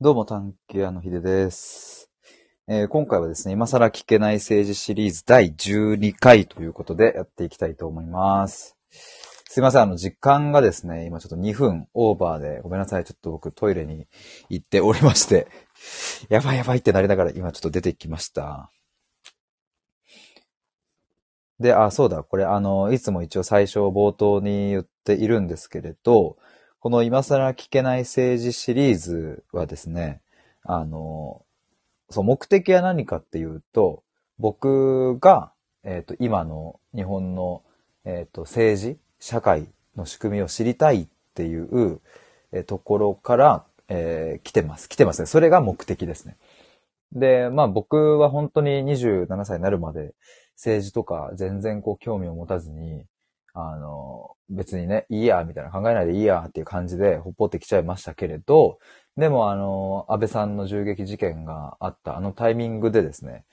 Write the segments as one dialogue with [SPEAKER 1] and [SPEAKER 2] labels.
[SPEAKER 1] どうも、探検屋のひでです、えー今回はですね、今更聞けない政治シリーズ第12回ということでやっていきたいと思います。すいません、あの、時間がですね、今ちょっと2分オーバーで、ごめんなさい、ちょっと僕トイレに行っておりまして、 やばいやばいってなりながら今ちょっと出てきました。で、あ、そうだ、これあの、いつも一応最初冒頭に言っているんですけれど、この今更聞けない政治シリーズはですね、あの、そう、目的は何かっていうと、僕が、えっ、と、今の日本の、えっ、と、政治、社会の仕組みを知りたいっていう、えーところから、えー来てます。来てますね。それが目的ですね。で、まあ僕は本当に27歳になるまで政治とか全然こう興味を持たずに、あの、別にね、いいや、みたいな考えないでいいやっていう感じでほっぽってきちゃいましたけれど、でもあの、安倍さんの銃撃事件があったあのタイミングでですね、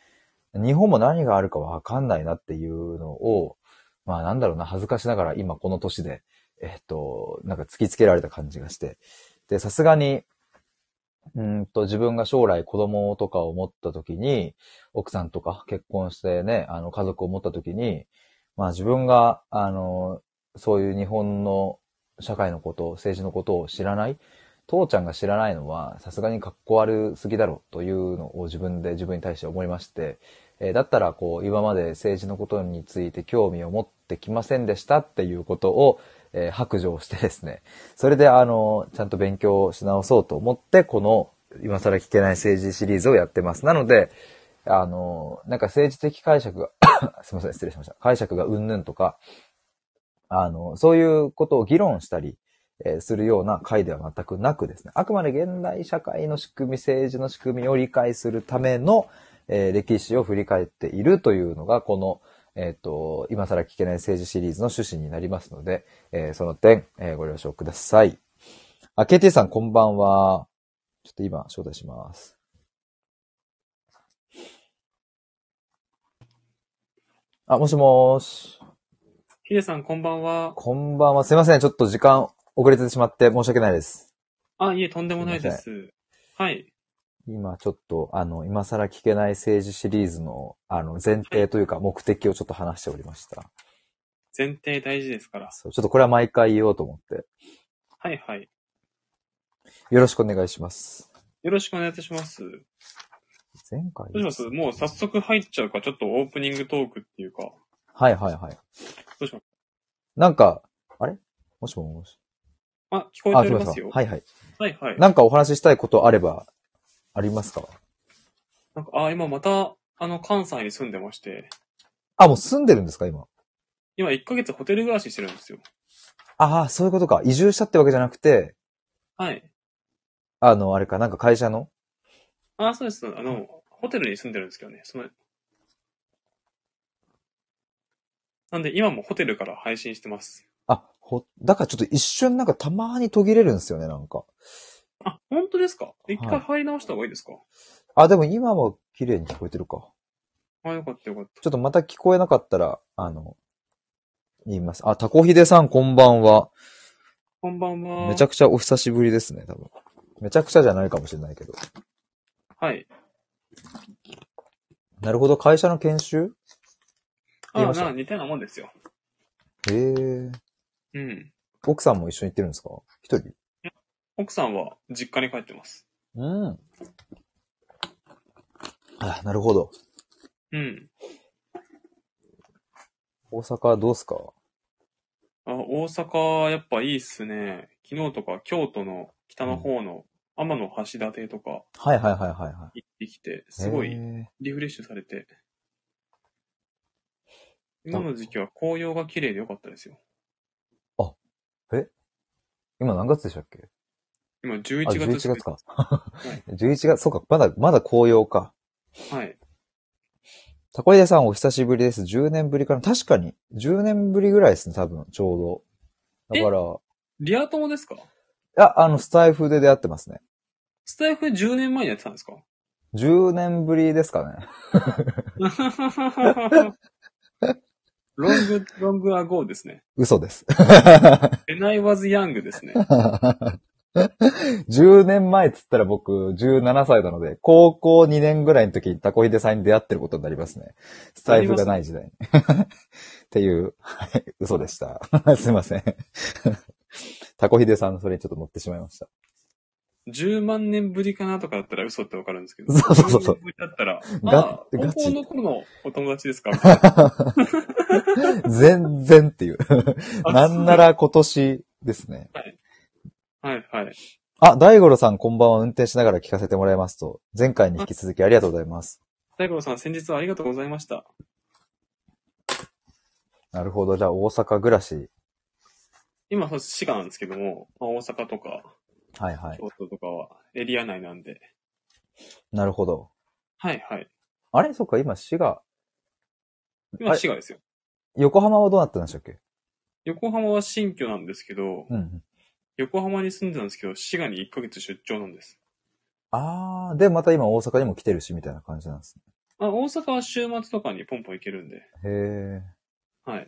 [SPEAKER 1] 日本も何があるかわかんないなっていうのを、まあなんだろうな、恥ずかしながら今この年で、えっと、なんか突きつけられた感じがして。で、さすがに、うーんと、自分が将来子供とかを持った時に、奥さんとか結婚してね、あの家族を持った時に、まあ自分が、あの、そういう日本の社会のこと、政治のことを知らない、父ちゃんが知らないのは、さすがに格好悪すぎだろ、というのを自分で自分に対して思いまして、えーだったら、こう、今まで政治のことについて興味を持ってきませんでしたっていうことを、えー白状してですね、それで、あの、ちゃんと勉強し直そうと思って、この、今更聞けない政治シリーズをやってます。なので、あの、なんか政治的解釈が、すいません、失礼しました。解釈がうんぬんとか、あの、そういうことを議論したり、えーするような回では全くなくですね、あくまで現代社会の仕組み、政治の仕組みを理解するための、えー歴史を振り返っているというのが、この、えっ、と、今更聞けない政治シリーズの趣旨になりますので、えーその点、えーご了承ください。あ、KT さんこんばんは。ちょっと今、招待します。あ、もしもーし。
[SPEAKER 2] ヒデさん、こんばんは。
[SPEAKER 1] こんばんは。すいません。ちょっと時間遅れてしまって申し訳ないです。
[SPEAKER 2] あ、いえ、とんでもないです。はい。
[SPEAKER 1] 今ちょっと、あの、今更聞けない政治シリーズの、あの、前提というか目的をちょっと話しておりました。
[SPEAKER 2] 前提大事ですから。
[SPEAKER 1] そう、ちょっとこれは毎回言おうと思って。
[SPEAKER 2] はいはい。
[SPEAKER 1] よろしくお願いします。
[SPEAKER 2] よろしくお願いいたします。ど
[SPEAKER 1] 前回
[SPEAKER 2] うしますもう早速入っちゃうか、ちょっとオープニングトークっていうか。ど
[SPEAKER 1] はいはいはい。
[SPEAKER 2] うします
[SPEAKER 1] なんか、あれもしもし。
[SPEAKER 2] あ、聞
[SPEAKER 1] あ、
[SPEAKER 2] こえており
[SPEAKER 1] ま
[SPEAKER 2] ます
[SPEAKER 1] せん
[SPEAKER 2] よ。
[SPEAKER 1] はいはい。
[SPEAKER 2] はいはい。
[SPEAKER 1] なんかお話ししたいことあれば、ありますか
[SPEAKER 2] なんか、あ、今また、あの、関西に住んでまして、
[SPEAKER 1] あ、もう住んでるんですか今。
[SPEAKER 2] 今1ヶ月ホテル暮らししてるんですよ。
[SPEAKER 1] ああ、そういうことか。移住したってわけじゃなくて、
[SPEAKER 2] はい。
[SPEAKER 1] あの、あれか、なんか会社の
[SPEAKER 2] あ、そうです。あの、ホテルに住んでるんですけどね。その、なんで今もホテルから配信してます。
[SPEAKER 1] あ、ほ、だからちょっと一瞬なんかたまに途切れるんですよね、なんか。
[SPEAKER 2] あ、本当ですか一
[SPEAKER 1] はい
[SPEAKER 2] 回入り直した方がいいですか、
[SPEAKER 1] あ、でも今も綺麗に聞こえてるか。
[SPEAKER 2] あ、よかったよかった。
[SPEAKER 1] ちょっとまた聞こえなかったら、あの、言います。あ、タコヒデさんこんばんは。
[SPEAKER 2] こんばんは。
[SPEAKER 1] めちゃくちゃお久しぶりですね、多分。めちゃくちゃじゃないかもしれないけど。
[SPEAKER 2] はい。
[SPEAKER 1] なるほど、会社の研修言い
[SPEAKER 2] あ
[SPEAKER 1] ました
[SPEAKER 2] な似たようなもんですよ。
[SPEAKER 1] へえ。
[SPEAKER 2] うん。
[SPEAKER 1] 奥さんも一緒に行ってるんですか一人
[SPEAKER 2] 奥さんは実家に帰ってます。
[SPEAKER 1] うん。あ、なるほど。
[SPEAKER 2] うん。
[SPEAKER 1] 大阪どうすか
[SPEAKER 2] あ大阪、やっぱいいっすね。昨日とか京都の北の方の天の橋立とか
[SPEAKER 1] はいはいはいはいはい。
[SPEAKER 2] 行ってきて、すご
[SPEAKER 1] へ
[SPEAKER 2] い
[SPEAKER 1] え
[SPEAKER 2] リフレッシュされて。今の時期は紅葉が綺麗でよかったですよ。
[SPEAKER 1] 今何月でしたっけ
[SPEAKER 2] 今
[SPEAKER 1] あ、
[SPEAKER 2] 11
[SPEAKER 1] 11
[SPEAKER 2] 月です
[SPEAKER 1] 月か。
[SPEAKER 2] い
[SPEAKER 1] 11月、そうか、まだ、まだ紅葉か。
[SPEAKER 2] はい。
[SPEAKER 1] たこいでさんお久しぶりです。10年ぶりかな。確かに、10年ぶりぐらいですね、多分、ちょうど。だから、
[SPEAKER 2] リア友ですか
[SPEAKER 1] いや、あの、スタイフで出会ってますね。
[SPEAKER 2] スタイフ10年前にやってたんですか
[SPEAKER 1] 10年ぶりですかね。
[SPEAKER 2] ロング、ロングアゴーですね。
[SPEAKER 1] 嘘です。
[SPEAKER 2] And I was young ですね。
[SPEAKER 1] 10年前っつったら僕17歳なので、高校2年ぐらいの時にタコヒデさんに出会ってることになりますね。スタイフがない時代に。っていう、はい嘘でした。 すいません。タコヒデさんのそれにちょっと乗ってしまいました。
[SPEAKER 2] 10万年ぶりかなとかだったら嘘ってわかるんですけど。
[SPEAKER 1] そうそうそうそう
[SPEAKER 2] 10万年ぶりだったら、
[SPEAKER 1] ガ
[SPEAKER 2] あ、
[SPEAKER 1] ガ
[SPEAKER 2] 高
[SPEAKER 1] チ
[SPEAKER 2] 校の頃のお友達ですかみたいな
[SPEAKER 1] 全然っていう。
[SPEAKER 2] あ
[SPEAKER 1] なんなら今年ですね。
[SPEAKER 2] はいはい。
[SPEAKER 1] あ、大五郎さんこんばんは運転しながら聞かせてもらいますと、前回に引き続きありがとうございます。
[SPEAKER 2] 大五郎さん、先日はありがとうございました。
[SPEAKER 1] なるほど。じゃあ大阪暮らし。
[SPEAKER 2] 今、そう滋賀なんですけども、まあ、大阪とか、
[SPEAKER 1] はいはい。
[SPEAKER 2] 京都とかはエリア内なんで。
[SPEAKER 1] なるほど。
[SPEAKER 2] はいはい。
[SPEAKER 1] あれそっか、今滋賀、あ
[SPEAKER 2] 今、
[SPEAKER 1] れ
[SPEAKER 2] 滋賀ですよ。
[SPEAKER 1] 横浜はどうなったんでしたっけ
[SPEAKER 2] 横浜は新居なんですけど、
[SPEAKER 1] うんうん。
[SPEAKER 2] 横浜に住んでたんですけど、滋賀に1ヶ月出張なんです。
[SPEAKER 1] あー、で、また今大阪にも来てるし、みたいな感じなんです
[SPEAKER 2] あ大阪は週末とかにポンポン行けるんで。
[SPEAKER 1] ね。へ
[SPEAKER 2] はい。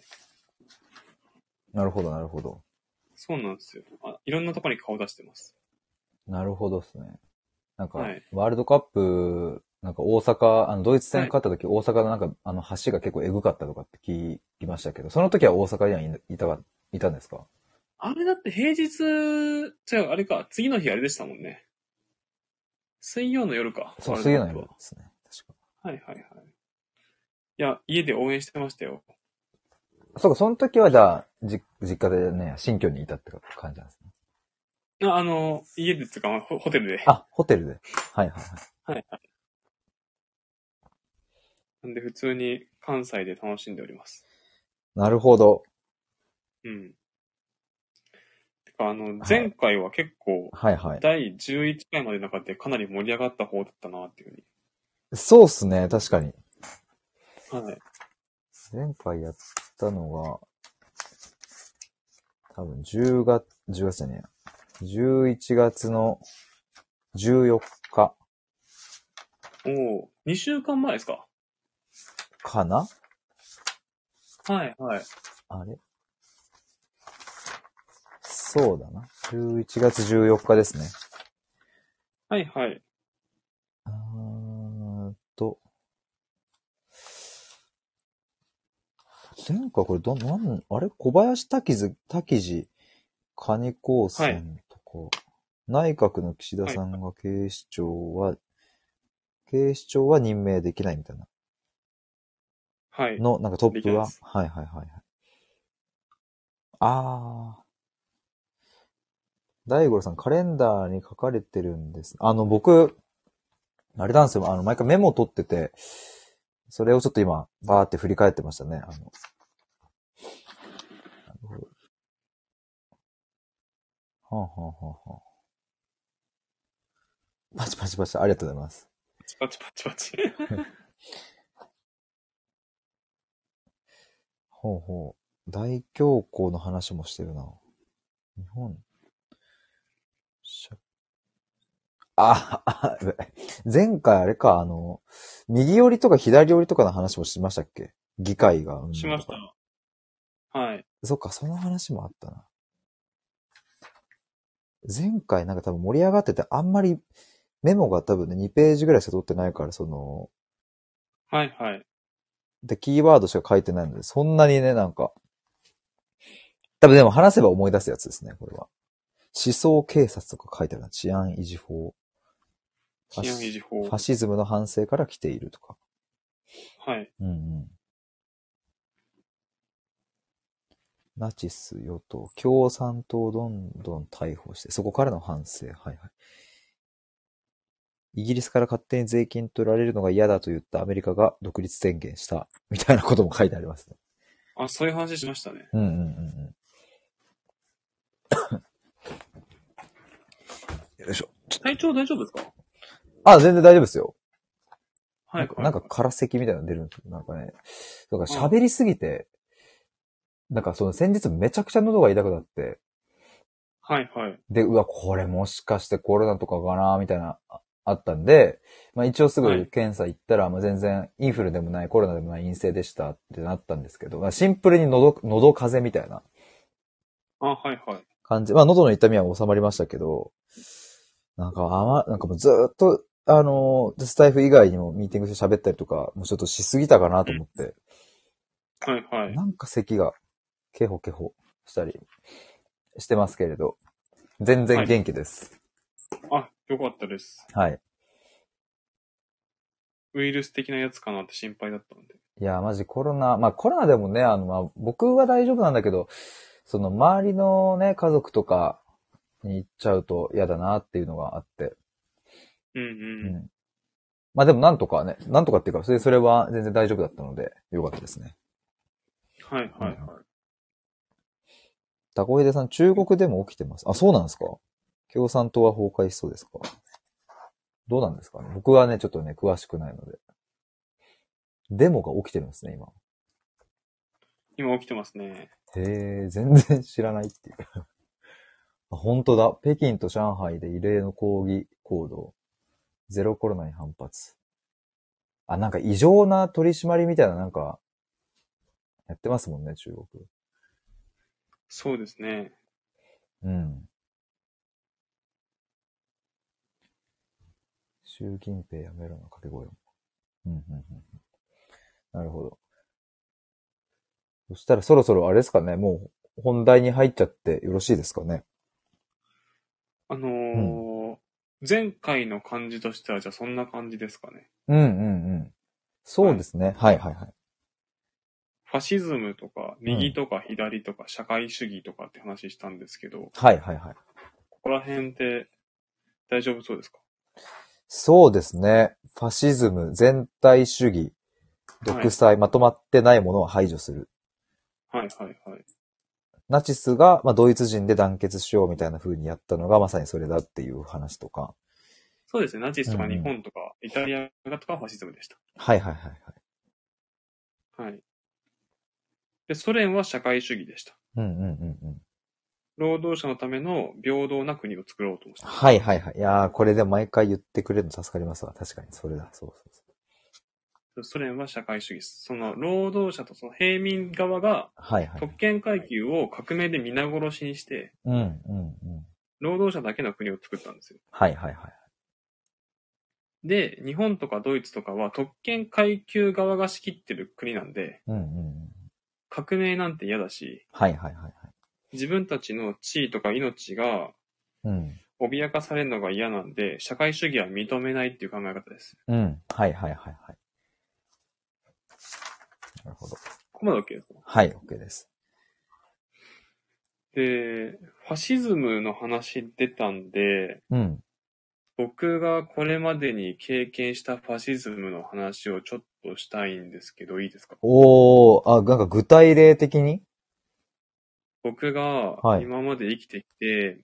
[SPEAKER 1] ー。なるほど、なるほど。
[SPEAKER 2] そうなんですよ。あいろんなところに顔出してます。
[SPEAKER 1] なるほどですね。なんか、
[SPEAKER 2] はい
[SPEAKER 1] ワールドカップ、なんか大阪、あの、ドイツ戦勝った時、大阪のなんか、あの、橋が結構エグかったとかって聞きましたけど、その時は大阪にはいいたが、いたんですか
[SPEAKER 2] あれだって平日、違う、あれか、次の日あれでしたもんね。水曜の夜か。
[SPEAKER 1] そう、
[SPEAKER 2] あれ
[SPEAKER 1] そういうのよですね。確か。
[SPEAKER 2] はいはいはい。いや、家で応援してましたよ。
[SPEAKER 1] そうか、その時はじゃあ、じ、実家でね、新居にいたって感じなんですね。
[SPEAKER 2] ああの、家でっていうか、ホホテルで。
[SPEAKER 1] あ、ホテルで。はいはいはい。
[SPEAKER 2] なんで普通に関西で楽しんでおります。
[SPEAKER 1] なるほど。
[SPEAKER 2] うん。てか、あの、前回は結構、
[SPEAKER 1] はいはい。
[SPEAKER 2] 第11回までの中でかなり盛り上がった方だったなっていう
[SPEAKER 1] そうっすね、確かに。
[SPEAKER 2] ふうに。はい。
[SPEAKER 1] 前回やったのが、多分10月、10月じゃねえや。11月の14日
[SPEAKER 2] おお2週間前ですか
[SPEAKER 1] かな
[SPEAKER 2] はいはい。
[SPEAKER 1] あれそうだな。11月14日ですね。
[SPEAKER 2] はいはい。
[SPEAKER 1] うーんと。前回これど、なん、あれ小林滝津、滝次、蟹高専とか、内閣の岸田さんが警視庁は、警視庁は任命できないみたいな。
[SPEAKER 2] はい。
[SPEAKER 1] の、なんかトップは
[SPEAKER 2] でき、
[SPEAKER 1] はいはいはいはい。あー。大五郎さん、カレンダーに書かれてるんです。あの、僕、あれなんですよ。あの、毎回メモ取ってて、それをちょっと今、バーって振り返ってましたね。あの。なるほど。はあ、はあはあはあ、パチパチパチ、ありがとうございます。
[SPEAKER 2] パチパチパチ。
[SPEAKER 1] ほうほう。大恐慌の話もしてるな。日本。しゃあ、あ、 前回あれか、あの、右寄りとか左寄りとかの話もしましたっけ議会が。うん
[SPEAKER 2] しました。はい。
[SPEAKER 1] そっか、その話もあったな。前回なんか多分盛り上がってて、あんまりメモが多分ね、2ページぐらいしか取ってないから、その、
[SPEAKER 2] はいはい。
[SPEAKER 1] で、キーワードしか書いてないので、そんなにね、なんか、多分でも話せば思い出すやつですね、これは。思想警察とか書いてあるな。治安維持法。
[SPEAKER 2] 治安維持法
[SPEAKER 1] フ。ァシズムの反省から来ているとか。
[SPEAKER 2] はい。
[SPEAKER 1] うんうん。ナチス与党、共産党をどんどん逮捕して、そこからの反省。はいはい。イギリスから勝手に税金取られるのが嫌だと言ったアメリカが独立宣言した。みたいなことも書いてありますね。
[SPEAKER 2] あ、そういう話しましたね。
[SPEAKER 1] うんうんうんうん。よいしょ。
[SPEAKER 2] 体調大丈夫ですか
[SPEAKER 1] あ、全然大丈夫ですよ。
[SPEAKER 2] はい
[SPEAKER 1] なんか、なんか空席みたいなの出るんですよ。なんかね。だから喋りすぎて、なんかその先日めちゃくちゃ喉が痛くなって、
[SPEAKER 2] はいはい。
[SPEAKER 1] で、うわ、これもしかしてコロナとかかな、みたいな、ああったんで、まあ一応す
[SPEAKER 2] は
[SPEAKER 1] ぐ
[SPEAKER 2] い
[SPEAKER 1] 検査行ったら、まあ全然インフルでもない、コロナでもない陰性でしたってなったんですけど、まあシンプルに喉、喉風邪みたいな
[SPEAKER 2] あ、はいはい。
[SPEAKER 1] 感じ。まあ、喉の痛みは収まりましたけど、なんか、あま、なんかもうずーっと、あの、スタイフ以外にもミーティングして喋ったりとか、もうちょっとしすぎたかなと思って、
[SPEAKER 2] はいはい。
[SPEAKER 1] なんか咳が、ケホケホしたりしてますけれど、全然元気です。
[SPEAKER 2] あ、よかったです。
[SPEAKER 1] はい。い、
[SPEAKER 2] ウイルス的なやつかなって心配だったので。
[SPEAKER 1] やー、マジコロナ、まあコロナでもね、あの、まあ僕は大丈夫なんだけど、その周りのね、家族とかに行っちゃうと嫌だなっていうのがあって、
[SPEAKER 2] うん
[SPEAKER 1] う
[SPEAKER 2] うん。
[SPEAKER 1] ん。まあでもなんとかね、なんとかっていうか、それそれは全然大丈夫だったので、よかったですね。
[SPEAKER 2] はいはいはい。
[SPEAKER 1] タコヒデさん、中国でも起きてます。あ、そうなんですか共産党は崩壊しそうですかどうなんですかね僕はね、ちょっとね、詳しくないので。デモが起きてるんですね、今。
[SPEAKER 2] 今起きてますね。
[SPEAKER 1] へえ、全然知らないっていう。あ本当だ。北京と上海で異例の抗議行動。ゼロコロナに反発。あ、なんか異常な取り締まりみたいな、なんか、やってますもんね、中国。
[SPEAKER 2] そうですね。
[SPEAKER 1] うん。習近平やめろの掛け声も。うん、うん、うん。なるほど。そしたらそろそろあれですかね、もう本題に入っちゃってよろしいですかね。
[SPEAKER 2] あのー前回の感じとしては、じゃあそんな感じですかね。
[SPEAKER 1] うんうんうん。そうですね。はいはいはい。
[SPEAKER 2] ファシズムとか、右とか左とか、社会主義とかって話したんですけど、
[SPEAKER 1] はいはいはい。
[SPEAKER 2] ここら辺って大丈夫そうですか
[SPEAKER 1] そうですね。ファシズム、全体主義、独裁、まとまってないものを排除する。
[SPEAKER 2] はいはいはい。
[SPEAKER 1] ナチスが、まあ、ドイツ人で団結しようみたいな風にやったのがまさにそれだっていう話とか。
[SPEAKER 2] そうですね。ナチス
[SPEAKER 1] う
[SPEAKER 2] と
[SPEAKER 1] ん
[SPEAKER 2] か
[SPEAKER 1] うん
[SPEAKER 2] 日本とか、イタリアとかはファシズムでした。
[SPEAKER 1] はいはいはいはい。
[SPEAKER 2] はい。で、ソ連は社会主義でした。
[SPEAKER 1] うんうんうんうん。
[SPEAKER 2] 労働者のための平等な国を作ろうと思ってた。
[SPEAKER 1] はいはいはい。いやー、これで毎回言ってくれるの助かりますわ。確かに、それだ。そうそうそう。
[SPEAKER 2] ソ連は社会主義です。その労働者とその平民側が
[SPEAKER 1] はいはい。
[SPEAKER 2] 特権階級を革命で皆殺しにして、
[SPEAKER 1] うんうんうん。
[SPEAKER 2] 労働者だけの国を作ったんですよ。
[SPEAKER 1] はいはいはい。
[SPEAKER 2] で、日本とかドイツとかは特権階級側が仕切ってる国なんで、
[SPEAKER 1] うんうんうん。
[SPEAKER 2] 革命なんて嫌だし、
[SPEAKER 1] はいはいはいはい。
[SPEAKER 2] 自分たちの地位とか命が
[SPEAKER 1] うん。
[SPEAKER 2] 脅かされるのが嫌なんで、社会主義は認めないっていう考え方です。
[SPEAKER 1] うん。はいはいはいはい。なるほど。
[SPEAKER 2] ここまで OK ですか
[SPEAKER 1] はい、OK です。
[SPEAKER 2] で、ファシズムの話出たんで、
[SPEAKER 1] うん。
[SPEAKER 2] 僕がこれまでに経験したファシズムの話をちょっとしたいんですけど、いいですか
[SPEAKER 1] おー、あ、なんか具体例的に
[SPEAKER 2] 僕が
[SPEAKER 1] はい
[SPEAKER 2] 今まで生きてきて、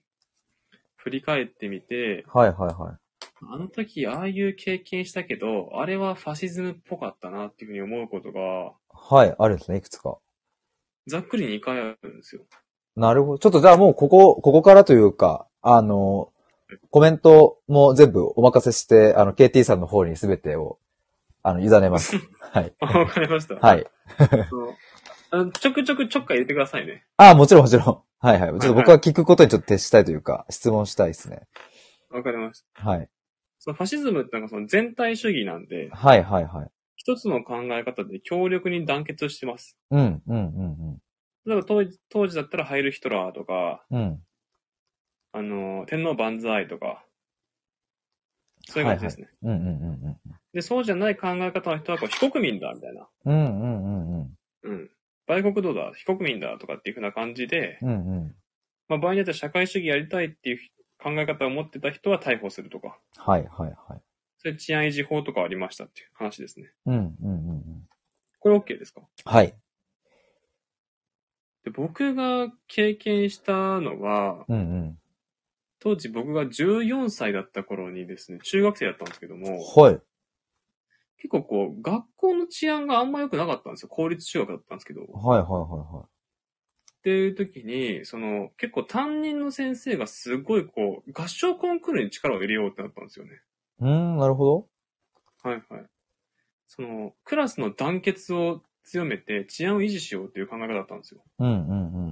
[SPEAKER 2] 振り返ってみて、
[SPEAKER 1] はいはいはい。
[SPEAKER 2] あの時ああいう経験したけど、あれはファシズムっぽかったなっていうふうに思うことが、
[SPEAKER 1] はい、あるんですね、いくつか。
[SPEAKER 2] ざっくり2回あるんですよ。
[SPEAKER 1] なるほど。ちょっとじゃあもうここ、ここからというか、あの、コメントも全部お任せして、あの、KT さんの方に全てを、あの、委ね ます。はい。
[SPEAKER 2] わかりました。
[SPEAKER 1] はい。
[SPEAKER 2] そうあのちょくちょくちょっかい入れてくださいね。
[SPEAKER 1] あ、もちろんもちろん。はいはい。ちょっと僕は聞くことにちょっと徹したいというか、質問したいですね。
[SPEAKER 2] わかりました。
[SPEAKER 1] はい。
[SPEAKER 2] そのファシズムってなんかその全体主義なんで、
[SPEAKER 1] はいはいはい。
[SPEAKER 2] 一つの考え方で強力に団結してます。
[SPEAKER 1] うん、うん、うん、
[SPEAKER 2] 例えば当時当時だったらハイル・ヒトラーとか、
[SPEAKER 1] うん。うん。
[SPEAKER 2] あの、天皇万歳とか、そういう感じですね。
[SPEAKER 1] うん、うん、うん、
[SPEAKER 2] で、そうじゃない考え方の人はこう非国民だ、みたいな。
[SPEAKER 1] うん。うん、うん、うん、うん。
[SPEAKER 2] うん。売国奴だ、非国民だ、とかっていうふうな感じで、
[SPEAKER 1] うん、うん。
[SPEAKER 2] まあ場合によっては社会主義やりたいっていう考え方を持ってた人は逮捕するとか、
[SPEAKER 1] はいはいはい。
[SPEAKER 2] そういう治安維持法とかありましたっていう話ですね。
[SPEAKER 1] うん、うん、うんうん。
[SPEAKER 2] これ OK ですか
[SPEAKER 1] はい。
[SPEAKER 2] で僕が経験したのは、
[SPEAKER 1] うん、うん。
[SPEAKER 2] 当時僕が14歳だった頃にですね、中学生だったんですけども、
[SPEAKER 1] はい。
[SPEAKER 2] 結構こう、学校の治安があんま良くなかったんですよ。公立中学だったんですけど。っ
[SPEAKER 1] はいはいはいはい。
[SPEAKER 2] ていう時に、その、結構担任の先生がすごいこう、合唱コンクールに力を入れようってなったんですよね。
[SPEAKER 1] うーん、なるほど。
[SPEAKER 2] はいはい。その、クラスの団結を強めて治安を維持しようっていう考え方だったんですよ。
[SPEAKER 1] うんうんうん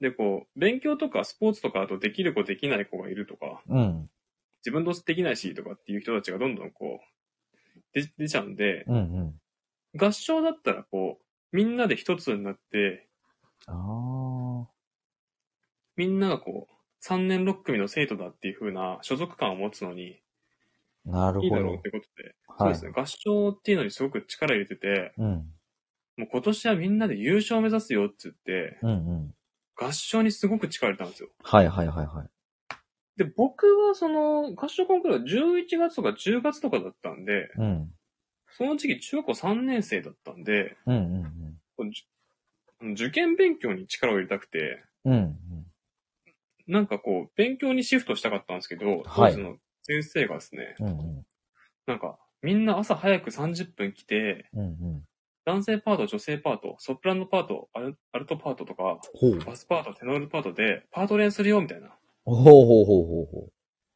[SPEAKER 2] で、こう、勉強とかスポーツとか、あとできる子できない子がいるとか、
[SPEAKER 1] うん。
[SPEAKER 2] 自分どうせできないしとかっていう人たちがどんどんこう、出出ちゃうんで、
[SPEAKER 1] うんうん。
[SPEAKER 2] 合唱だったらこう、みんなで一つになって、
[SPEAKER 1] ああ。
[SPEAKER 2] みんながこう、3年6組の生徒だっていう風な所属感を持つのに、
[SPEAKER 1] なる
[SPEAKER 2] いい
[SPEAKER 1] ほ
[SPEAKER 2] だろう
[SPEAKER 1] ど
[SPEAKER 2] っ。てことで、そう
[SPEAKER 1] はい
[SPEAKER 2] です。ね、合唱っていうのにすごく力入れてて、
[SPEAKER 1] うん。
[SPEAKER 2] もう今年はみんなで優勝目指すよって言って、
[SPEAKER 1] うんうん。
[SPEAKER 2] 合唱にすごく力入れたんですよ。
[SPEAKER 1] はいはいはいはい。
[SPEAKER 2] で、僕はその、合唱コンクールは11月とか10月とかだったんで、
[SPEAKER 1] うん。
[SPEAKER 2] その時期中学校3年生だったんで、
[SPEAKER 1] うんうん
[SPEAKER 2] こうじあの受験勉強に力を入れたくて、
[SPEAKER 1] うん。うん
[SPEAKER 2] なんかこう、勉強にシフトしたかったんですけど、
[SPEAKER 1] は
[SPEAKER 2] 当
[SPEAKER 1] い
[SPEAKER 2] 時の先生がですね、
[SPEAKER 1] うん。うん
[SPEAKER 2] なんか、みんな朝早く30分来て、
[SPEAKER 1] うん。うんうん。
[SPEAKER 2] 男性パート、女性パート、ソプラノパート、アルアルトパートとか、
[SPEAKER 1] ほう。
[SPEAKER 2] バスパート、テノールパートで、パート練するよ、みたいな
[SPEAKER 1] ほうほうほうほうほ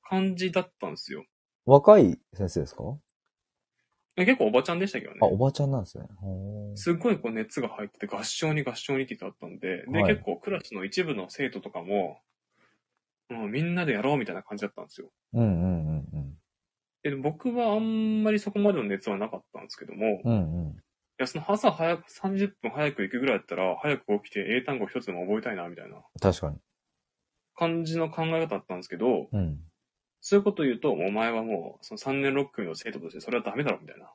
[SPEAKER 2] 感じだったんですよ。
[SPEAKER 1] う。若い先生ですか
[SPEAKER 2] 結構おばちゃんでしたけどね
[SPEAKER 1] あ、。おばちゃんなんですね。ほー
[SPEAKER 2] すっごいこう熱が入ってて、合唱に合唱にって言ってあったんで、で、
[SPEAKER 1] はい
[SPEAKER 2] 結構クラスの一部の生徒とかも、うん、みんなでやろうみたいな感じだったんですよ。
[SPEAKER 1] うんうんうんうん。
[SPEAKER 2] で、僕はあんまりそこまでの熱はなかったんですけども、い
[SPEAKER 1] うんうん。
[SPEAKER 2] や、その朝早く、30分早く行くぐらいだったら、早く起きて英単語一つでも覚えたいな、みたいな
[SPEAKER 1] 確かに。
[SPEAKER 2] 感じの考え方だったんですけど、
[SPEAKER 1] うん。
[SPEAKER 2] そういうこと言うと、お前はもう、その3年6組の生徒としてそれはダメだろ、みたいな。も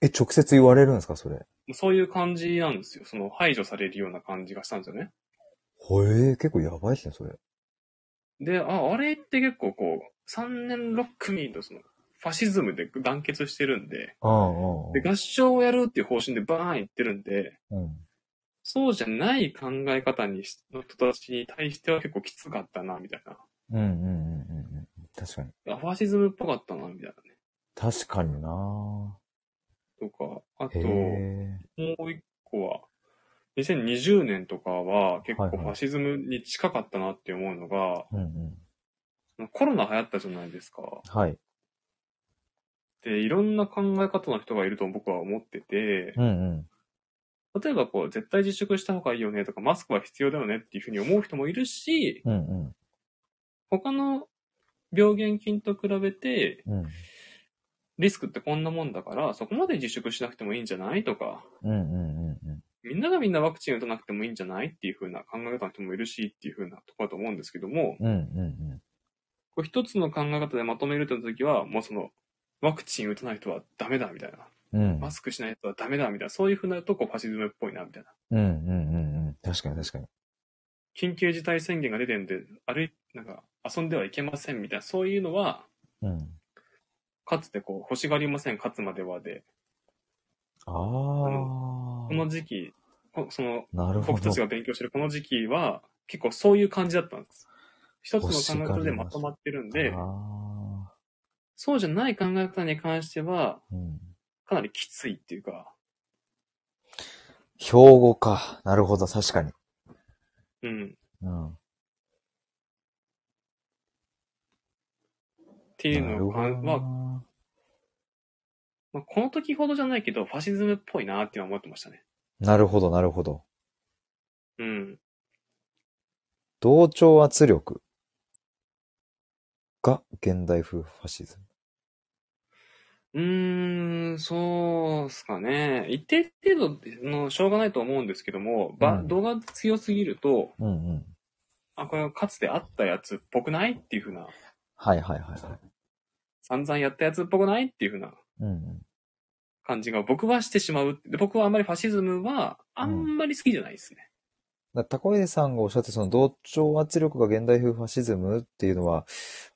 [SPEAKER 1] え、直接言われるんですかそれ。へ
[SPEAKER 2] うそういう感じなんですよ。その排除されるような感じがしたんですよね。
[SPEAKER 1] え、結構やばいっすね、それ。
[SPEAKER 2] で、あ、あれって結構こう、3年6組とその、ファシズムで団結してるんで、
[SPEAKER 1] うんうん
[SPEAKER 2] で、合唱をやるっていう方針でバーン言ってるんで、
[SPEAKER 1] うん。
[SPEAKER 2] そうじゃない考え方にし、の人たちに対しては結構きつかったな、みたい
[SPEAKER 1] うんうんうんうんうん。確かに。
[SPEAKER 2] な。あファシズムっぽかったな、みたいなね。
[SPEAKER 1] 確かにな
[SPEAKER 2] とか、あと、
[SPEAKER 1] へ
[SPEAKER 2] も
[SPEAKER 1] え。
[SPEAKER 2] う一個は、2020年とかは結構
[SPEAKER 1] はい
[SPEAKER 2] フ
[SPEAKER 1] はい
[SPEAKER 2] ァシズムに近かったなって思うのが、
[SPEAKER 1] うんうん。
[SPEAKER 2] コロナ流行ったじゃないですか。
[SPEAKER 1] はい。
[SPEAKER 2] で、いろんな考え方の人がいると僕は思ってて、
[SPEAKER 1] うんうん。
[SPEAKER 2] 例えばこう、絶対自粛した方がいいよねとか、マスクは必要だよねっていうふうに思う人もいるし、
[SPEAKER 1] うんうん。
[SPEAKER 2] 他の病原菌と比べて、
[SPEAKER 1] うん。
[SPEAKER 2] リスクってこんなもんだから、そこまで自粛しなくてもいいんじゃないとか、
[SPEAKER 1] うんうんうんうん。
[SPEAKER 2] みんながみんなワクチン打たなくてもいいんじゃないっていうふうな考え方の人もいるしっていうふうなところだと思うんですけども、
[SPEAKER 1] うんうん
[SPEAKER 2] こう一つの考え方でまとめるという時は、もうその、ワクチン打たない人はダメだみたいな、
[SPEAKER 1] うん。うん。
[SPEAKER 2] マスクしない人はダメだみたいな、そういうふうなとこファシズムっぽいなみたいな。
[SPEAKER 1] うんうんうんうん。確かに確かに。
[SPEAKER 2] 緊急事態宣言が出てるんで、歩い、なんか、遊んではいけませんみたいな、そういうのは、
[SPEAKER 1] うん。
[SPEAKER 2] かつてこう、欲しがりません、勝つまではで、
[SPEAKER 1] あ
[SPEAKER 2] この時期、こその、
[SPEAKER 1] あ。なるほ
[SPEAKER 2] 僕
[SPEAKER 1] ど
[SPEAKER 2] た。ちが勉強してるこの時期は、結構そういう感じだったんです。一つの考え方でまとまってるんで
[SPEAKER 1] あ、あ。
[SPEAKER 2] そうじゃない考え方に関しては、
[SPEAKER 1] うん。
[SPEAKER 2] かなりきついっていうか、
[SPEAKER 1] 標語か。なるほど、確かに。
[SPEAKER 2] うん、
[SPEAKER 1] うん。
[SPEAKER 2] っていうのをかん、まあ、
[SPEAKER 1] な
[SPEAKER 2] まあこの時ほどじゃないけど、ファシズムっぽいなっていうのは思ってましたね。
[SPEAKER 1] なるほど、なるほど。
[SPEAKER 2] うん。
[SPEAKER 1] 同調圧力が現代風ファシズム。
[SPEAKER 2] うーん、そうっすかね。一定程度の、しょうがないと思うんですけども、ば、
[SPEAKER 1] うん
[SPEAKER 2] 動画強すぎると、
[SPEAKER 1] うんうん。
[SPEAKER 2] あ、これかつてあったやつっぽくないっていうふうな、
[SPEAKER 1] はいはいはいはい。
[SPEAKER 2] 散々やったやつっぽくないっていうふうな
[SPEAKER 1] うんうん。
[SPEAKER 2] 感じが僕はしてしまう。で僕はあんまりファシズムは、あんまり好きじゃないですね。
[SPEAKER 1] だ高出さんがおっしゃってその同調圧力が現代風ファシズムっていうのは、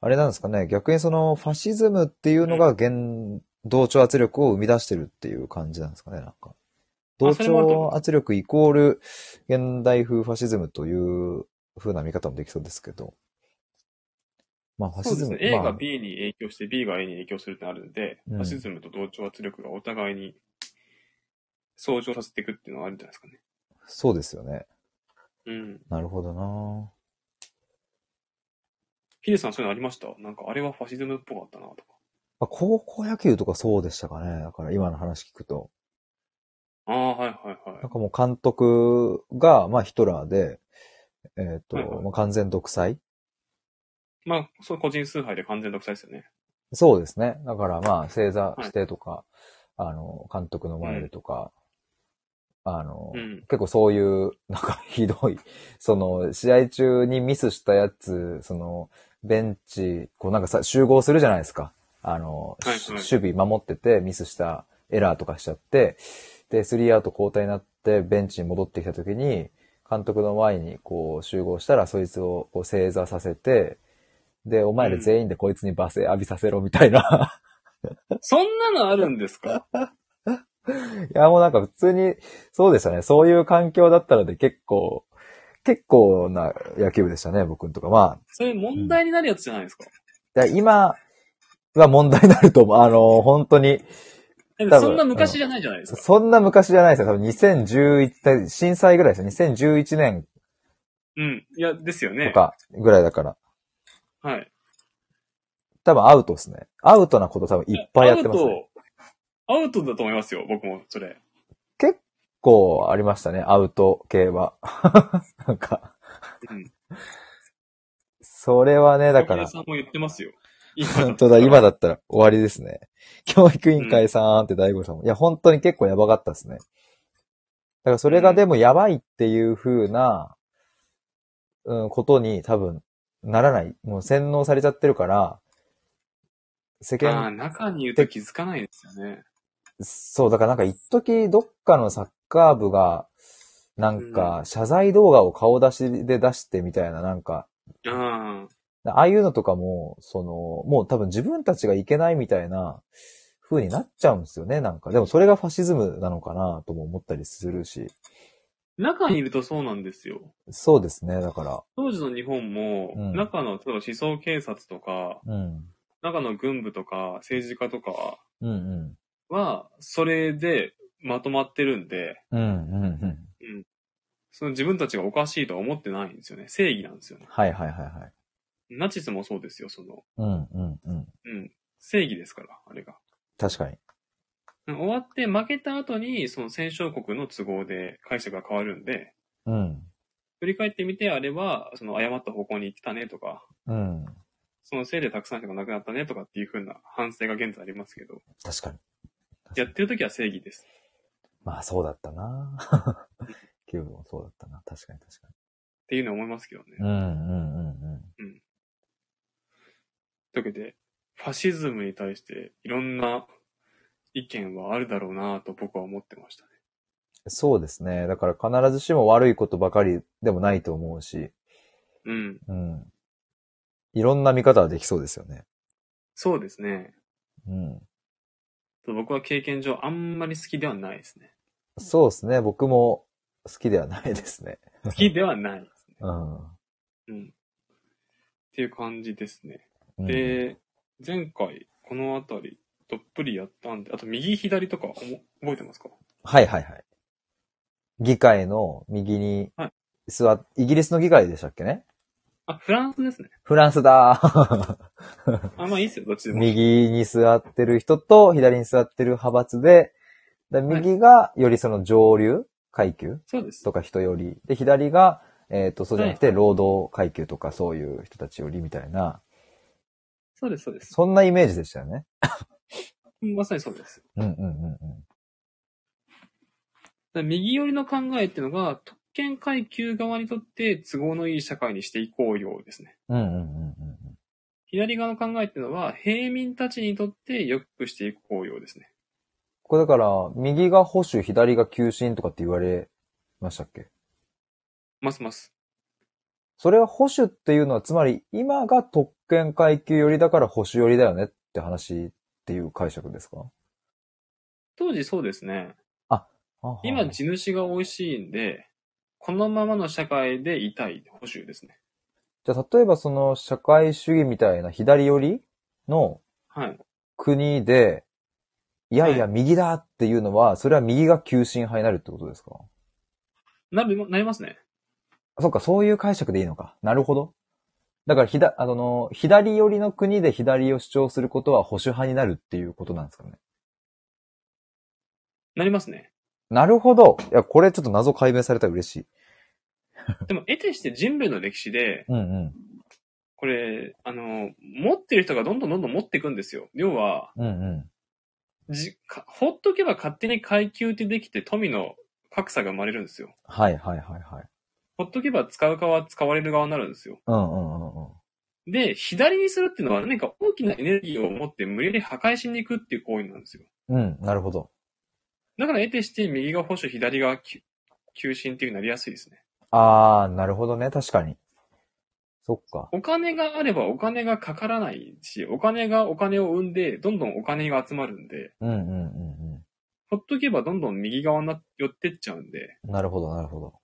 [SPEAKER 1] あれなんですかね、逆にそのファシズムっていうのが現、同調圧力を生み出してるっていう感じなんですかね、なんか。同
[SPEAKER 2] それもあると思う
[SPEAKER 1] 調圧力イコール現代風ファシズムという風な見方もできそうですけど。まあ、ファ
[SPEAKER 2] そ
[SPEAKER 1] シ
[SPEAKER 2] うで
[SPEAKER 1] ズ
[SPEAKER 2] す
[SPEAKER 1] ム
[SPEAKER 2] ね。。A
[SPEAKER 1] ま
[SPEAKER 2] が
[SPEAKER 1] あ
[SPEAKER 2] B に影響して、B が A に影響するってあるんで、
[SPEAKER 1] うん
[SPEAKER 2] ファシズムと同調圧力がお互いに相乗させていくっていうのはあるんじゃないですかね。
[SPEAKER 1] そうですよね。
[SPEAKER 2] うん。
[SPEAKER 1] なるほどな
[SPEAKER 2] ヒデさんそういうのありましたなんかあれはファシズムっぽかったなとか。
[SPEAKER 1] まあ高校野球とかそうでしたかね。だから今の話聞くと。
[SPEAKER 2] ああ、はいはいはい
[SPEAKER 1] なん。かもう監督が、まあヒトラーで、えっ、と、
[SPEAKER 2] はいはい
[SPEAKER 1] まあ、完全独裁
[SPEAKER 2] まあ、そう、個人崇拝で完全独裁ですよね。
[SPEAKER 1] そうですね。だからまあ、正座してとか、あの、監督の前でとか、あの、
[SPEAKER 2] うん。
[SPEAKER 1] 結構そういう、なんかひどい、その、試合中にミスしたやつ、その、ベンチ、こうなんかさ、集合するじゃないですか。あの、
[SPEAKER 2] はいはい
[SPEAKER 1] し守備守ってて、ミスしたエラーとかしちゃって、で、スリーアウト交代になって、ベンチに戻ってきた時に、監督の前にこう集合したら、そいつをこう正座させて、で、お前ら全員でこいつに罵声浴びさせろみたいな。
[SPEAKER 2] そんなのあるんですか
[SPEAKER 1] いや、もうなんか普通に、そうでしたね。そういう環境だったので結構、結構な野球部でしたね、僕んとか。ま
[SPEAKER 2] そういう問題になるやつじゃないですか。
[SPEAKER 1] あ、いや今は問題になると思う。あの、本当に、
[SPEAKER 2] え
[SPEAKER 1] 多分
[SPEAKER 2] そんな昔じゃないじゃないですか。
[SPEAKER 1] そんな昔じゃないですよ。多分2011、震災ぐらいですよ。2011年
[SPEAKER 2] うん。いや、ですよ
[SPEAKER 1] と
[SPEAKER 2] ね。
[SPEAKER 1] かぐらいだから。
[SPEAKER 2] はい。
[SPEAKER 1] 多分アウトですね。アウトなこと多分いっぱいやってます、ね。
[SPEAKER 2] アウト、アウトだと思いますよ、僕も、それ。
[SPEAKER 1] 結構ありましたね、アウト系は。 なんか
[SPEAKER 2] うん、
[SPEAKER 1] それはね、だから
[SPEAKER 2] 小倉。さんも言ってま すよ。今
[SPEAKER 1] 本当だ、今だったら終わりですね。教育委員会さんって大悟さんも。いや、本当に結構やばかったですね。だからそれがでもやばいっていう風な、うん、ことに多分ならない。もう洗脳されちゃってるから、世
[SPEAKER 2] ああ、
[SPEAKER 1] 間、
[SPEAKER 2] 中にいると気づかないですよね。
[SPEAKER 1] そう、だからなんか一時どっかのサッカー部が、なんか謝罪動画を顔出しで出してみたいな、なんか、
[SPEAKER 2] ああ、
[SPEAKER 1] ああいうのとかも、その、もう多分自分たちがいけないみたいな風になっちゃうんですよね、なんか。でもそれがファシズムなのかなとも思ったりするし。
[SPEAKER 2] 中にいるとそうなんですよ。
[SPEAKER 1] そうですね、だか
[SPEAKER 2] 当時の日本も、
[SPEAKER 1] うん
[SPEAKER 2] 中の、例えば思想警察とか、
[SPEAKER 1] ら。うん。
[SPEAKER 2] 中の軍部とか、政治家とか
[SPEAKER 1] うんうん。
[SPEAKER 2] は、それでまとまってるんで、
[SPEAKER 1] うんうんうん。
[SPEAKER 2] その自分たちがおかしいとは思ってないんですよね。正義なんですよね。
[SPEAKER 1] はいはいはいはい。
[SPEAKER 2] ナチスもそうですよ、その。
[SPEAKER 1] うんうんうん。
[SPEAKER 2] うん。正義ですから、あれが。
[SPEAKER 1] 確かに。
[SPEAKER 2] 終わって負けた後に、その戦勝国の都合で解釈が変わるんで、
[SPEAKER 1] うん。
[SPEAKER 2] 振り返ってみて、あれは、その誤った方向に行ってたねとか、
[SPEAKER 1] うん。
[SPEAKER 2] そのせいでたくさんの人が亡くなったねとかっていう風な反省が現在ありますけど、
[SPEAKER 1] 確かに。
[SPEAKER 2] やってる時は正義です。
[SPEAKER 1] まあそうだったな キューブもそうだったな。確かに確か
[SPEAKER 2] っていうのは思いますけどね。
[SPEAKER 1] に。うんうんうんうん。
[SPEAKER 2] というわけで、ファシズムに対していろんな意見はあるだろうなと僕は思ってましたね。
[SPEAKER 1] そうですね。だから必ずしも悪いことばかりでもないと思うし。
[SPEAKER 2] うん。
[SPEAKER 1] うん。いろんな見方ができそうですよね。
[SPEAKER 2] そうですね。
[SPEAKER 1] うん。
[SPEAKER 2] 僕は経験上あんまり好きではないですね。
[SPEAKER 1] そうですね。僕も好きではないですね。
[SPEAKER 2] 好きではないですね。
[SPEAKER 1] うん。
[SPEAKER 2] うん。っていう感じですね。
[SPEAKER 1] うん、
[SPEAKER 2] で、前回このあたりどっぷりやったんで、あと右左とかおも覚えてますか
[SPEAKER 1] はいはいはい。議会の右に
[SPEAKER 2] はい
[SPEAKER 1] 座っ、イギリスの議会でしたっけね
[SPEAKER 2] あ、フランスですね。
[SPEAKER 1] フランスだー
[SPEAKER 2] あ、まあいいっすよ、どっちでも。
[SPEAKER 1] 右に座ってる人と左に座ってる派閥で、で右がよりその上流階級
[SPEAKER 2] そうです。
[SPEAKER 1] とか人より、で、左が、えっ、と、そうじゃなくて労働階級とかそういう人たちよりみたいな、
[SPEAKER 2] そうです、そうです。
[SPEAKER 1] そんなイメージでしたよね。
[SPEAKER 2] まさにそうです。
[SPEAKER 1] うんうんうんうん。
[SPEAKER 2] だから右寄りの考えっていうのが、特権階級側にとって都合のいい社会にしていこうようですね。
[SPEAKER 1] うんうんうんうん
[SPEAKER 2] 左側の考えっていうのは、平民たちにとって良くしていこうようですね。
[SPEAKER 1] これだから、右が保守、左が急進とかって言われましたっけ
[SPEAKER 2] ますます。
[SPEAKER 1] それは保守っていうのは、つまり今が特権階級寄りだから保守寄りだよねって話っていう解釈ですか
[SPEAKER 2] 当時そうですね。今、
[SPEAKER 1] あ
[SPEAKER 2] 地主が美味しいんで、このままの社会でいたい保守ですね。
[SPEAKER 1] じゃあ例えばその社会主義みたいな左寄りの
[SPEAKER 2] はい。
[SPEAKER 1] 国で、いやいや右だっていうのは、それは右が急進派になるってことですか
[SPEAKER 2] なる、なりますね。
[SPEAKER 1] あそっか、そういう解釈でいいのか。なるほど。だから、ひだ、あの、左寄りの国で左を主張することは保守派になるっていうことなんですかね。
[SPEAKER 2] なりますね。
[SPEAKER 1] なるほど。いや、これちょっと謎解明されたら嬉しい。
[SPEAKER 2] でも、得てして人類の歴史で、
[SPEAKER 1] うんうん。
[SPEAKER 2] これ、あの、持ってる人がどんどんどんどん持っていくんですよ。要は、
[SPEAKER 1] うんうん。
[SPEAKER 2] じかほっとけば勝手に階級ってできて富の格差が生まれるんですよ。
[SPEAKER 1] はいはいはいはい。
[SPEAKER 2] ほっとけば使う側は使われる側になるんですよ。
[SPEAKER 1] うんうんうんうん。
[SPEAKER 2] で、左にするっていうのは何か大きなエネルギーを持って無理やり破壊しに行くっていう行為なんですよ。
[SPEAKER 1] うん、なるほど。
[SPEAKER 2] だから得てして右が保守、左が急急進っていう風になりやすいですね。
[SPEAKER 1] あー、なるほどね。確かに。そっか。
[SPEAKER 2] お金があればお金がかからないし、お金がお金を生んで、どんどんお金が集まるんで、
[SPEAKER 1] うんうんうん
[SPEAKER 2] ほっとけばどんどん右側にな寄ってっちゃうんで、だか
[SPEAKER 1] うん。なるほど、なるほど。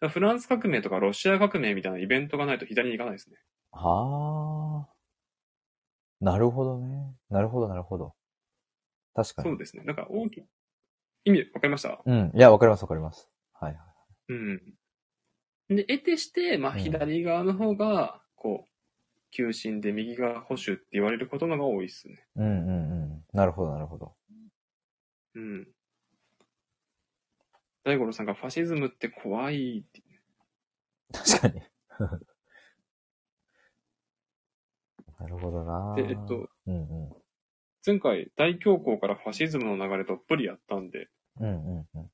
[SPEAKER 2] らフランス革命とかロシア革命みたいなイベントがないと左に行かないですね。
[SPEAKER 1] はー。なるほどね。なるほど、なるほど。確か
[SPEAKER 2] そ
[SPEAKER 1] に
[SPEAKER 2] う。ですね。なんか大きい。意味、わかりました
[SPEAKER 1] うん。いや、わかります、わかります。はいはい。
[SPEAKER 2] うん。で、得てして、まあ、
[SPEAKER 1] うん
[SPEAKER 2] 左側の方が、こう、急進で右側保守って言われることのが多いですね。
[SPEAKER 1] うんうんうん。なるほど、なるほど。
[SPEAKER 2] うん。大五郎さんがファシズムって怖いって。
[SPEAKER 1] 確かに。 なるほどな
[SPEAKER 2] で、えっと、、
[SPEAKER 1] うんうん。
[SPEAKER 2] 前回大恐慌からファシズムの流れどっぷりやったんで、
[SPEAKER 1] うんうんうん。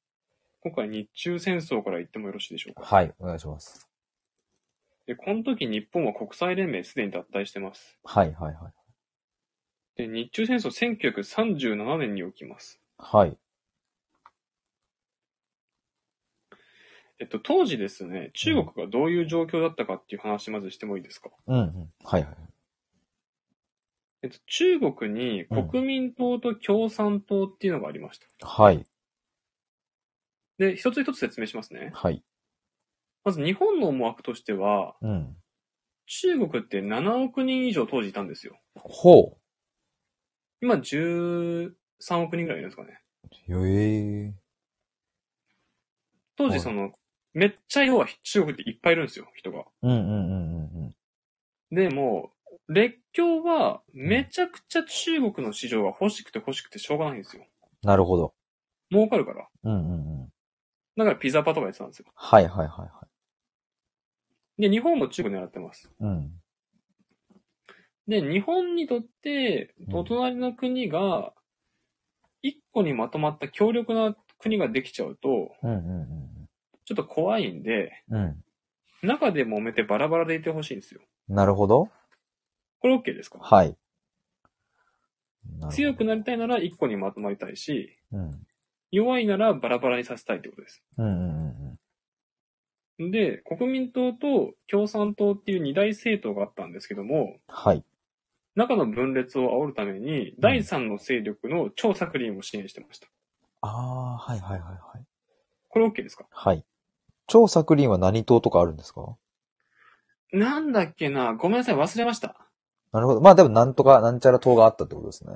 [SPEAKER 2] 今回日中戦争から言ってもよろしいでしょうか。
[SPEAKER 1] はい、お願いします。
[SPEAKER 2] で、この時日本は国際連盟すでに脱退してます。
[SPEAKER 1] はいはいはい。
[SPEAKER 2] で、日中戦争1937年に起きます。
[SPEAKER 1] はい。
[SPEAKER 2] えっと、当時ですね、中国がどういう状況だったかっていう話まずしてもいいですか。
[SPEAKER 1] うんうん。はいはい。
[SPEAKER 2] えっと、中国に国民党と共産党っていうのがありました。
[SPEAKER 1] はい。
[SPEAKER 2] で、一つ一つ説明しますね。
[SPEAKER 1] はい。
[SPEAKER 2] まず日本の思惑としては、
[SPEAKER 1] うん。
[SPEAKER 2] 中国って7億人以上当時いたんですよ。
[SPEAKER 1] ほ
[SPEAKER 2] 今13億人ぐらいいるんですかね。
[SPEAKER 1] う。へえ。
[SPEAKER 2] 当
[SPEAKER 1] はい
[SPEAKER 2] 時その、めっちゃ要は中国っていっぱいいるんですよ、人が。
[SPEAKER 1] うんうんうんうん
[SPEAKER 2] で、もう、列強はめちゃくちゃ中国の市場が欲しくて欲しくてしょうがないんですよ。
[SPEAKER 1] うん。なるほど。
[SPEAKER 2] 儲かるから。
[SPEAKER 1] うんうんうん。
[SPEAKER 2] だからピザパとかやってたんですよ。
[SPEAKER 1] はいはいはいは
[SPEAKER 2] で、日本も中国狙ってます。
[SPEAKER 1] い。うん。
[SPEAKER 2] で、日本にとって、
[SPEAKER 1] うん
[SPEAKER 2] お隣の国が、一個にまとまった強力な国ができちゃうと、
[SPEAKER 1] うんうん
[SPEAKER 2] ちょっと怖いんで、
[SPEAKER 1] うんうん。う
[SPEAKER 2] 中で揉めてバラバラでいてほしいんですよ。
[SPEAKER 1] ん。なるほど。
[SPEAKER 2] これ OK ですか
[SPEAKER 1] はい。
[SPEAKER 2] 強く
[SPEAKER 1] な
[SPEAKER 2] なりたいなら一個にまとまりたいし、
[SPEAKER 1] るほど。うん。
[SPEAKER 2] 弱いならバラバラにさせたいってことです。
[SPEAKER 1] うんうんうん
[SPEAKER 2] で、国民党と共産党っていう二大政党があったんですけども、
[SPEAKER 1] はい。
[SPEAKER 2] 中の分裂を煽るために、第三の勢力の張作霖を支援してました。
[SPEAKER 1] ああー、はいはいはいはい。
[SPEAKER 2] これ OK ですか
[SPEAKER 1] はい。張作霖は何党とかあるんですか
[SPEAKER 2] なんだっけなごめんなさい、忘れました。
[SPEAKER 1] なるほど。まあでもなんとか、なんちゃら党があったってことですね。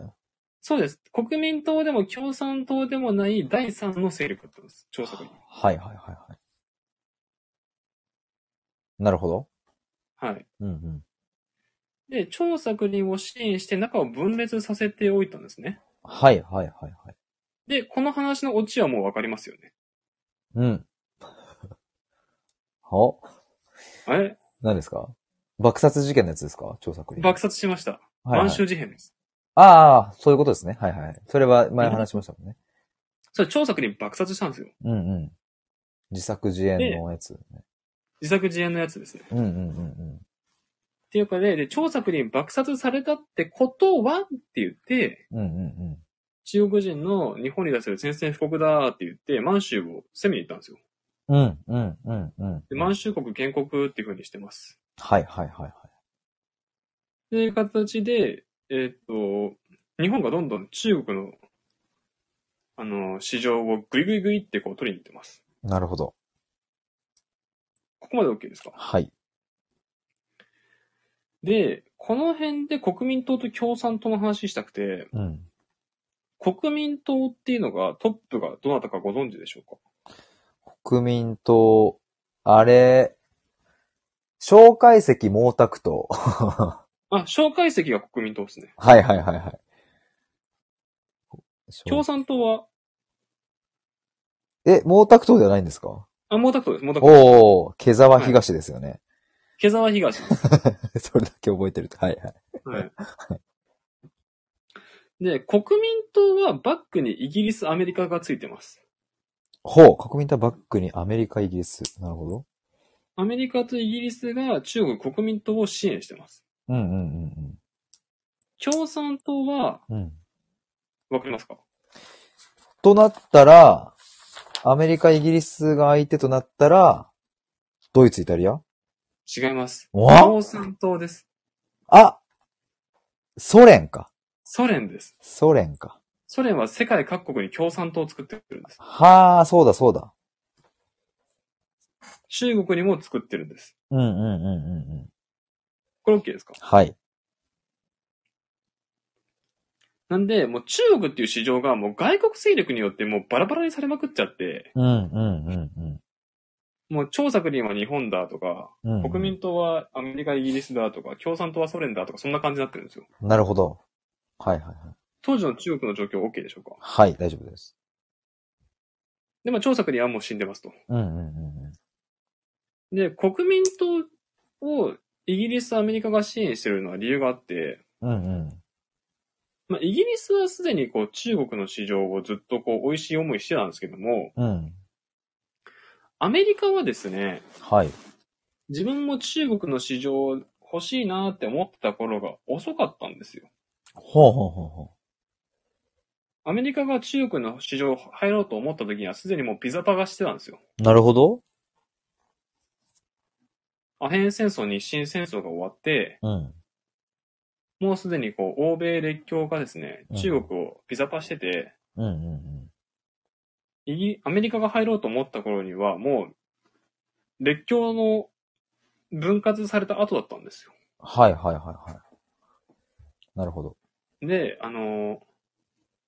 [SPEAKER 2] そうです。国民党でも共産党でもない第三の勢力だったんです。張作霖。
[SPEAKER 1] はいはいはいはい。なるほど。
[SPEAKER 2] はい。
[SPEAKER 1] うんうん。
[SPEAKER 2] で、張作霖を支援して中を分裂させておいたんですね。
[SPEAKER 1] はいはいはいはい。
[SPEAKER 2] で、この話のオチはもうわかりますよね。
[SPEAKER 1] うん。 お
[SPEAKER 2] あれ
[SPEAKER 1] 何ですか爆殺事件のやつですか張作霖。
[SPEAKER 2] 爆殺しました。
[SPEAKER 1] はい、はい
[SPEAKER 2] 満。州事変です。
[SPEAKER 1] ああ、そういうことですね。はいはい。それは前話しましたもんね。
[SPEAKER 2] それ張作霖爆殺したんですよ。
[SPEAKER 1] うんうん。自作自演のやつ、ね。
[SPEAKER 2] 自作自演のやつですね。
[SPEAKER 1] うんうんうん
[SPEAKER 2] っていうかね、で、張作霖爆殺されたってことはって言って、
[SPEAKER 1] うん。うんうんうん。
[SPEAKER 2] 中国人の日本に出せる宣戦布告だって言って、満州を攻めに行ったんですよ。
[SPEAKER 1] うんうんうんうん。
[SPEAKER 2] で満州国建国っていう風にしてます。
[SPEAKER 1] はいはいはいはい。
[SPEAKER 2] という形で、えーっと、日本がどんどん中国の、あの、市場をグイグイグイってこう取りに行ってます。
[SPEAKER 1] なるほど。
[SPEAKER 2] ここまで OK ですか
[SPEAKER 1] はい。
[SPEAKER 2] で、この辺で国民党と共産党の話したくて、
[SPEAKER 1] うん。
[SPEAKER 2] 国民党っていうのがトップがどなたかご存知でしょうか
[SPEAKER 1] 国民党、あれ、蒋介石毛沢東。
[SPEAKER 2] あ、蒋介石が国民党ですね。
[SPEAKER 1] はいはいはいはい。
[SPEAKER 2] 共産党は、
[SPEAKER 1] え、毛沢東ではないんですか
[SPEAKER 2] あ、毛沢東です、毛沢東。
[SPEAKER 1] おお毛沢東ですよね。
[SPEAKER 2] 毛沢東です。
[SPEAKER 1] それだけ覚えてると。はい はい。
[SPEAKER 2] はい。で、国民党はバックにイギリス、アメリカがついてます。
[SPEAKER 1] ほう、国民党バックにアメリカ、イギリス。なるほど。
[SPEAKER 2] アメリカとイギリスが中国国民党を支援してます。
[SPEAKER 1] うんうんうん
[SPEAKER 2] 共産党は、
[SPEAKER 1] うん。うん。
[SPEAKER 2] わかりますか
[SPEAKER 1] となったら、アメリカ、イギリスが相手となったら、ドイツ、イタリア
[SPEAKER 2] 違います。
[SPEAKER 1] おわ
[SPEAKER 2] 共産党です。
[SPEAKER 1] あソ連か。
[SPEAKER 2] ソ連です。
[SPEAKER 1] ソ連か。
[SPEAKER 2] ソ連は世界各国に共産党を作ってるんです。
[SPEAKER 1] はあ、そうだそうだ。
[SPEAKER 2] 中国にも作ってるんです。
[SPEAKER 1] うんうんうんうんうん。
[SPEAKER 2] これ OK ですか
[SPEAKER 1] はい。
[SPEAKER 2] なんで、もう中国っていう市場がもう外国勢力によってもうバラバラにされまくっちゃって、
[SPEAKER 1] うんうんうん
[SPEAKER 2] もう張作霖は日本だとか、
[SPEAKER 1] うん。うん
[SPEAKER 2] 国民党はアメリカ、イギリスだとか、共産党はソ連だとか、そんな感じになってるんですよ。
[SPEAKER 1] なるほど。はいはいはい。
[SPEAKER 2] 当時の中国の状況 OK でしょうか
[SPEAKER 1] はい、大丈夫です。
[SPEAKER 2] で、まあ張作霖はもう死んでますと。
[SPEAKER 1] うんうんうん
[SPEAKER 2] で、国民党をイギリス、アメリカが支援してるのは理由があって、
[SPEAKER 1] うん。うんうん。
[SPEAKER 2] まあ、イギリスはすでにこう中国の市場をずっとこう美味しい思いしてたんですけども、
[SPEAKER 1] うん。
[SPEAKER 2] アメリカはですね、
[SPEAKER 1] はい。
[SPEAKER 2] 自分も中国の市場欲しいなーって思ってた頃が遅かったんですよ。
[SPEAKER 1] ほうほうほうほ
[SPEAKER 2] アメリカが中国の市場入ろうと思った時にはすでにもうピザパがしてたんですよ。
[SPEAKER 1] う。なるほど。
[SPEAKER 2] アヘン戦争、日清戦争が終わって、
[SPEAKER 1] うん。
[SPEAKER 2] もうすでにこう欧米列強がですね
[SPEAKER 1] う、ん
[SPEAKER 2] 中国をピザパしてて、
[SPEAKER 1] うんうん
[SPEAKER 2] イギリアメリカが入ろうと思った頃にはもう列強の分割された後だったんですよ。
[SPEAKER 1] はいはいはいはい。なるほど。
[SPEAKER 2] で、あの、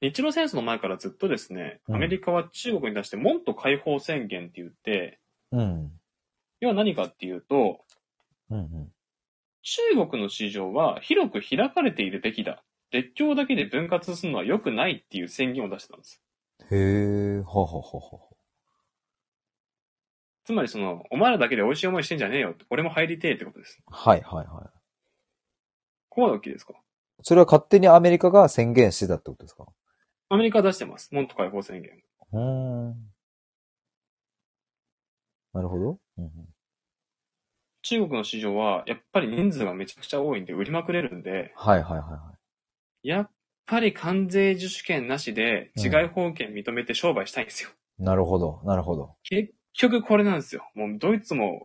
[SPEAKER 2] 日露戦争の前からずっとですね、
[SPEAKER 1] うん
[SPEAKER 2] アメリカは中国に対してもっと解放宣言って言って、
[SPEAKER 1] うん。
[SPEAKER 2] 要は何かっていうと、
[SPEAKER 1] うんうん。
[SPEAKER 2] 中国の市場は広く開かれているべきだ。列強だけで分割するのは良くないっていう宣言を出してたんです。
[SPEAKER 1] へえ、ほうほうほうほうほ
[SPEAKER 2] つまりその、お前らだけで美味しい思いしてんじゃねえよって、俺も入りてえってことです。
[SPEAKER 1] う。はいはいは
[SPEAKER 2] ここまで大きいですか
[SPEAKER 1] い。それは勝手にアメリカが宣言してたってことですか
[SPEAKER 2] アメリカは出してます。もっと解放宣言。
[SPEAKER 1] うーん。なるほど。うんうん、
[SPEAKER 2] 中国の市場は、やっぱり人数がめちゃくちゃ多いんで売りまくれるんで、
[SPEAKER 1] はいはいはいは
[SPEAKER 2] やっぱり関税自主権なしで、
[SPEAKER 1] うん
[SPEAKER 2] 治外法権認めて商売したいんですよ。
[SPEAKER 1] い。なるほど。なるほど。
[SPEAKER 2] 結局これなんですよ。もうドイツも、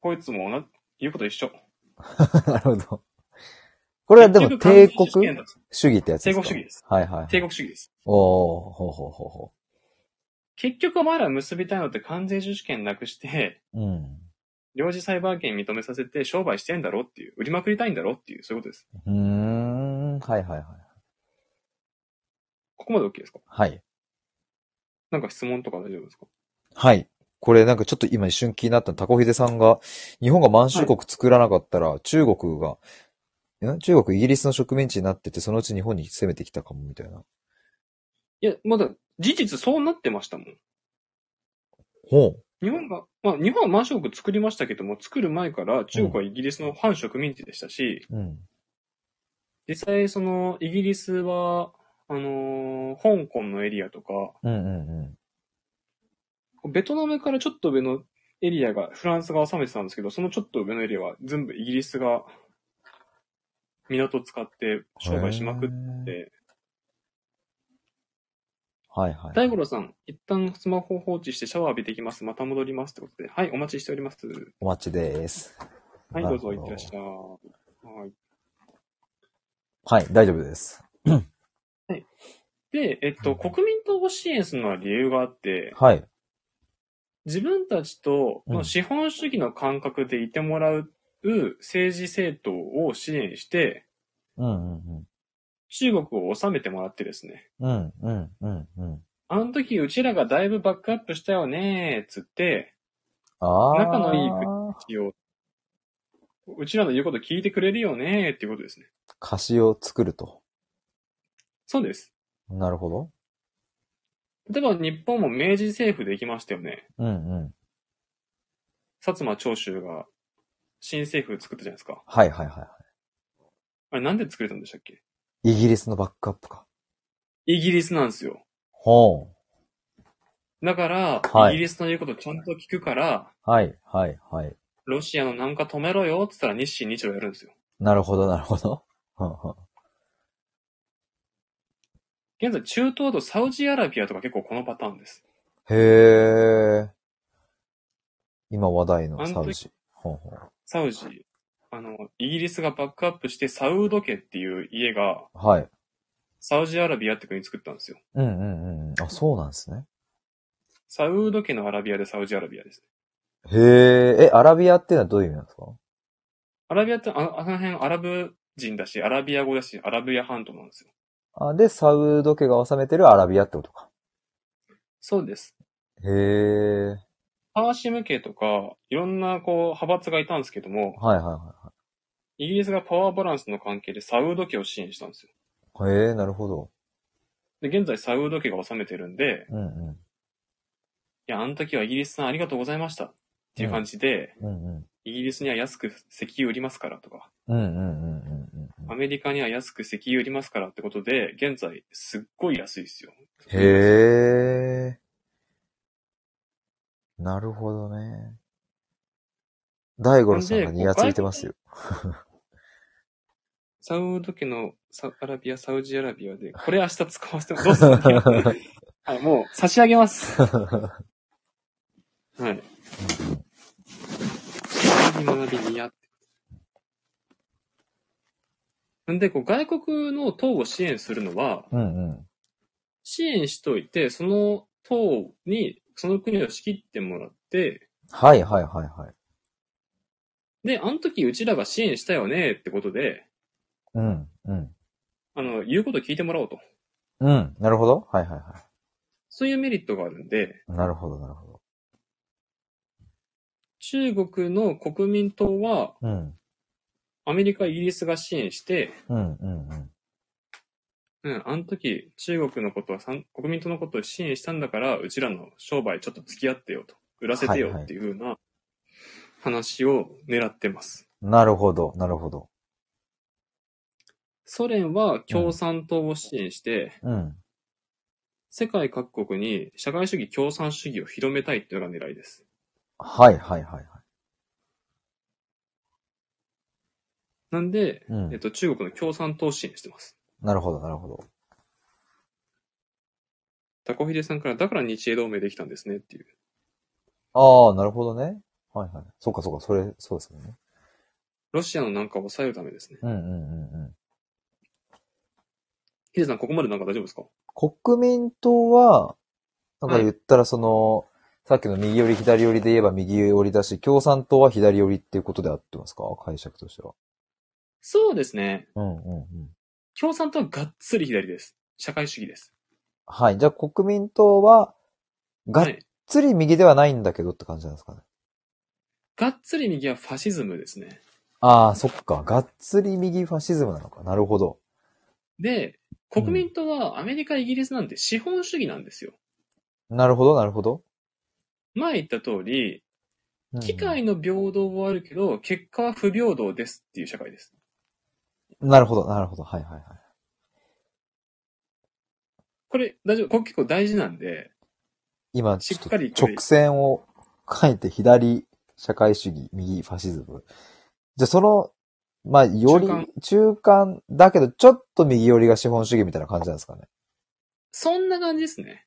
[SPEAKER 2] こいつも同じ、言うこと一緒。こ
[SPEAKER 1] なるほど。これはでも帝国主義ってやつですか
[SPEAKER 2] 帝国主義です。
[SPEAKER 1] はいはい。
[SPEAKER 2] 帝国主義です。
[SPEAKER 1] おー、ほうほうほうほ
[SPEAKER 2] 結局お前ら結びたいのって関税自主権なくして、
[SPEAKER 1] う。うん。
[SPEAKER 2] 領事裁判権認めさせて商売してんだろっていう、売りまくりたいんだろっていう、そういうことです。
[SPEAKER 1] うーん。はいはいはい。
[SPEAKER 2] ここまで OK ですか
[SPEAKER 1] はい。
[SPEAKER 2] なんか質問とか大丈夫ですか
[SPEAKER 1] はい。これなんかちょっと今一瞬気になったのタコヒデさんが、日本が満州国作らなかったら、中国が、え中国、イギリスの植民地になってて、そのうち日本に攻めてきたかも、みたいな。
[SPEAKER 2] いや、まだ、事実そうなってましたもん。
[SPEAKER 1] ほう。
[SPEAKER 2] 日本が、まあ日本は満州国作りましたけども、作る前から中国はイギリスの反植民地でしたし、
[SPEAKER 1] うん。
[SPEAKER 2] 実際、その、イギリスは、あのー香港のエリアとか、
[SPEAKER 1] うんうん
[SPEAKER 2] ベトナムからちょっと上のエリアが、フランスが収めてたんですけど、そのちょっと上のエリアは全部イギリスが、港を使って商売しまくっ
[SPEAKER 1] へー
[SPEAKER 2] て、
[SPEAKER 1] はいはい。
[SPEAKER 2] 大五郎さん、一旦スマホ放置してシャワー浴びてきます。また戻ります。ってことで、はい、お待ちしております。
[SPEAKER 1] お待ちです。
[SPEAKER 2] はい、
[SPEAKER 1] な
[SPEAKER 2] ど
[SPEAKER 1] る
[SPEAKER 2] うぞ、
[SPEAKER 1] ほ
[SPEAKER 2] いってらっしゃい。はい。
[SPEAKER 1] はい、大丈夫です。
[SPEAKER 2] で、えっと、国民党を支援するのは理由があって、
[SPEAKER 1] はい。
[SPEAKER 2] 自分たちと
[SPEAKER 1] うん
[SPEAKER 2] 資本主義の感覚でいてもらう政治政党を支援して、
[SPEAKER 1] うんうん
[SPEAKER 2] 中国を治めてもらってですね、
[SPEAKER 1] うん。うんうんうんうん。
[SPEAKER 2] あの時うちらがだいぶバックアップしたよねーつって、
[SPEAKER 1] ああ。
[SPEAKER 2] 仲のいい一応うちらの言うこと聞いてくれるよねーっていうことですね。
[SPEAKER 1] 歌詞を作ると。
[SPEAKER 2] そうです。
[SPEAKER 1] なるほど。
[SPEAKER 2] 例えば日本も明治政府できましたよね。
[SPEAKER 1] うんうん。
[SPEAKER 2] 薩摩長州が新政府作ったじゃないですか。
[SPEAKER 1] はいはいはいは
[SPEAKER 2] あれなんで作れたんでしたっけ
[SPEAKER 1] い。イギリスのバックアップか。
[SPEAKER 2] イギリスなんですよ。
[SPEAKER 1] ほう。
[SPEAKER 2] だから、
[SPEAKER 1] はい
[SPEAKER 2] イギリスの言うことちゃんと聞くから、
[SPEAKER 1] はいはいはい。
[SPEAKER 2] ロシアのなんか止めろよって言ったら日清日露やるんですよ。
[SPEAKER 1] なるほどなるほど。 うんうん
[SPEAKER 2] 現在中東とサウジアラビアとか結構このパターンです。
[SPEAKER 1] へえ。今話題のサウジ。ほうほう
[SPEAKER 2] サウジ、あの、イギリスがバックアップしてサウド家っていう家が
[SPEAKER 1] はい。
[SPEAKER 2] サウジアラビアって国作ったんですよ。
[SPEAKER 1] うんうんうんうん。あ、そうなんですね。
[SPEAKER 2] サウド家のアラビアでサウジアラビアです。
[SPEAKER 1] へえ。え、アラビアっていうのはどういう意味なんですか
[SPEAKER 2] アラビアってああの辺アラブ人だし、アラビア語だし、アラビア半島なんですよ。
[SPEAKER 1] あで、サウド家が治めてるアラビアってことか。
[SPEAKER 2] そうです。
[SPEAKER 1] へえ。
[SPEAKER 2] パーシム系とか、いろんなこう、派閥がいたんですけども、
[SPEAKER 1] はいはいは
[SPEAKER 2] イギリスがパワーバランスの関係でサウド家を支援したんですよ。
[SPEAKER 1] いはい。へえ、なるほど。
[SPEAKER 2] で、現在サウド家が治めてるんで、
[SPEAKER 1] うんうん。
[SPEAKER 2] いや、あの時はイギリスさんありがとうございました。っていう感じで、
[SPEAKER 1] うんうん。
[SPEAKER 2] イギリスには安く石油売りますからとか、
[SPEAKER 1] うんうんうんうんうんう
[SPEAKER 2] ア
[SPEAKER 1] ん。
[SPEAKER 2] メリカには安く石油売りますからってことで、現在すっごい安いですよ。
[SPEAKER 1] へえ。なるほどね。大五郎さんがニヤついてますよ。
[SPEAKER 2] サウド家のサアラビア、サウジアラビアで、これ明日使わせてもどうする はい、もう差し上げ ます。はい。学びにやって。んで、こう、外国の党を支援するのは、
[SPEAKER 1] うんうん。
[SPEAKER 2] 支援しといて、その党に、その国を仕切ってもらって、
[SPEAKER 1] はいはいはいはい。
[SPEAKER 2] で、あの時うちらが支援したよねってことで、
[SPEAKER 1] うんうん。
[SPEAKER 2] あの、言うこと聞いてもらおうと。
[SPEAKER 1] うん。なるほど。はいはいは
[SPEAKER 2] そういうメリットがあるんで、
[SPEAKER 1] い。なるほどなるほど。
[SPEAKER 2] 中国の国民党は、
[SPEAKER 1] うん。
[SPEAKER 2] アメリカ、イギリスが支援して、
[SPEAKER 1] うんうんうん。
[SPEAKER 2] うん、あの時、中国のことはさん、国民党のことを支援したんだから、うちらの商売ちょっと付き合ってよと、売らせて
[SPEAKER 1] はい
[SPEAKER 2] よ
[SPEAKER 1] はい
[SPEAKER 2] っていうふうな話を狙ってます。
[SPEAKER 1] なるほど。なるほど。
[SPEAKER 2] ソ連は共産党を支援して、
[SPEAKER 1] うん。
[SPEAKER 2] 世界各国に社会主義共産主義を広めたいっていうのが狙いです。
[SPEAKER 1] はいはいはいはい。
[SPEAKER 2] なんで、
[SPEAKER 1] うん
[SPEAKER 2] えっと、中国の共産党を支援してます。
[SPEAKER 1] なるほどなるほど。
[SPEAKER 2] タコヒデさんから、だから日英同盟できたんですねっていう。
[SPEAKER 1] ああ、なるほどね。はいはい。そうかそうか、それ、そうですよね。
[SPEAKER 2] ロシアのなんかを抑えるためですね。
[SPEAKER 1] うんうんうんうん。
[SPEAKER 2] ヒデさん、ここまでなんか大丈夫ですか
[SPEAKER 1] 国民党は、なんか言ったらその、さっきの右寄り左寄りで言えば右寄りだし、共産党は左寄りっていうことで合ってますか解釈としては。
[SPEAKER 2] そうですね。
[SPEAKER 1] うんうんうん。
[SPEAKER 2] 共産党はがっつり左です。社会主義です。
[SPEAKER 1] はい。じゃあ国民党は、がっ
[SPEAKER 2] はい。
[SPEAKER 1] つり右ではないんだけどって感じなんですかね。
[SPEAKER 2] がっつり右はファシズムですね。
[SPEAKER 1] ああ、そっか。がっつり右ファシズムなのか。なるほど。
[SPEAKER 2] で、国民党はアメリカ、イギリスなんて資本主義なんですよ。
[SPEAKER 1] なるほど、なるほど。
[SPEAKER 2] 前言った通り、
[SPEAKER 1] うんうん
[SPEAKER 2] 機会の平等はあるけど、結果は不平等ですっていう社会です。
[SPEAKER 1] なるほど、なるほど。はいはいはい。
[SPEAKER 2] これ、大丈夫。これ結構大事なんで、
[SPEAKER 1] 今、ちょ
[SPEAKER 2] しっかり
[SPEAKER 1] っと直線を書いて左社会主義、右ファシズム。じゃあその、まあ、より
[SPEAKER 2] 中間
[SPEAKER 1] 中間だけど、ちょっと右寄りが資本主義みたいな感じなんですかね。
[SPEAKER 2] そんな感じですね。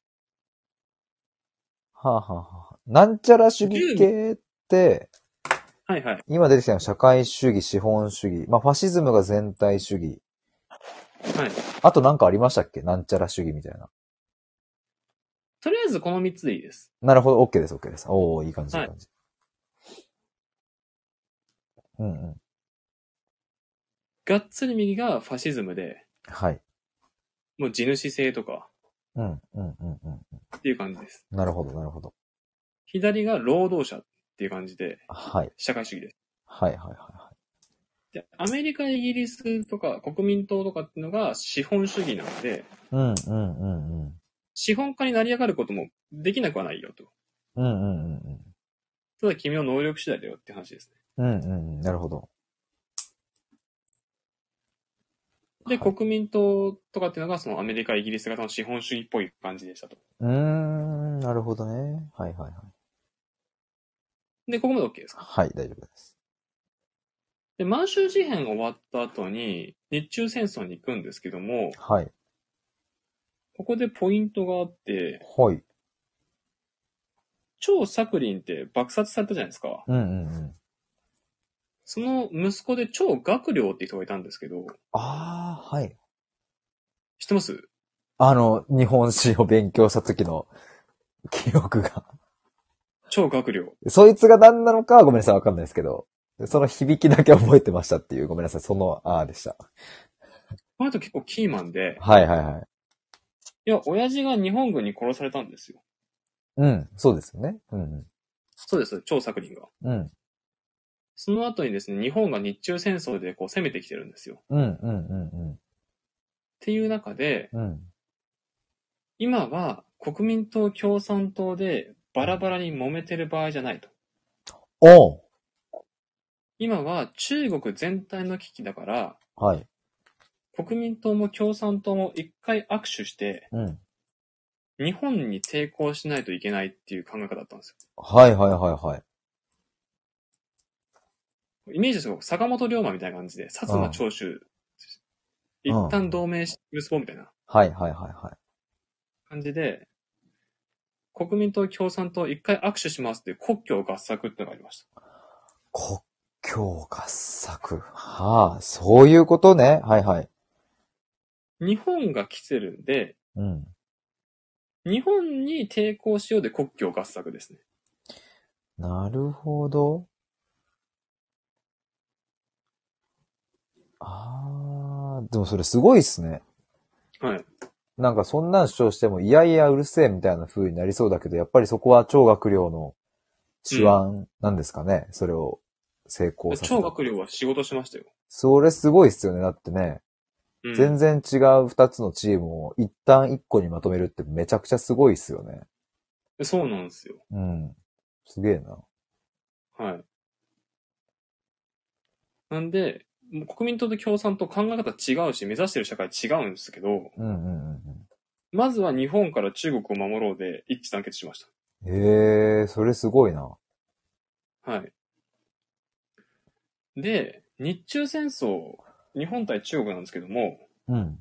[SPEAKER 1] はあ、はあはあ、なんちゃら主義系って、
[SPEAKER 2] はいはい。
[SPEAKER 1] 今出てきたのは社会主義、資本主義。まあ、ファシズムが全体主義。
[SPEAKER 2] はい。
[SPEAKER 1] あとなんかありましたっけなんちゃら主義みたいな。
[SPEAKER 2] とりあえずこの3つでいいです。
[SPEAKER 1] なるほど、OK です、OK です。おー、いい感じ、い
[SPEAKER 2] はい
[SPEAKER 1] い感じ。うんうん。
[SPEAKER 2] がっつり右がファシズムで、
[SPEAKER 1] はい。
[SPEAKER 2] もう地主制とか
[SPEAKER 1] うん、うん、うん、うん。
[SPEAKER 2] っていう感じです。
[SPEAKER 1] なるほど、なるほど。
[SPEAKER 2] 左が労働者っていう感じで、
[SPEAKER 1] はい。
[SPEAKER 2] 社会主義です。
[SPEAKER 1] はいはいはいは
[SPEAKER 2] で、アメリカ、イギリスとか国民党とかっていうのが資本主義なので、
[SPEAKER 1] い。うんうんうんうん。
[SPEAKER 2] 資本家になり上がることもできなくはないよと。
[SPEAKER 1] うんうんうんうん。
[SPEAKER 2] ただ君の能力次第だよって話です
[SPEAKER 1] うんうんうん、なるほど。
[SPEAKER 2] ね。で、
[SPEAKER 1] はい
[SPEAKER 2] 国民党とかっていうのが、そのアメリカ、イギリス型の資本主義っぽい感じでしたと。
[SPEAKER 1] うーん、なるほどね。はいはいはい。
[SPEAKER 2] で、ここまで OK ですか
[SPEAKER 1] はい、大丈夫です。
[SPEAKER 2] で、満州事変終わった後に、日中戦争に行くんですけども、
[SPEAKER 1] はい。
[SPEAKER 2] ここでポイントがあって、
[SPEAKER 1] はい。
[SPEAKER 2] 張作霖って爆殺されたじゃないですか。
[SPEAKER 1] うんうんうん。
[SPEAKER 2] その息子で張学良って人がいたんですけど、
[SPEAKER 1] ああ、はい。
[SPEAKER 2] 知ってます
[SPEAKER 1] あの、日本史を勉強した時の 記憶が。
[SPEAKER 2] 張学良。
[SPEAKER 1] そいつが何なのかはごめんなさい、わかんないですけど。その響きだけ覚えてましたっていう、ごめんなさい、その、ああでした。
[SPEAKER 2] この人結構キーマンで、
[SPEAKER 1] はいはいはい。
[SPEAKER 2] いや、親父が日本軍に殺されたんですよ。
[SPEAKER 1] うん、そうですよね。うんう
[SPEAKER 2] そうです、張作霖が。
[SPEAKER 1] ん。うん、
[SPEAKER 2] その後にですね、日本が日中戦争でこう攻めてきてるんですよ。っ
[SPEAKER 1] うん、うん、うん、
[SPEAKER 2] ていう中で、
[SPEAKER 1] うん。うん。
[SPEAKER 2] 今は国民党共産党でバラバラに揉めてる場合じゃないと。
[SPEAKER 1] おう
[SPEAKER 2] 今は中国全体の危機だから、
[SPEAKER 1] はい。
[SPEAKER 2] 国民党も共産党も一回握手して、
[SPEAKER 1] うん。
[SPEAKER 2] 日本に抵抗しないといけないっていう考え方だったんです
[SPEAKER 1] はいはいはいはい。
[SPEAKER 2] よ。イメージですよ。坂本龍馬みたいな感じで、薩摩長州、一旦同盟し結ぼうみたいな
[SPEAKER 1] はいはいはいはい。
[SPEAKER 2] 感じで、国民党共産党一回握手しますっていう国境合作ってのがありました。
[SPEAKER 1] 国境合作。はあ、そういうことね。はいはい。
[SPEAKER 2] 日本が来てるんで、
[SPEAKER 1] うん。
[SPEAKER 2] 日本に抵抗しようで国境合作ですね。
[SPEAKER 1] なるほど。ああ、でもそれすごいっすね。
[SPEAKER 2] はい。
[SPEAKER 1] なんかそんなん主張しても、いやいやうるせえみたいな風になりそうだけど、やっぱりそこは超学量の手腕なんですかね、それを成功させ
[SPEAKER 2] 超
[SPEAKER 1] た。
[SPEAKER 2] 学良は仕事しましたよ。
[SPEAKER 1] それすごいっすよね。だってね、
[SPEAKER 2] うん、
[SPEAKER 1] 全然違う二つのチームを一旦一個にまとめるってめちゃくちゃすごいっすよね。
[SPEAKER 2] そうなんですよ。
[SPEAKER 1] うん。すげえな。
[SPEAKER 2] はい。なんで、もう国民党と共産党考え方違うし、目指してる社会違うんですけど、
[SPEAKER 1] うんうん
[SPEAKER 2] まずは日本から中国を守ろうで一致団結しまし
[SPEAKER 1] うんうん。へえ、それすごいな。
[SPEAKER 2] た。はい。で、日中戦争、日本対中国なんですけども、
[SPEAKER 1] うん。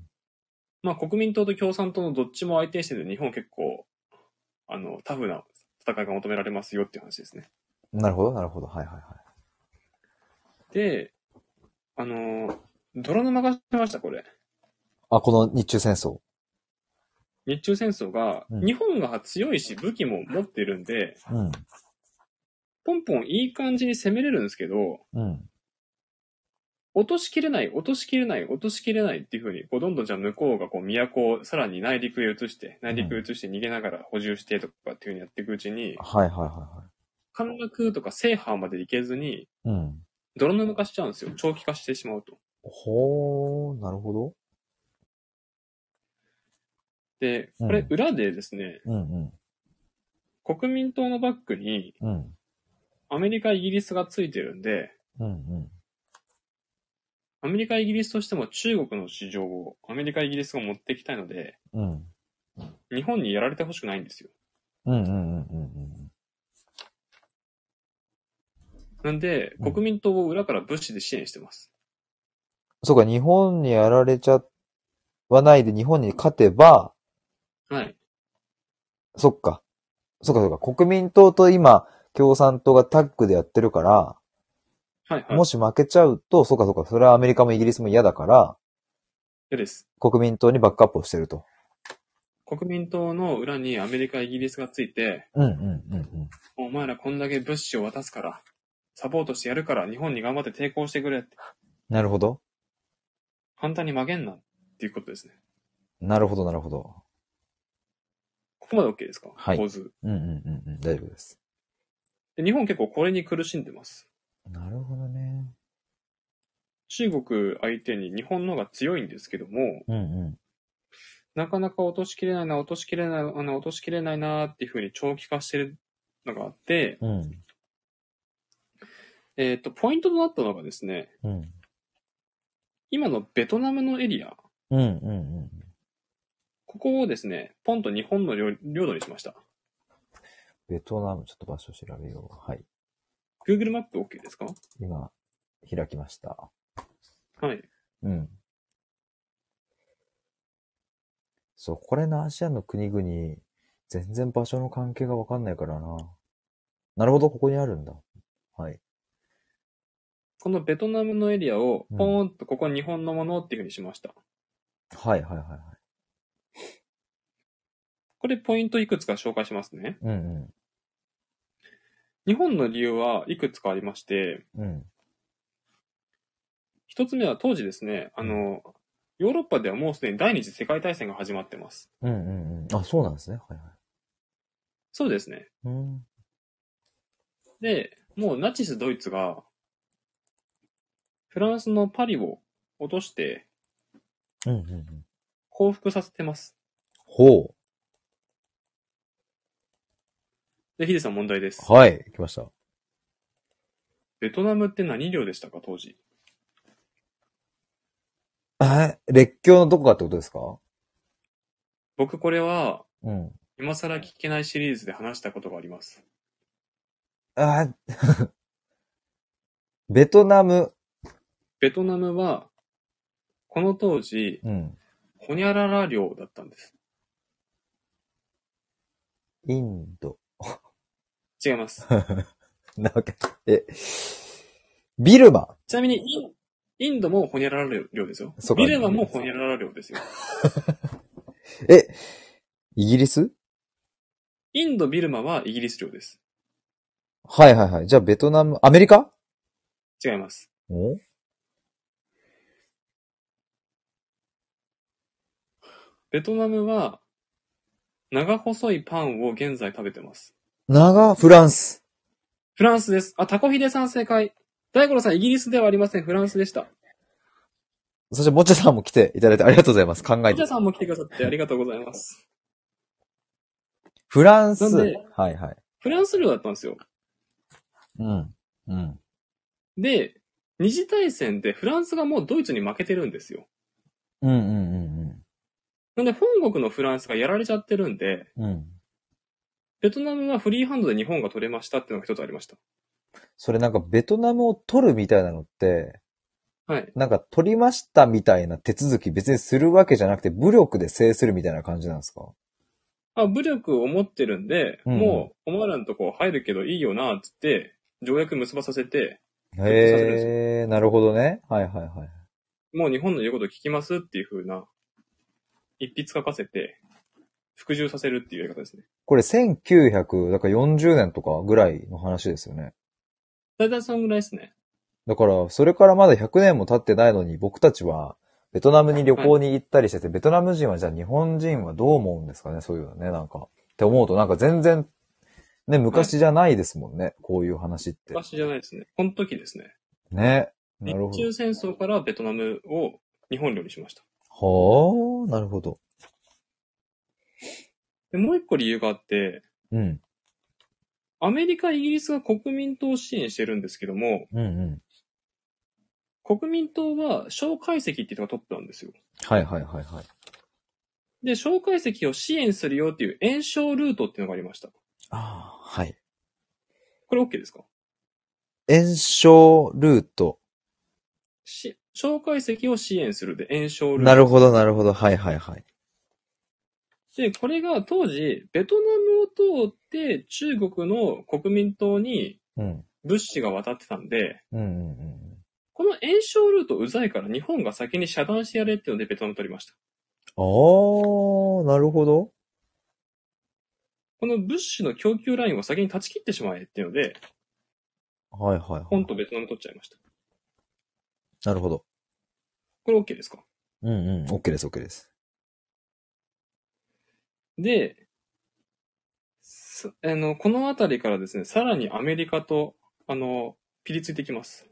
[SPEAKER 2] まあ国民党と共産党のどっちも相手にしてて、日本は結構、あの、タフな戦いが求められますよっていう話ですね。
[SPEAKER 1] なるほど、なるほど。はいはいはい。
[SPEAKER 2] で、あの、泥沼化しました、これ。
[SPEAKER 1] あ、この日中戦争。
[SPEAKER 2] 日中戦争が、
[SPEAKER 1] うん
[SPEAKER 2] 日本が強いし武器も持ってるんで、
[SPEAKER 1] うん。
[SPEAKER 2] ポンポンいい感じに攻めれるんですけど、
[SPEAKER 1] うん。
[SPEAKER 2] 落としきれない、落としきれない、落としきれないっていう風に、こう、どんどんじゃあ向こうがこう、都をさらに内陸へ移して、内陸へ移して逃げながら補充してとかっていう風にやっていくうちに、
[SPEAKER 1] はいはいはいは
[SPEAKER 2] 陥落とか制覇まで行けずに、
[SPEAKER 1] い。うん。
[SPEAKER 2] 泥沼化しちゃうんですよ。長期化してしまうと。
[SPEAKER 1] ほー、なるほど。
[SPEAKER 2] で、
[SPEAKER 1] うん
[SPEAKER 2] これ裏でですね、
[SPEAKER 1] うん
[SPEAKER 2] 国民党のバックに
[SPEAKER 1] うん。うん。
[SPEAKER 2] アメリカ、イギリスがついてるんで、
[SPEAKER 1] うんうん。
[SPEAKER 2] アメリカ、イギリスとしても中国の市場をアメリカ、イギリスが持ってきたいので、
[SPEAKER 1] うん。
[SPEAKER 2] 日本にやられてほしくないんですよ。
[SPEAKER 1] うんうんうんうん
[SPEAKER 2] なんで、
[SPEAKER 1] うん
[SPEAKER 2] 国民党を裏から物資で支援してます。
[SPEAKER 1] そうか、日本にやられちゃわないで日本に勝てば、
[SPEAKER 2] はい。
[SPEAKER 1] そっか。そっかそっか。国民党と今、共産党がタッグでやってるから、
[SPEAKER 2] はいはい。
[SPEAKER 1] もし負けちゃうと、そっかそっか。それはアメリカもイギリスも嫌だから、
[SPEAKER 2] 嫌です。
[SPEAKER 1] 国民党にバックアップをしてると。
[SPEAKER 2] 国民党の裏にアメリカ、イギリスがついて、
[SPEAKER 1] うんうんうん
[SPEAKER 2] お前らこんだけ物資を渡すから、サポートしてやるから、日本に頑張って抵抗してくれって、
[SPEAKER 1] なるほど。
[SPEAKER 2] 簡単に負けんなっていうことですね。
[SPEAKER 1] なるほど、なるほど。
[SPEAKER 2] ここまで OK ですか
[SPEAKER 1] はい
[SPEAKER 2] 構図。
[SPEAKER 1] うんうんうんうん。大丈夫です。
[SPEAKER 2] で日本結構これに苦しんでます。
[SPEAKER 1] なるほどね。
[SPEAKER 2] 中国相手に日本の方が強いんですけども、
[SPEAKER 1] うんうん。
[SPEAKER 2] なかなか落としきれないな、落としきれないな、落としきれないなっていう風に長期化してるのがあって、
[SPEAKER 1] うん。
[SPEAKER 2] えっ、と、ポイントとなったのがですね、
[SPEAKER 1] うん。
[SPEAKER 2] 今のベトナムのエリア、
[SPEAKER 1] うん、うん、うん。
[SPEAKER 2] ここをですね、ポンと日本の領領土にしました。
[SPEAKER 1] ベトナム、ちょっと場所調べよう。はい。
[SPEAKER 2] Google マップ OK ですか
[SPEAKER 1] 今、開きました。
[SPEAKER 2] はい。
[SPEAKER 1] うん。そう、これのアジアの国々、全然場所の関係がわかんないからな。なるほど、ここにあるんだ。はい。
[SPEAKER 2] このベトナムのエリアを、ポーンとここ日本のものっていうふうにしました。
[SPEAKER 1] はい、はい、はい。はい
[SPEAKER 2] これポイントいくつか紹介しますね。
[SPEAKER 1] うん、
[SPEAKER 2] 日本の理由はいくつかありまして、
[SPEAKER 1] うん。うん。
[SPEAKER 2] 一つ目は当時ですね、あの、ヨーロッパではもうすでに第二次世界大戦が始まってます。
[SPEAKER 1] うん、うん、うん。あ、そうなんですね。はい、はい。
[SPEAKER 2] そうですね。
[SPEAKER 1] うん。
[SPEAKER 2] で、もうナチスドイツが、フランスのパリを落として
[SPEAKER 1] うん、うん、うん。
[SPEAKER 2] 降伏させてます。
[SPEAKER 1] ほ
[SPEAKER 2] で、ヒデさん問題です。
[SPEAKER 1] う。はい、来ました。
[SPEAKER 2] ベトナムって何領でしたか、当時。
[SPEAKER 1] え、列強のどこかってことですか
[SPEAKER 2] 僕これは、
[SPEAKER 1] うん。
[SPEAKER 2] 今更聞けないシリーズで話したことがあります。
[SPEAKER 1] あー ベトナム。
[SPEAKER 2] ベトナムは、この当時、
[SPEAKER 1] うん。
[SPEAKER 2] ホニャララ領だったんです。
[SPEAKER 1] インド。
[SPEAKER 2] 違います。
[SPEAKER 1] なわけ。え、ビルマ。
[SPEAKER 2] ちなみにイン、インドもホニャララ領ですよ
[SPEAKER 1] そう。か
[SPEAKER 2] ビルマもホニャララ領ですよ。
[SPEAKER 1] え、イギリス
[SPEAKER 2] インド、ビルマはイギリス領です。
[SPEAKER 1] はいはいはい。じゃあベトナム、アメリカ
[SPEAKER 2] 違います。
[SPEAKER 1] お
[SPEAKER 2] ベトナムは、長細いパンを現在食べてます。
[SPEAKER 1] 長、フランス。
[SPEAKER 2] フランスです。あ、タコヒデさん正解。大五郎さん、イギリスではありません。フランスでした。
[SPEAKER 1] そして、もっちゃさんも来ていただいてありがとうございます。考え
[SPEAKER 2] ヒデ
[SPEAKER 1] て。
[SPEAKER 2] さんも来てくださってありがとうございます。
[SPEAKER 1] フランス。
[SPEAKER 2] なんで
[SPEAKER 1] はいはい。
[SPEAKER 2] フランス領だったんですよ。
[SPEAKER 1] うん。うん。
[SPEAKER 2] で、二次大戦でフランスがもうドイツに負けてるんですよ。
[SPEAKER 1] うんうんうん
[SPEAKER 2] なんで、本国のフランスがやられちゃってるんで、
[SPEAKER 1] うん。うん。
[SPEAKER 2] ベトナムはフリーハンドで日本が取れましたっていうのが一つありました。
[SPEAKER 1] それなんかベトナムを取るみたいなのって、
[SPEAKER 2] はい。
[SPEAKER 1] なんか取りましたみたいな手続き別にするわけじゃなくて武力で制するみたいな感じなんですか
[SPEAKER 2] あ、武力を持ってるんで、
[SPEAKER 1] うん
[SPEAKER 2] もう、お前らのとこ入るけどいいよな、つって、条約結ばさせて、させるんですよ
[SPEAKER 1] へえ、なるほどね。はいはいはい。
[SPEAKER 2] もう日本の言うこと聞きますっていう風な、一筆書かせて、服従させるっていうやり方ですね。
[SPEAKER 1] これ1900、だから40年とかぐらいの話ですよね。
[SPEAKER 2] 大体そんぐらいですね。
[SPEAKER 1] だから、それからまだ100年も経ってないのに、僕たちは、ベトナムに旅行に行ったりしてて、ベトナム人はじゃあ日本人はどう思うんですかね、そういうのね、なんか。って思うと、なんか全然、ね、昔じゃないですもんね、こういう話って。
[SPEAKER 2] 昔じゃないですね。この時ですね。
[SPEAKER 1] ね。
[SPEAKER 2] 日
[SPEAKER 1] なるほ
[SPEAKER 2] 中戦争からベトナムを日本領にしました。
[SPEAKER 1] ど。はあ、なるほど。
[SPEAKER 2] で、もう一個理由があって、
[SPEAKER 1] うん、
[SPEAKER 2] アメリカ、イギリスが国民党を支援してるんですけども、
[SPEAKER 1] うん、うん。
[SPEAKER 2] 国民党は蒋介石っていうのがトップなんですよ。
[SPEAKER 1] はいはいはいはい。
[SPEAKER 2] で、蒋介石を支援するよっていう炎症ルートっていうのがありました。
[SPEAKER 1] ああ、はい。
[SPEAKER 2] これ OK ですか
[SPEAKER 1] 炎症ルート。
[SPEAKER 2] し、蒋介石を支援するで炎症ルート。
[SPEAKER 1] なるほど、なるほど。はいはいはい。
[SPEAKER 2] で、これが当時、ベトナムを通って中国の国民党に
[SPEAKER 1] うん、
[SPEAKER 2] 物資が渡ってたんで、
[SPEAKER 1] うん、うんうん。
[SPEAKER 2] この炎症ルートうざいから日本が先に遮断してやれっていうのでベトナム取りました。
[SPEAKER 1] ああ、なるほど。
[SPEAKER 2] この物資の供給ラインを先に断ち切ってしまえっていうので、
[SPEAKER 1] はいはい、はい。
[SPEAKER 2] 本とベトナム取っちゃいました。
[SPEAKER 1] なるほど。
[SPEAKER 2] これ OK ですか
[SPEAKER 1] うんうん。OK です、OK です。
[SPEAKER 2] で、すあの、このあたりからですね、さらにアメリカと、あの、ピリついてきます。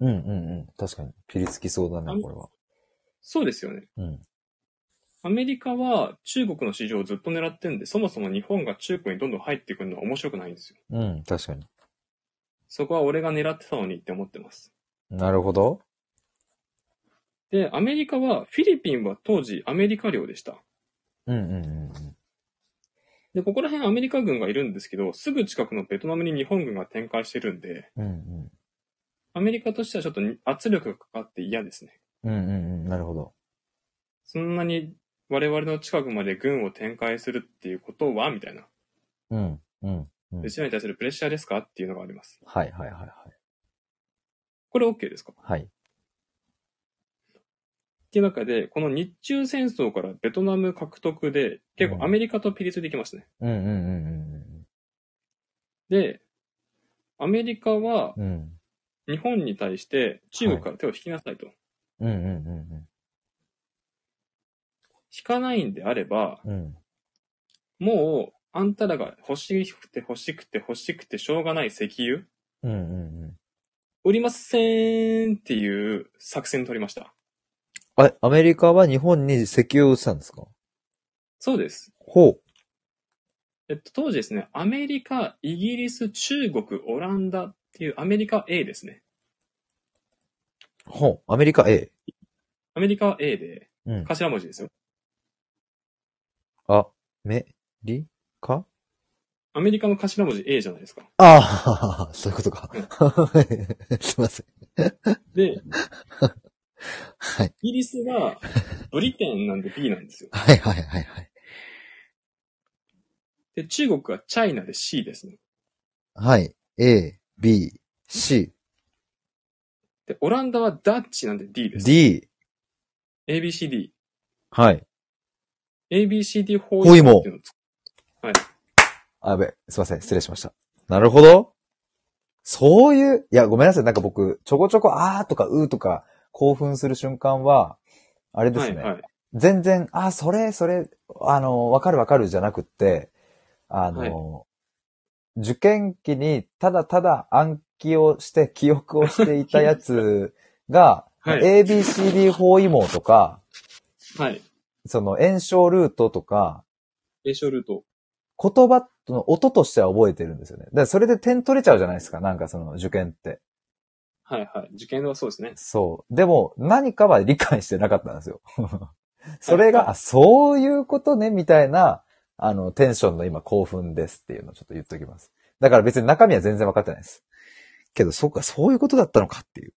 [SPEAKER 1] うんうんうん。確かに。ピリつきそうだね、これは。
[SPEAKER 2] そうですよね。
[SPEAKER 1] うん。
[SPEAKER 2] アメリカは中国の市場をずっと狙ってんで、そもそも日本が中国にどんどん入ってくるのは面白くないんですよ。
[SPEAKER 1] うん、確かに。
[SPEAKER 2] そこは俺が狙ってたのにって思ってます。
[SPEAKER 1] なるほど。
[SPEAKER 2] で、アメリカは、フィリピンは当時アメリカ領でした。
[SPEAKER 1] うんうんうんうん。
[SPEAKER 2] で、ここら辺アメリカ軍がいるんですけど、すぐ近くのベトナムに日本軍が展開してるんで、
[SPEAKER 1] うんうん。
[SPEAKER 2] アメリカとしてはちょっとに圧力がかかって嫌ですね。
[SPEAKER 1] うんうんうん。なるほど。
[SPEAKER 2] そんなに我々の近くまで軍を展開するっていうことは、みたいな。
[SPEAKER 1] うん。うん。
[SPEAKER 2] うちらに対するプレッシャーですかっていうのがあります。
[SPEAKER 1] はいはいはいはい。
[SPEAKER 2] これ OK ですか
[SPEAKER 1] はい。
[SPEAKER 2] っていう中で、この日中戦争からベトナム獲得で、結
[SPEAKER 1] うん
[SPEAKER 2] 構アメリカとピリついてきましたね。
[SPEAKER 1] うんうんうん
[SPEAKER 2] で、アメリカは
[SPEAKER 1] うんうん。うん。
[SPEAKER 2] 日本に対して中国から手を引きなさいと。
[SPEAKER 1] うんうんうん
[SPEAKER 2] 引かないんであれば、
[SPEAKER 1] うん。うん。
[SPEAKER 2] もう、あんたらが欲しくて欲しくて欲しくてしょうがない石油、
[SPEAKER 1] うんうんうん。
[SPEAKER 2] 売りませんっていう作戦取りました。
[SPEAKER 1] あれ、アメリカは日本に石油を売ってたんですか
[SPEAKER 2] そうです。
[SPEAKER 1] ほう。
[SPEAKER 2] えっと、当時ですね、アメリカ、イギリス、中国、オランダっていうアメリカ A ですね。
[SPEAKER 1] ほう。アメリカ A。
[SPEAKER 2] アメリカは A で、
[SPEAKER 1] うん。
[SPEAKER 2] 頭文字ですよ。
[SPEAKER 1] あ、メリカ
[SPEAKER 2] アメリカの頭文字 A じゃないですか。
[SPEAKER 1] ああ、 そういうことか。すいません。
[SPEAKER 2] で、
[SPEAKER 1] はい。
[SPEAKER 2] イギリスがブリテンなんで B なんですよ。
[SPEAKER 1] はいはいはいはい。
[SPEAKER 2] で、中国がチャイナで C ですね。
[SPEAKER 1] はい。A, B, C,
[SPEAKER 2] で、オランダはダッチなんで D です。
[SPEAKER 1] D.
[SPEAKER 2] ABCD。
[SPEAKER 1] はい。
[SPEAKER 2] ABCD 包
[SPEAKER 1] 包囲網
[SPEAKER 2] っていうのを作
[SPEAKER 1] あ、やべ、すいません。失礼しました。なるほど。そういう、いや、ごめんなさい。なんか僕、ちょこちょこ、あーとか、うーとか、興奮する瞬間は、あれ
[SPEAKER 2] る
[SPEAKER 1] ですね。
[SPEAKER 2] はいはい。
[SPEAKER 1] 全然、あ、それ、それ、あの、わかるわかるじゃなくって、あの、受験期にただただ暗記をして、記憶をしていたやつ が、
[SPEAKER 2] はい
[SPEAKER 1] ABCD 包囲網とか、
[SPEAKER 2] はい。
[SPEAKER 1] その炎症ルートとか、
[SPEAKER 2] 栄唱ルート。
[SPEAKER 1] 言葉の音としては覚えてるんですよね。だからそれで点取れちゃうじゃないですか、なんかその受験って。
[SPEAKER 2] はいはい。受験はそうですね。
[SPEAKER 1] そう。でも、何かは理解してなかったんです よ。それが、あそういうことね、みたいな、あの、テンションの今、興奮ですっていうのをちょっと言っときます。だから別に中身は全然分かってないです。けど、そっか、そういうことだったのかっていう。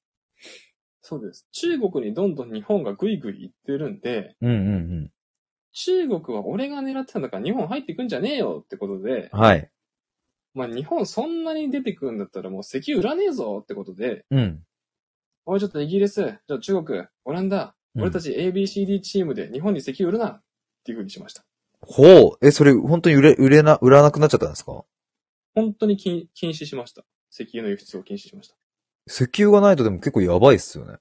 [SPEAKER 2] そうです。中国にどんどん日本がぐいぐい行ってるんで、
[SPEAKER 1] うんうん
[SPEAKER 2] 中国は俺が狙ってたんだから日本入ってくんじゃねえよってことで、
[SPEAKER 1] うん。はい。
[SPEAKER 2] まあ日本そんなに出てくるんだったらもう石油売らねえぞってことで、
[SPEAKER 1] うん。
[SPEAKER 2] おいちょっとイギリス、じゃあ中国、オランダ、俺た
[SPEAKER 1] ち。
[SPEAKER 2] ち ABCD チームで日本に石油売るなっていうふうにしました。
[SPEAKER 1] ほう。え、それ、本当に売れ、売れな、売らなくなっちゃったんですか
[SPEAKER 2] 本当に禁禁止しました。石油の輸出を禁止しました。
[SPEAKER 1] 石油がないとでも結構やばいっすよね。